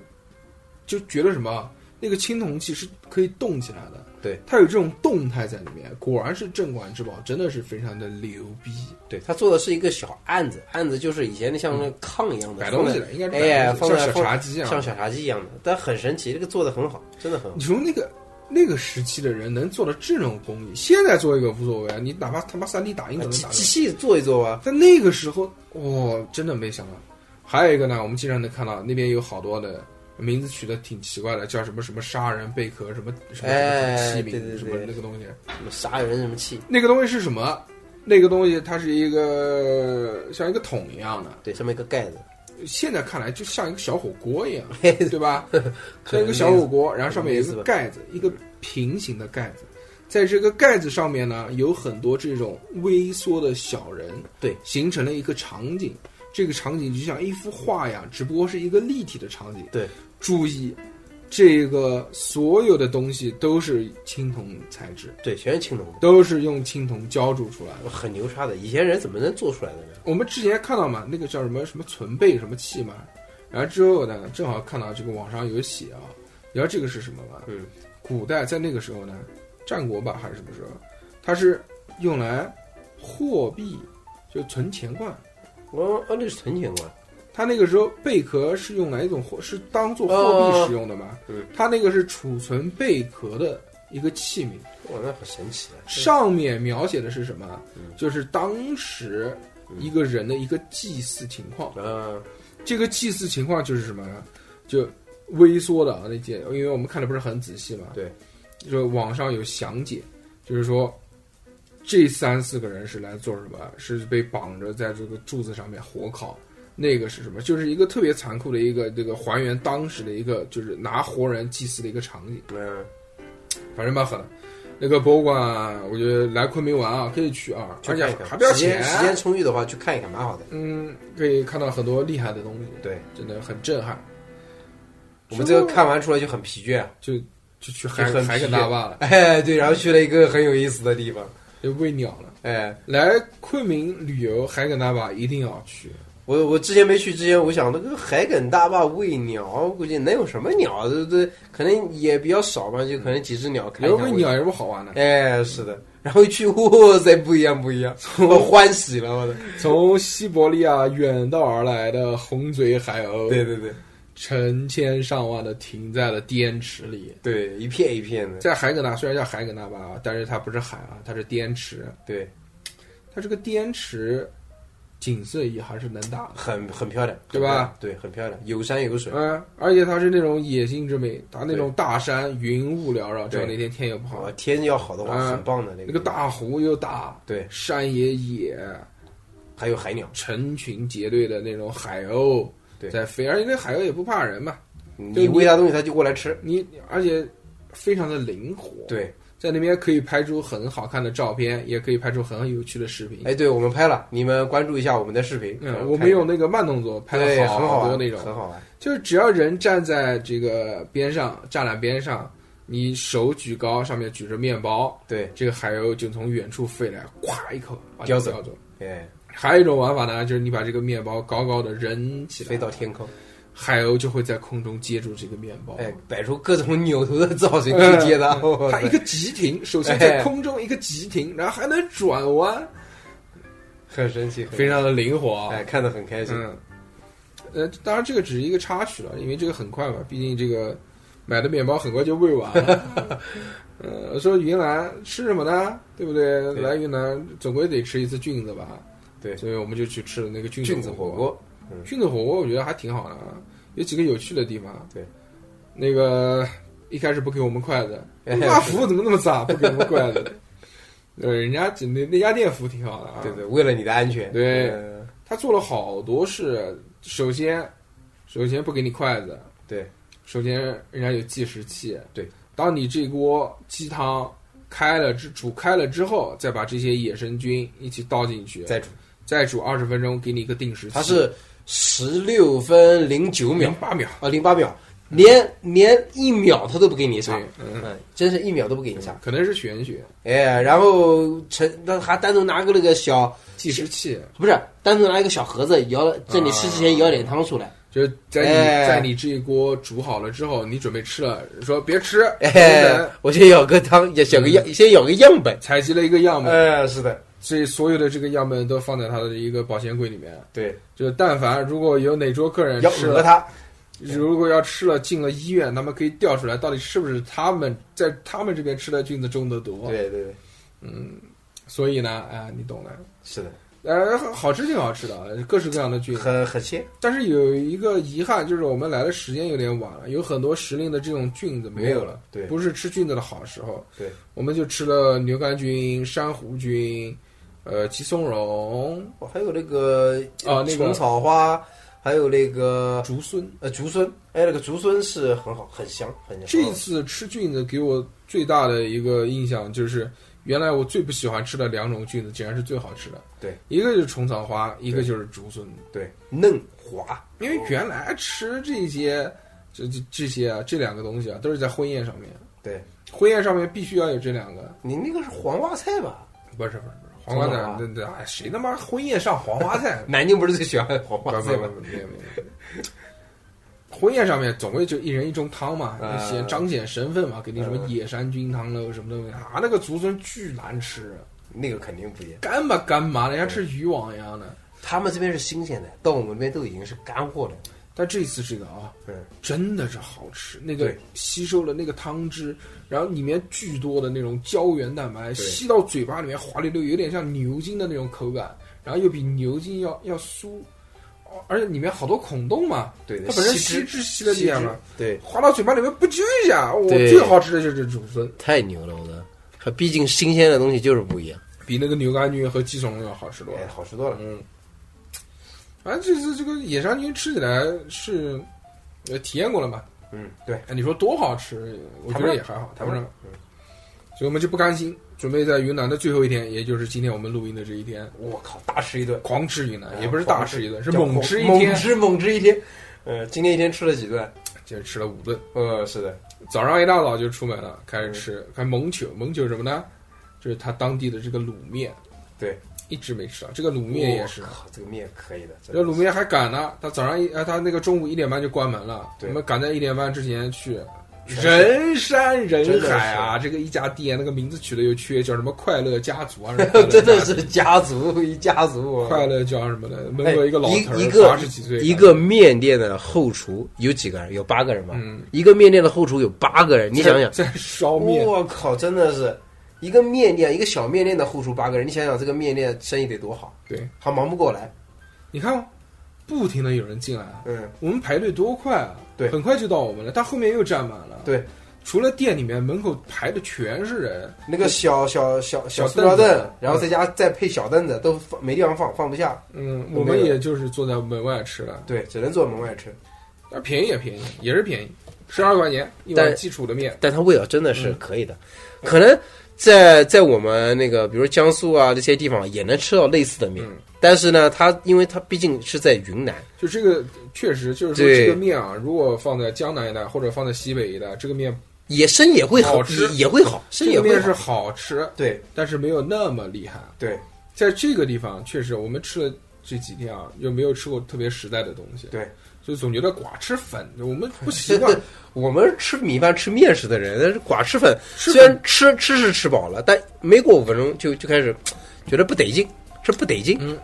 就觉得什么，那个青铜器是可以动起来的。
对，
它有这种动态在里面，果然是镇馆之宝，真的是非常的牛逼。
对，他做的是一个小案子，案子就是以前的像那炕一样
嗯
的，
摆东西
放
的，应该是
在
摆
哎，
东
放
西像嗯
在
小
放
茶几一样。啊
像小茶几一样的，但很神奇，这个做的很好，真的很好啊
你。说那个那个时期的人能做到这种工艺，现在做一个无所谓啊，你哪怕他妈三 D 打印
啊
都能
机
打出
机
来。
器做一做吧，
在那个时候，哇、真的没想到。还有一个呢，我们经常能看到那边有好多的名字取的挺奇怪的，叫什么什么杀人贝壳，什么什么什
哎
么器
对对
皿，
对
什么那个东西。
什么杀人什么器，
那个东西是什么？那个东西它是一个像一个桶一样的，
对，上面一个盖子，
现在看来就像一个小火锅一样，
嘿
对吧？像一个小火锅，然后上面有一个盖子，一个平行的盖子，在这个盖子上面呢，有很多这种微缩的小人，
对，
形成了一个场景。这个场景就像一幅画一样，只不过是一个立体的场景。
对，
注意，这个所有的东西都是青铜材质，
对，全是青铜
都是用青铜浇铸出来的。
的，很牛叉的。以前人怎么能做出来的呢？
我们之前看到嘛，那个叫什么什么存贝什么器嘛，然后之后呢，正好看到这个网上有写啊，你知道这个是什么吗？
嗯，
古代在那个时候呢，战国吧还是什么时候，它是用来货币，就存钱罐。
哦，哦，那是存钱罐，
它那个时候贝壳是用来一种货，是当做货币使用的嘛？
嗯
它那个是储存贝壳的一个器皿，
哇，那好神奇啊！
上面描写的是什么
嗯？
就是当时一个人的一个祭祀情况。
啊，
这个祭祀情况就是什么呢？就微缩的啊，那些，因为我们看的不是很仔细嘛。
对，
就网上有详解，就是说这三四个人是来做什么？是被绑着在这个柱子上面火烤。那个是什么？就是一个特别残酷的一个这个还原当时的一个就是拿活人祭祀的一个场景，
嗯，
反正蛮狠的。那个博物馆，我觉得来昆明玩啊，可以去啊，
去
而且
看一看
还不要
时
钱。
间时间充裕的话，去看一看，蛮好的。
嗯，可以看到很多厉害的东西，
对
真的很震撼。
我们这个看完出来就很疲倦啊，
就就去海
就很
海
疲
埂
倦
大坝了，
哎，对，然后去了一个很有意思的地方，
就喂鸟了。
哎，
来昆明旅游，海埂大坝一定要去。
我我之前没去之前，我想那个海埂大坝喂鸟，估计能有什么鸟？这这可能也比较少吧，就可能几只鸟看一
有
看
喂
喂
鸟有什么好玩的？
哎，是的，然后一去，哇塞，不一样不一 样，我欢喜了，我的，
从西伯利亚远道而来的红嘴海鸥，
对，对对
成千上万的停在了滇池里。
对，一片一片的，
在海埂大，虽然叫海埂大坝啊，但是它不是海啊，它是滇池。
对，
它这个滇池景色也还是能打的，
很很漂亮，
对吧
很漂亮？对，很漂亮，有山有水，
嗯，而且它是那种野性之美，它那种大山云雾缭绕，只要
对
那天天又不好
啊，，天要好的话，
嗯
很棒的那个
那
那
个，大湖又大，
对，
山野野，
还有海鸟，
成群结队的那种海鸥
对
在飞，而且那海鸥也不怕人嘛，
你喂它东西，它就过来吃，
你而且非常的灵活，，
对，
在那边可以拍出很好看的照片，也可以拍出很有趣的视频。
哎，对我们拍了，你们关注一下我们的视频，
嗯，
嗯
我们用那个慢动作拍
看对
了
很好
好多
玩
那种，嗯
很好啊玩，
就是只要人站在这个边上栅栏边上，你手举高，上面举着面包，
对，
这个海鸥就从远处飞来，咵一口把你
叼走
叼走。
哎，
还有一种玩法呢，就是你把这个面包高高的扔起来，
飞到天空，
海鸥就会在空中接住这个面包，
哎，摆出各种扭头的造型
嗯
去接它，哇
它
塞
一个急停，首先在
哎
空中一个急停，然后还能转弯，
很神奇，很
非常的灵活啊。
哎，看得很开心，
嗯，呃，当然这个只是一个插曲了，因为这个很快嘛，毕竟这个买的面包很快就喂完了。 呃，说云南吃什么呢？对不对？
对
来云南总归得吃一次菌子吧。
对
所以我们就去吃了那个菌
菌
子
子
火
火
锅。
锅，嗯
菌子火锅我觉得还挺好的，啊，有几个有趣的地方。啊
对，
那个一开始不给我们筷子，
哎
那服务怎么那么差？不给我们筷子。 呃，人家那那家店服务挺好的啊，
对对，为了你的安全，
对
嗯
他做了好多事。首先，首先不给你筷子，
对，
首先人家有计时器，
对，
当你这锅鸡汤开了之煮开了之后，再把这些野生菌一起倒进去，
再煮，
再煮二十分钟，给你一个定时器，
它是十六分零九秒
零八秒，
啊，零八秒，连连一秒它都不给你差
对，，嗯，
嗯，真是一秒都不给你差，
可能是玄学，
哎，然后陈那还单独拿个那个小
计时器，
不是单独拿一个小盒子舀了，在你吃之前舀点汤出来，
就是在你、
哎
在你这一锅煮好了之后，你准备吃了，说别吃，等
哎
等，
我先舀个汤，也舀个样，先舀个样本，
采集了一个样本，
哎，是的，
所以所有的这个样本都放在他的一个保鲜柜里面。
对，
就是但凡如果有哪桌客人
要
吃
讹
了，
它，
如果要吃了进了医院，他们可以调出来到底是不是他们在他们这边吃的菌子中的毒。，
对对对，
所以呢，啊，你懂的。
是的，
呃，好吃挺好吃的，各式各样的菌。
很很鲜，
但是有一个遗憾，就是我们来的时间有点晚了，有很多时令的这种菌子没有了，
对
不是吃菌子的好时候。
对，
我们就吃了牛肝菌、珊瑚菌，呃，鸡松茸、
哦还有哦那个
啊那个
虫草花，还有那个
竹荪。
呃，竹荪，哎，那个竹荪是很好，很香，很香。
这一次吃菌子给我最大的一个印象就是，原来我最不喜欢吃的两种菌子，竟然是最好吃的。
对，
一个就是虫草花，一个就是竹荪。
哦对嫩滑，
因为原来吃这些这这这些啊，这两个东西啊，都是在婚宴上面。
对，
婚宴上面必须要有这两个，
你那个是黄花菜吧？
不是不是不是黄瓜
中
蛋
华，？
那那哎谁他妈婚宴上黄花菜
南京不是最喜欢黄
不
花
不
菜
不
吗？
不，没有没有。 婚宴上面总归就一人一盅汤嘛，
啊
显彰显神分嘛，给你什么
嗯
野山菌汤喽，什么东西啊？那个竹荪巨难吃， 啊
那个肯定不一样，
干巴干巴的，像
嗯
吃渔网一样的。
他们这边是新鲜的，到我们这边都已经是干货了。
但这次这个啊，
嗯，
真的是好吃，那个
对
吸收了那个汤汁，然后里面巨多的那种胶原蛋白，吸到嘴巴里面滑溜溜，有点像牛筋的那种口感，然后又比牛筋要要酥，哦而且里面好多孔洞嘛，
对的，
它本身
吸
吸
汁
汁吸的厉害嘛，
对，
滑到嘴巴里面不揪一下，我
对
最好吃的就是竹荪，
太牛了，我的。它毕竟新鲜的东西就是不一样，
比那个牛肝菌和鸡枞要好吃多了
哎，。好吃多了。
嗯，反正这次这个野山菌吃起来是，呃，体验过了嘛，
嗯，对，
哎，你说多好吃，我觉得也还好，谈
谈
不上
不上。
所以我们就不甘心，准备在云南的最后一天，也就是今天我们录音的这一天，
我靠，大吃一顿，
狂吃云南，
哎
也不是大吃一顿，是
叫
猛吃一
猛
天，
吃猛吃一天。呃，今天一天吃了几顿？
就是吃了五顿。
呃，是的，
早上一大早就出门了，开始吃，
嗯
还蒙酒，蒙酒什么呢？就是他当地的这个卤面，
对，
一直没吃到。这个卤面也是啊
我，靠，这个面可以的，
这
这
个卤面还赶呢，他早上一，呃他那个中午一点半就关门了，我
对
们赶在一点半之前去。
全是
人山人
真的
海啊！这个一家店，那个名字取的又缺，叫什么“快乐家族” 啊，什么
真的是家族一家族啊，
快乐叫什么的，门口一个老头
哎一一
儿，
个
八十几岁，
一个面店的后厨有几个人？有八个人吧？
嗯
一个面店的后厨有八个人，你想想，
在烧面，
我靠，真的是一个面店，一个小面店的后厨八个人，你想想这个面店生意得多好，
对，
还忙不过来。
你看，不停的有人进来，啊
嗯，
我们排队多快啊！
对
很快就到我们了，但后面又站满了。
对，
除了店里面门口排的全是人，
那个小小小
小
小塑料
凳子
凳，然后在家再配小凳子，都放没地方放，放不下。
嗯，
没有
我们也就是坐在门外吃了，
对，只能坐门外吃。
但便宜也啊便宜，也是便宜，十二块钱一碗
但
基础的面，
但它味道真的
嗯
是可以的，可能在在我们那个比如江苏啊这些地方也能吃到类似的面，
嗯
但是呢，它因为它毕竟是在云南，
就这个确实就是说这
对
个面啊，如果放在江南一带或者放在西北一带，这个面
也生也会
好
好，
吃
也也会好，生
这
也
个
会
面
好。
是好吃，
对
但是没有那么厉害。
对
在这个地方，确实我们吃了这几天啊，又没有吃过特别实在的东西，
对，
所以总觉得寡吃粉，我们不 习惯
我们吃米饭吃面食的人，但是寡吃粉，
吃
虽
粉。
然吃吃是吃饱了，但没过五分钟就就开始觉得不得劲，这不得
嗯
劲。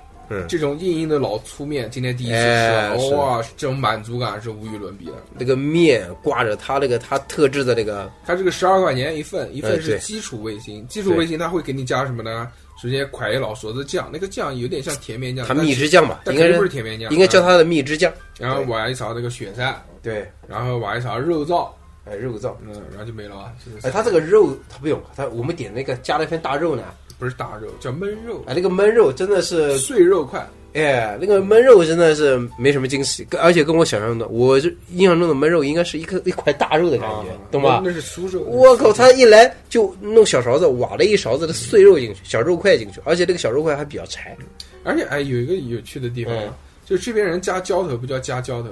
这种硬硬的老粗面，今天第一次
哎
吃
是
了，哇，这种满足感是无与伦比的。
那个面挂着它那个它特制的那个，
它这个十二块钱一份，一份
哎
是
对
基础味精，基础味精它会给你加什么呢？直接蒯一老勺子酱，那个酱有点像甜面酱，
它
嗯但
蜜
是
汁酱吧，
但
应
肯
该
定不是
是
甜面酱，嗯
应该叫
它。
它的蜜汁酱。
然后挖一勺那个雪菜，
对，
然后挖一勺肉燥，
哎，肉燥。
嗯，然后就没了啊。就是
哎，它这个肉它不用，它我们点那个加了一份大肉呢，
不是大肉，叫焖肉，
哎，那个焖肉真的是，
碎肉块。
哎，那个焖肉真的是没什么惊喜，跟而且跟我想象的，我就印象中的焖肉应该是一颗一块大肉的感觉，哎懂吧？
啊那是酥肉。
我靠，他一来就弄小勺子挖了一勺子的碎肉进去，小肉块进去，而且这个小肉块还比较柴，
而且哎，有一个有趣的地方，啊
嗯
就这边人加浇头不叫加浇头，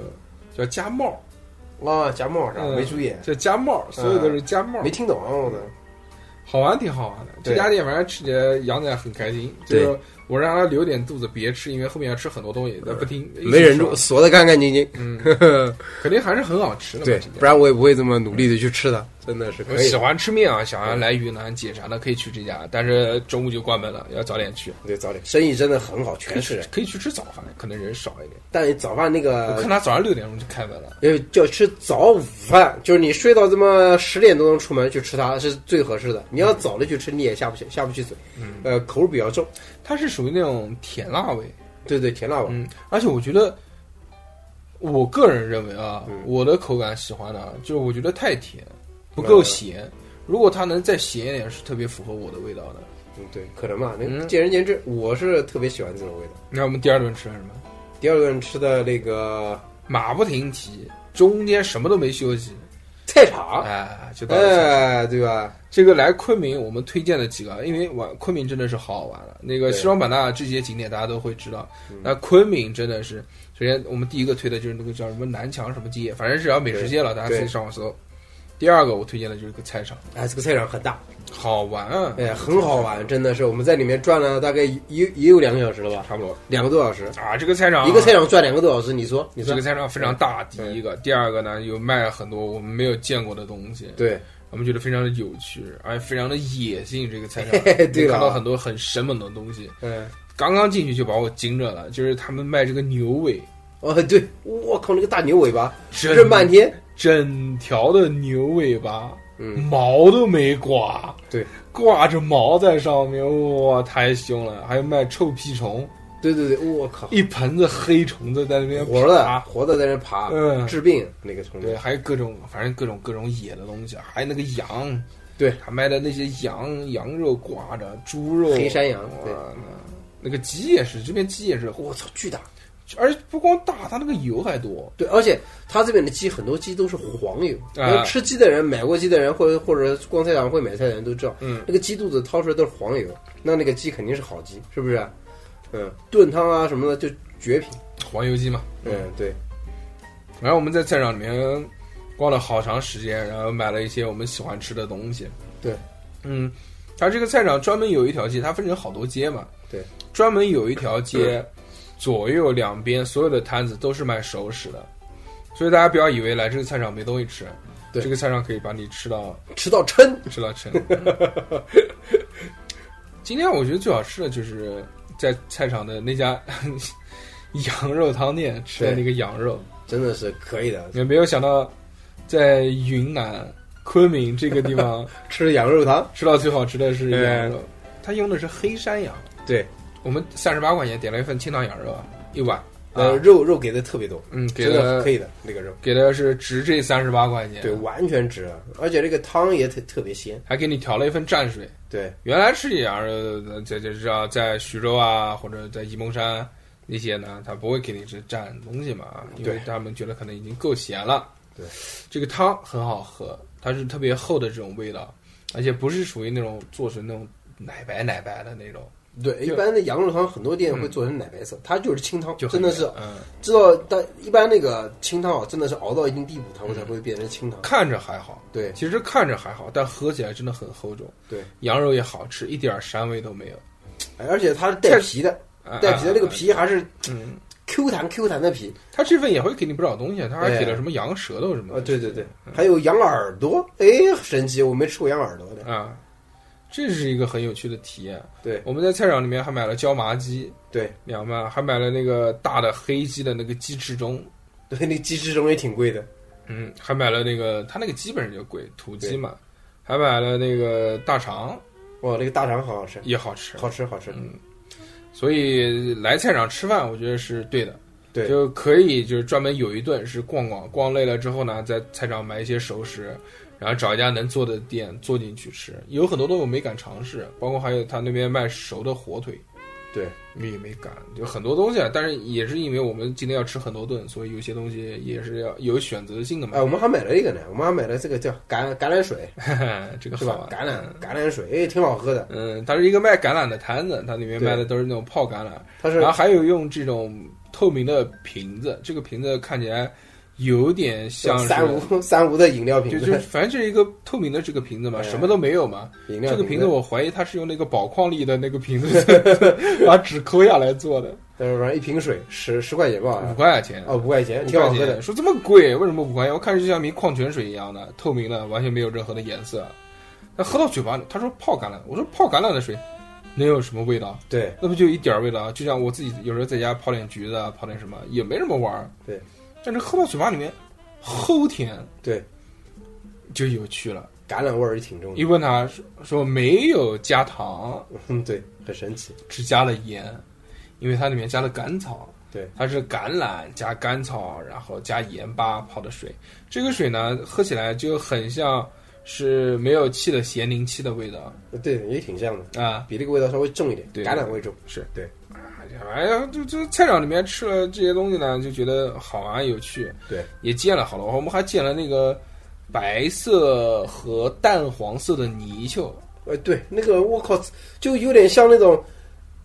叫加帽，
啊，夹馍
嗯
意，
叫加帽，所有都是加帽。
嗯没听懂啊，我的，
好玩挺好玩的，这
对
家店反正吃起来杨仔很开心，就
对
是我让他留点肚子别吃，因为后面要吃很多东西，他不听，一直
嗯没忍
吃
住，锁的干干净净，
嗯，
呵呵，
肯定还是很好吃的嘛。
对
这，家
不然我也不会这么努力的去吃它，真的是
我
可以
喜
的，
欢吃面啊，想要来云南解馋的可以去这家，但是中午就关门了，要早点去。
对，早点，生意真的很好，
可以
全是呃
去
人，
可以去吃早饭，可能人少一点。
但早饭那
我
个
看。他早上六点钟就开门了，
呃，就吃早午饭，就是你睡到这么十点多钟出门去吃它是最合适的。你要早了去吃，你也下不去下不去嘴，
嗯
呃，口味比较重，
它是属于那种甜辣味，
对对，甜辣味。
嗯，而且我觉得，我个人认为啊，
嗯
我的口感喜欢的啊，就是我觉得太甜，不够咸。如果它能再咸一点，是特别符合我的味道的。
嗯，对，可能吧，那
嗯
见仁见智。我是特别喜欢这种味道。
那我们第二顿吃了什么？
第二顿吃的那个
马不停蹄，中间什么都没休息，
菜场，
哎，就到了菜场
哎，对吧？
这个来昆明，我们推荐了几个，因为玩昆明真的是好好玩了。那个
对
西双版纳这些景点大家都会知道
嗯，
那昆明真的是，首先我们第一个推的就是那个叫什么南墙什么街，反正是要美食街了，大家自己
对
上网搜。第二个我推荐的就是个菜场，
哎，这个菜场很大，
好玩啊，
哎，很好玩，真的是我们在里面转了大概一一也有两个小时了吧，
差不多
两个多小时，
啊，这个菜场
一个菜场转两个多小时，你说你
这
说
个菜场非常大，第
对
一个，第二个呢有卖很多我们没有见过的东西，
对，
我们觉得非常的有趣，而且非常的野性。这个菜场
对啊了
能看到很多很神猛的东西，
嗯，
刚刚进去就把我惊着了，就是他们卖这个牛尾，
哦对，我靠那个大牛尾巴，
整
扔半天，
整条的牛尾巴，
嗯，
毛都没刮，
对，
挂着毛在上面，哇，太凶了！还有卖臭屁虫，
对对对，我靠，
一盆子黑虫子在那边
活
爬
的活的在那爬，
啊嗯
治病那个虫
对，啊
子，
还有各种，反正各种各种野的东西，还有那个羊，
对
他卖的那些羊羊肉挂着，猪肉，
黑山羊
哇
对
那那个鸡也是，这边鸡也是，
我操，巨大，
而且不光大，它那个油还多，
对，而且他这边的鸡很多鸡都是黄油，
啊
然后吃鸡的人、买过鸡的人，或者或者逛菜场会买菜的人都知道，
嗯，
那个鸡肚子掏出来都是黄油，那那个鸡肯定是好鸡，是不是？嗯，炖汤啊什么的就绝品。
黄油鸡嘛。
嗯，对，
然后我们在菜场里面逛了好长时间，然后买了一些我们喜欢吃的东西。
对，
嗯，它这个菜场专门有一条街，它分成好多街嘛。
对，
专门有一条 街，左右两边所有的摊子都是卖熟食的，所以大家不要以为来这个菜场没东西吃，
对
这个菜场可以把你吃到
吃到撑。
吃到 撑。今天我觉得最好吃的就是在菜场的那家 羊肉汤店吃的那个羊肉。
真的是可以的，
也没有想到，在云南昆明这个地 方
吃羊肉汤，
吃到最好吃的是羊肉，它用的是黑山羊。
嗯对，
我们三十八块钱点了一份清汤羊肉啊，一碗，
呃，
啊
肉肉给的特别多，
嗯，给
真的
的
可以的那个肉，
给的是值这三十八块钱，啊
对，，完全值了，而且这个汤也特特别鲜，
还给你调了一份蘸水。
对，
原来吃羊肉的，呃在在知道在徐州啊，或者在沂蒙山那些呢，他不会给你这蘸东西嘛，啊因为
对
他们觉得可能已经够咸了。
对，
这个汤很好喝，它是特别厚的这种味道，而且不是属于那种做成那种奶白奶白的那种，
对，一
就
般的羊肉汤很多店
嗯
会做成奶白色，它就是清汤，
就很
真的是
甜嗯，
知道，但一般那个清汤啊，真的是熬到一定地步，它
嗯
会才会变成清汤，
看着还好，
对
其实看着还好，但喝起来真的很厚重。
对，
羊肉也好吃，一点儿膻味都没有。
哎而且它是带皮的，
啊
带皮的那个，皮还是
嗯，
Q 弹 Q 弹的皮
他这份也会给你不少东西，啊他还
对
给了什么羊舌头什么的。
啊对对，
嗯
还有羊耳朵，哎，神奇，我没吃过羊耳朵的，
啊，这是一个很有趣的体验。
对
我们在菜场里面还买了椒麻鸡
对
两卖，还买了那个大的黑鸡的那个鸡翅中，
对，那鸡翅中也挺贵的，
嗯，还买了那个它那个鸡本身就贵，土鸡嘛，还买了那个大肠
哇，那个大肠好好吃，
也好吃。
好吃好吃，
嗯所以来菜场吃饭，我觉得是对的。
对
就可以就是专门有一顿是逛逛，逛累了之后呢，在菜场买一些熟食，然后找一家能做的店做进去吃。有很多东西我没敢尝试，包括还有他那边卖熟的火腿，
对，
也没敢，就很多东西啊。但是也是因为我们今天要吃很多顿，所以有些东西也是要有选择性的嘛
哎，。我们还买了一个呢，我们还买了这个叫橄橄榄水，
这个
是
好啊嗯
吧
玩？
橄榄橄榄水，哎，挺好喝的，
嗯，它是一个卖橄榄的摊子，它里面
对
卖的都是那种泡橄榄，
它是
然后还有用这种透明的瓶子，这个瓶子看起来有点像是
三无 三无的饮料瓶
就
子，
就反正就是一个透明的这个瓶子嘛，
哎
什么都没有嘛。
饮料
这个
瓶
瓶子我怀疑它是用那个宝矿力的那个瓶子 把纸抠下来做的，
呃，反正一瓶水十十块钱
五
吧，
块钱。
哦，五块钱，
五
挺好
块
喝
钱，
的，
说这么贵，为什么五块钱？我看着就像瓶矿泉水一样的，透明的，完全没有任何的颜色。那喝到嘴巴里，他说泡橄榄，我说泡橄榄的水能有什么味道？
对
那不就一点儿味道？啊就像我自己有时候在家泡点橘子啊，泡点什么也没什么玩儿。
对，
但是喝到嘴巴里面，齁甜
对，
就有趣了。
橄榄味儿也挺重
一
的，
问他说说没有加糖，
嗯，对，很神奇，
只加了盐，因为它里面加了甘草。
对，
它是橄榄加甘草，然后加盐巴泡的水。这个水呢，喝起来就很像是没有气的咸柠七的味道
对，也挺像的，
啊。
比这个味道稍微重一点，
对
橄榄味重，
是
对，
哎呀，就就菜场里面吃了这些东西呢，就觉得好玩有趣。
对，
也见了好多，我们还见了那个白色和淡黄色的泥鳅。
呃，对，那个我靠，就有点像那种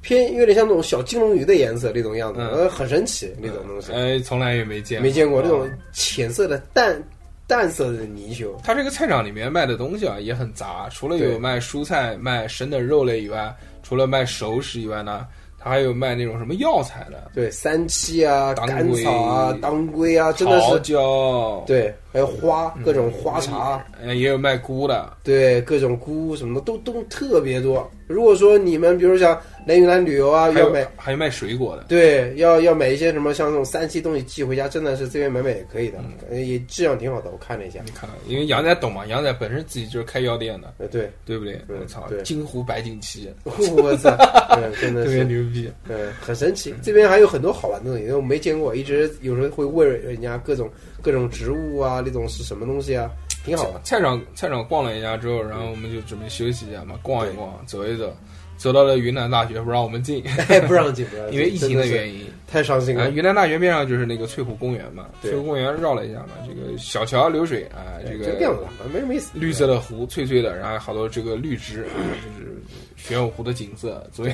偏有点像那种小金龙鱼的颜色那种样子，
嗯
呃，很神奇那种东西，
哎，从来也没见
没见过那种
哦
浅色的淡淡色的泥鳅，
它这个菜场里面卖的东西啊也很杂，除了有
对
卖蔬菜、卖生的肉类以外，除了卖熟食以外呢，它还有卖那种什么药材的，
对，三七啊、
当
甘草啊
归、
当归啊，真的
桃
是
胶，
对，还有
嗯
花，各种花茶，
哎，也有卖菇的，
对，各种菇什么的都都特别多。如果说你们比如想来云南旅游啊，
还
要
有
买
还有卖水果的，
对，要要买一些什么像这种三七东西寄回家，真的是这边买买也可以的，
嗯
呃也质量挺好的，我看了一下。
你看，因为杨仔懂嘛，杨仔本身自己就是开药店的，
呃，对，
对不对？
嗯
我操，
对
金湖白锦旗，
我操，嗯真的
特别
是，
牛逼。
嗯，很神奇。这边还有很多好玩的东西，因为我没见过，一直有时候会问人家各种各种植物啊，那种是什么东西啊，挺好玩。
菜场菜场逛了一下之后，然后我们就准备休息一下嘛，逛一逛，走一走，走到了云南大学，不让我们进，
哎，不让进，不让进，
因为疫情的
因，
原因。
太伤心
啊，
了。
云南大学边上就是那个翠湖公园嘛，
对
翠湖公园绕了一下嘛，这个小桥流水啊，
哎
这
就这样子
个
吧，没什么意思。
绿色的湖，翠翠的，然后还有好多这个绿植，啊，就是玄武湖的景色，所以，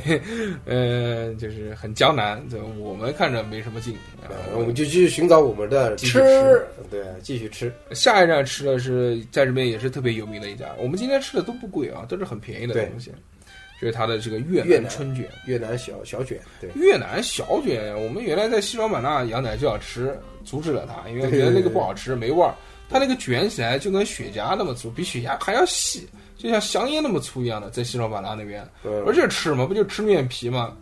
呃，就是很江南，就我们看着没什么劲。啊然
呃，我
后
们就继续寻找我们的
继续
吃
吃，
对，继续吃。
下一站吃的是在这边也是特别有名的一家，我们今天吃的都不贵啊，都是很便宜的
对
东西，就是它的这个越
越
南
南
春卷。
越南小小卷，对，
越南小卷，我们原来在西双版纳羊奶就要吃，阻止了他，因为我觉得那个不好吃，没味儿。它那个卷起来就跟雪茄那么粗，比雪茄还要细，就像香烟那么粗一样的，在西双版纳那边。
嗯
我，这吃嘛，不就吃面皮吗？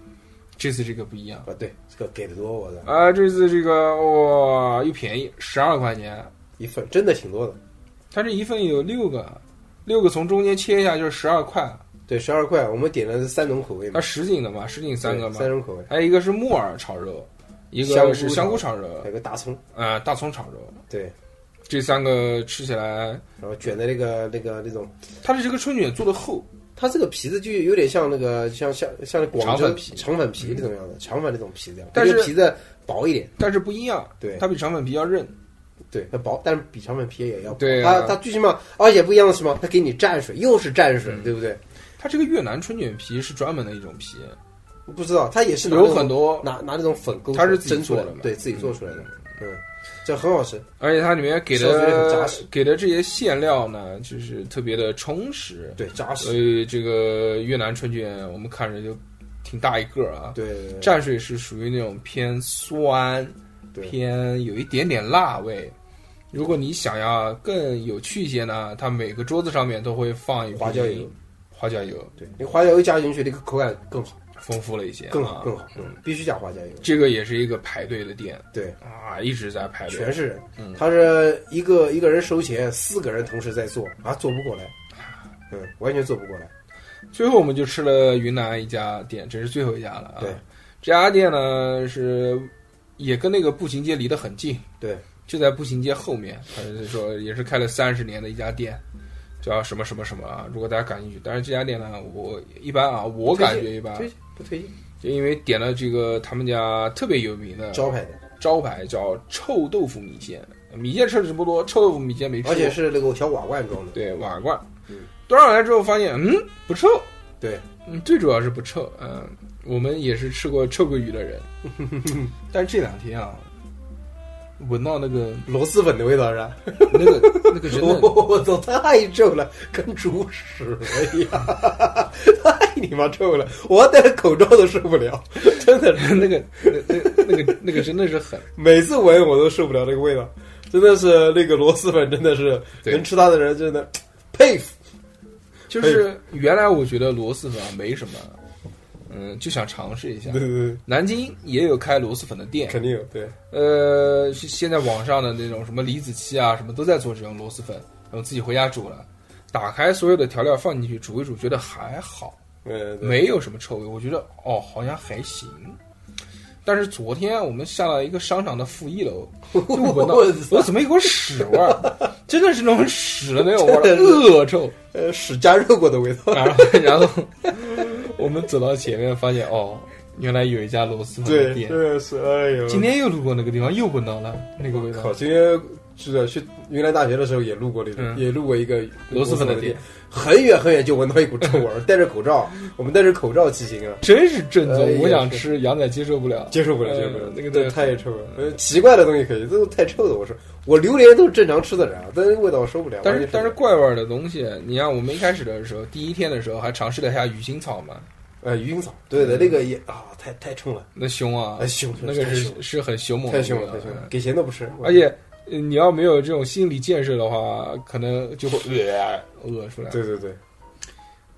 这次这个不一样
啊，对，这个给的多，我的
啊、这次这个哇又便宜，十二块钱，
一份真的挺多的，
它这一份有六个，六个从中间切一下就是十二块，
对，十二块，我们点的是三种口味
它
嘛，
什锦的嘛，什锦三个
对
嘛
三，种口味，
还有一个是木耳炒肉，一
香
个
菇
是
炒
香菇炒肉，
还有个大葱，
呃，大葱炒肉。
对，
这三个吃起来，
然后卷的那个那个那种，
它的这个春卷做的厚，
它这个皮子就有点像那个像像像广
肠
州
粉皮
肠粉皮那种样子，肠粉那种皮子样，
但是
这个皮子薄一点，
但是不一样，
对
它比肠粉皮要韧。
对，它薄，但是比肠粉皮也要薄，
对啊
它它最起码，而且不一样的是什么？它给你蘸水，又是蘸
嗯
水，对不对？
它这个越南春卷皮是专门的一种皮，
我不知道，它也是拿那
有
种
很多，
拿拿那种粉勾出
它
来，
是自己
蒸出
做
来
的嘛
对自己做出来的，嗯，这很好吃，
而且它里面给
小嘴很扎
的
实
给的这些馅料呢，就是特别的充实，
对，扎
所
实，
以这个越南春卷我们看着就挺大一个儿啊。
对对，对
蘸水是属于那种偏酸，
对
偏有一点点辣味。如果你想要更有趣一些呢，它每个桌子上面都会放一
花椒
瓶
油，
花椒油，
对你花椒油加进去，那个口感更好，
丰富了一些，
更好，更
好。
好，嗯，必须加花椒油。
这个也是一个排队的店
对，
啊，一直在排队，
全是人
嗯，
他是一个一个人收钱，四个人同时在做啊，做不过来，
啊
嗯，完全做不过来。
最后我们就吃了云南一家店，这是最后一家了啊。
对，
这家店呢是也跟那个步行街离得很近，
对，
就在步行街后面。反正就是说也是开了三十年的一家店，叫什么什么什么啊。如果大家感兴趣，但是这家店呢，我一般啊，我
推荐
感觉一般，
推荐不推荐？
就因为点了这个他们家特别有名的
招牌的，
招牌叫臭豆腐米线，米线吃的不多，臭豆腐米线没吃过，
而且是那个小瓦罐装的，
对瓦罐
嗯。
端上来之后发现，嗯，不臭。
对，
嗯，最主要是不臭。嗯，我们也是吃过臭鳜鱼的人， 但是这两天啊，闻到那 个
螺蛳粉的味道是吧？
那个那个人的，
我我操，太臭了，跟猪屎一样，太你妈臭了！我戴着口罩都受不了，真的，
那个那那那个那个真的是狠。
每次闻我都受不了那个味道，真的是那个螺蛳粉，真的是
对
能吃它的人真的佩服。
就是原来我觉得螺蛳粉啊没什么，嗯，就想尝试一下
对。对
南京也有开螺蛳粉的
对，
店，
肯定有对。
呃，是现在网上的那种什么李子柒啊，什么都在做这种螺蛳粉，然后自己回家煮了，打开所有的调料放进去煮一煮，觉得还好，
呃，对
没有什么臭味，我觉得哦好像还行。但是昨天我们下到一个商场的负一楼，就哦闻到
我操
我怎么有股屎味儿，真的是那种屎的那种味儿，
真的是
恶臭。
呃屎加热过的味道，
然后，然后我们走到前面发现哦，原来有一家螺蛳粉的
对，
店
真。的是哎呦！
今天又路过那个地方，又闻到了那个味道。
靠，今天是的，去云南大学的时候也路过那个，
嗯
也路过一个
螺蛳粉的
店
店，
很远很远就闻到一股臭味儿，戴着口罩，我们戴着口罩骑行啊，
真是正宗
哎呀，
我想吃，杨仔接受不了。
接受不了，
呃
接受不了，
那个
对
太
太臭了，呃奇怪的东西可以，这都太臭的，我说我榴莲都是正常吃的人啊，但是味道我受不了，
但
完
是
全
但是
受
怪味儿的东西，你看我们一开始的时候，第一天的时候还尝试了一下鱼腥草嘛，
不了呃鱼腥草，对的，那个也啊太太冲了，
那凶啊
哎，凶，
那个
太凶
是嗯是很凶猛的
太
味道，
凶了，太凶了，给钱都不吃，
而且呃你要没有这种心理建设的话，可能就会呃恶出来。
啊对对对，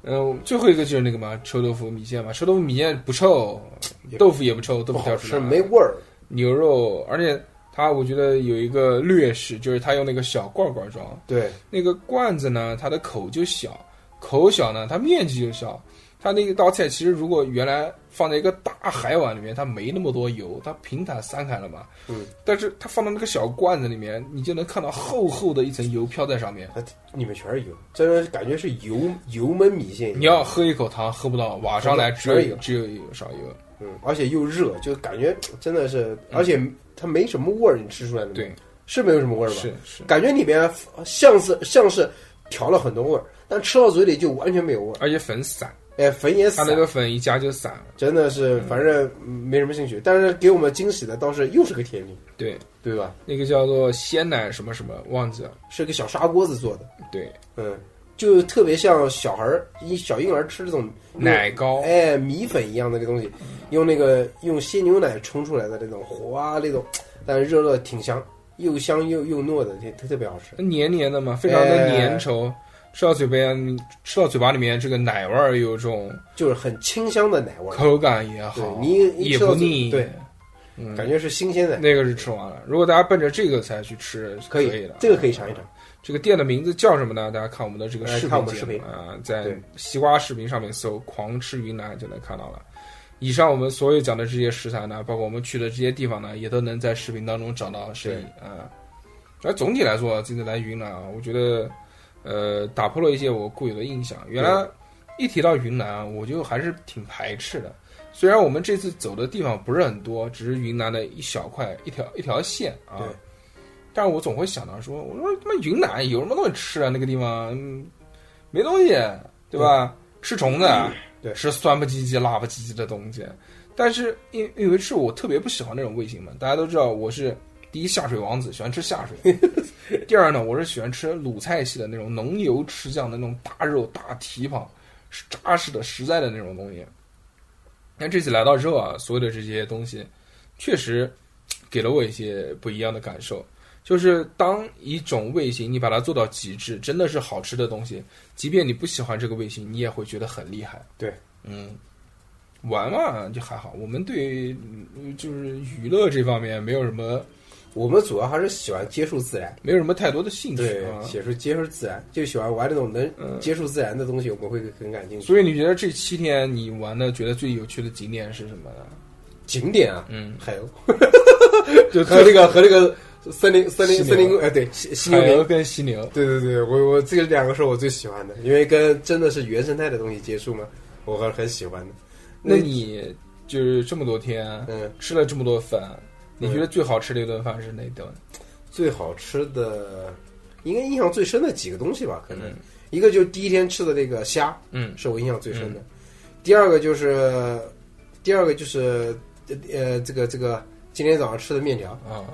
嗯，最后一个就是那个嘛，臭豆腐米线嘛，臭豆腐米线不臭
也，
豆腐也不臭，豆
不
腐
好
挑出
吃，
来
没味儿，
牛肉，而且它我觉得有一个劣势，就是它用那个小罐罐装，
对，
那个罐子呢，它的口就小，口小呢，它面积就小。它那一道菜其实如果原来放在一个大海碗里面，它没那么多油，它平坦散开了嘛。
嗯。
但是它放到那个小罐子里面，你就能看到厚厚的一层油飘在上面。
里面全是油，真的感觉是油油焖米线，
你要喝一口汤喝不到，瓦上来只有一个只有一个少油。
嗯，而且又热，就感觉真的是，而且它没什么味儿，你吃出来的
嗯对，
是没有什么味儿吧？
嗯是是。
感觉里面像是像是调了很多味儿，但吃到嘴里就完全没有味儿。
而且粉散，
哎，粉也
它
散，
那个粉一加就散了。
真的是，反正嗯没什么兴趣。但是给我们惊喜的倒是又是个甜品，
对，
对吧？
那个叫做鲜奶什么什么忘记了。
是个小砂锅子做的，
对，
嗯，就特别像小孩儿、一小婴儿吃这种
奶糕。
哎，米粉一样的那个东西，用那个用鲜牛奶冲出来的那种滑那种，但是热热挺香，又香又又糯的，特特别好吃。
黏黏的嘛，非常的
哎
粘稠，吃到嘴边，吃到嘴巴里面，这个奶味儿有一种
就是很清香的奶味儿，
口感也好
对，你一
也
吃到
不
嘴
腻，
对，
嗯，
感觉是新鲜的，
那个是吃完了。如果大家奔着这个才去吃，
可
以
以
的，
这个可以尝一尝。
这个店的名字叫什么呢？大家看我们的这个
哎
视频节目，
看我们视频
啊、在
对
西瓜视频上面搜“狂吃云南”就能看到了。以上我们所有讲的这些食材呢，包括我们去的这些地方呢，也都能在视频当中找到身影啊。而总体来说，这次来云南啊，我觉得，呃，打破了一些我固有的印象。原来一提到云南啊，我就还是挺排斥的。虽然我们这次走的地方不是很多，只是云南的一小块一条一条线啊
对，
但是我总会想到说，我说他妈云南有什么东西吃啊？那个地方、嗯没东西，对吧？吃虫子，啊
对
吃酸不唧唧、辣不唧唧的东西。但是因因为是我特别不喜欢那种味型嘛，大家都知道我是第一下水王子，喜欢吃下水；第二呢，我是喜欢吃鲁菜系的那种浓油赤酱的那种大肉、大蹄膀，是扎实的、实在的那种东西。但这次来到之后啊，所有的这些东西，确实给了我一些不一样的感受。就是当一种味型你把它做到极致，真的是好吃的东西，即便你不喜欢这个味型，你也会觉得很厉害。
对，
嗯，玩嘛就还好，我们对于嗯就是娱乐这方面没有什么
我们主要还是喜欢接触自然，
没有什么太多的兴趣
对，
啊。
写出接触自然，就喜欢玩这种能
嗯
接触自然的东西，我们会很感兴趣。
所以你觉得这七天你玩的觉得最有趣的景点是什么呢？
景点啊，
嗯，
海鸥
就
和那个和那个森林森林
犀牛
森林公，哎，对，犀犀
海
牛林
鹅跟犀牛，
对对对，我我这两个是我最喜欢的，因为跟真的是原生态的东西接触嘛，我还是很喜欢的。
那你就是这么多天
嗯，
吃了这么多饭，你
嗯
觉得最好吃的一顿饭是哪顿？
最好吃的，应该印象最深的几个东西吧，可能、
嗯
一个就是第一天吃的那个虾，
嗯
是我印象最深的。第二个就是，第二个就是，呃，这个这个今天早上吃的面条，
啊，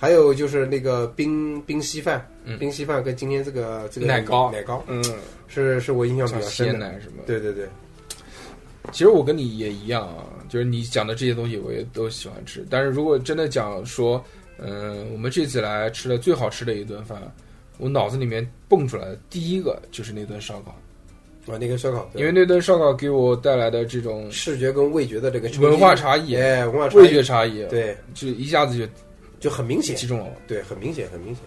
还有就是那个冰冰稀饭，
嗯
冰稀饭跟今天这个这个
奶糕
奶糕
嗯，
是是我印象比
像
较深
鲜
的。
奶什么？，
对对对，
其实我跟你也一样啊，就是你讲的这些东西我也都喜欢吃，但是如果真的讲说，嗯、我们这次来吃的最好吃的一顿饭，我脑子里面蹦出来的第一个就是那顿烧烤，
啊，那个烧烤，对
因为那顿烧烤给我带来的这种
视觉跟味觉的这个冲击
文化差异、
哎，文化差异
味觉差异，，
对，
就一下子
就很明
就
显，
击中了我，
对，很明显，很明显，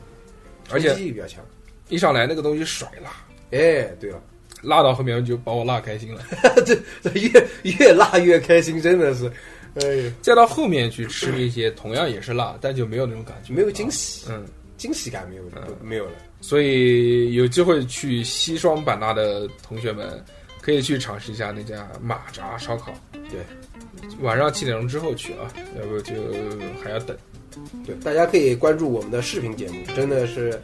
而且
冲击力比较强。
一上来那个东西甩辣，
哎，对了，
辣到后面就把我辣开心了。
这 越越辣越开心，真的是，哎呀，
再到后面去吃这些，同样也是辣，但就没有那种感觉，
没有惊喜，
嗯，
惊喜感没有，不没有了。
所以有机会去西双版纳的同学们，可以去尝试一下那家马扎烧烤。
对，
晚上七点钟之后去啊，要不就还要等。
对，大家可以关注我们的视频节目，真的是，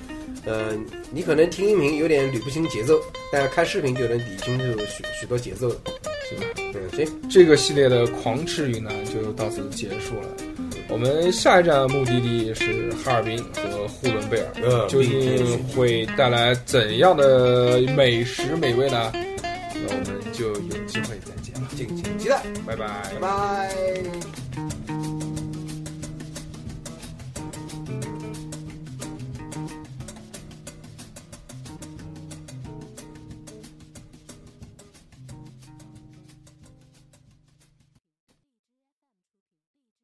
呃，你可能听音频有点捋不清节奏，但是看视频就能理清楚许许多节奏了。
行吧。
嗯，行，
这个系列的狂吃云南就到此结束了。我们下一站目的地是哈尔滨和呼伦贝尔，
嗯
究竟会带来怎样的美食美味呢？那我们就有机会再见了，
敬请期待，
拜拜
拜拜。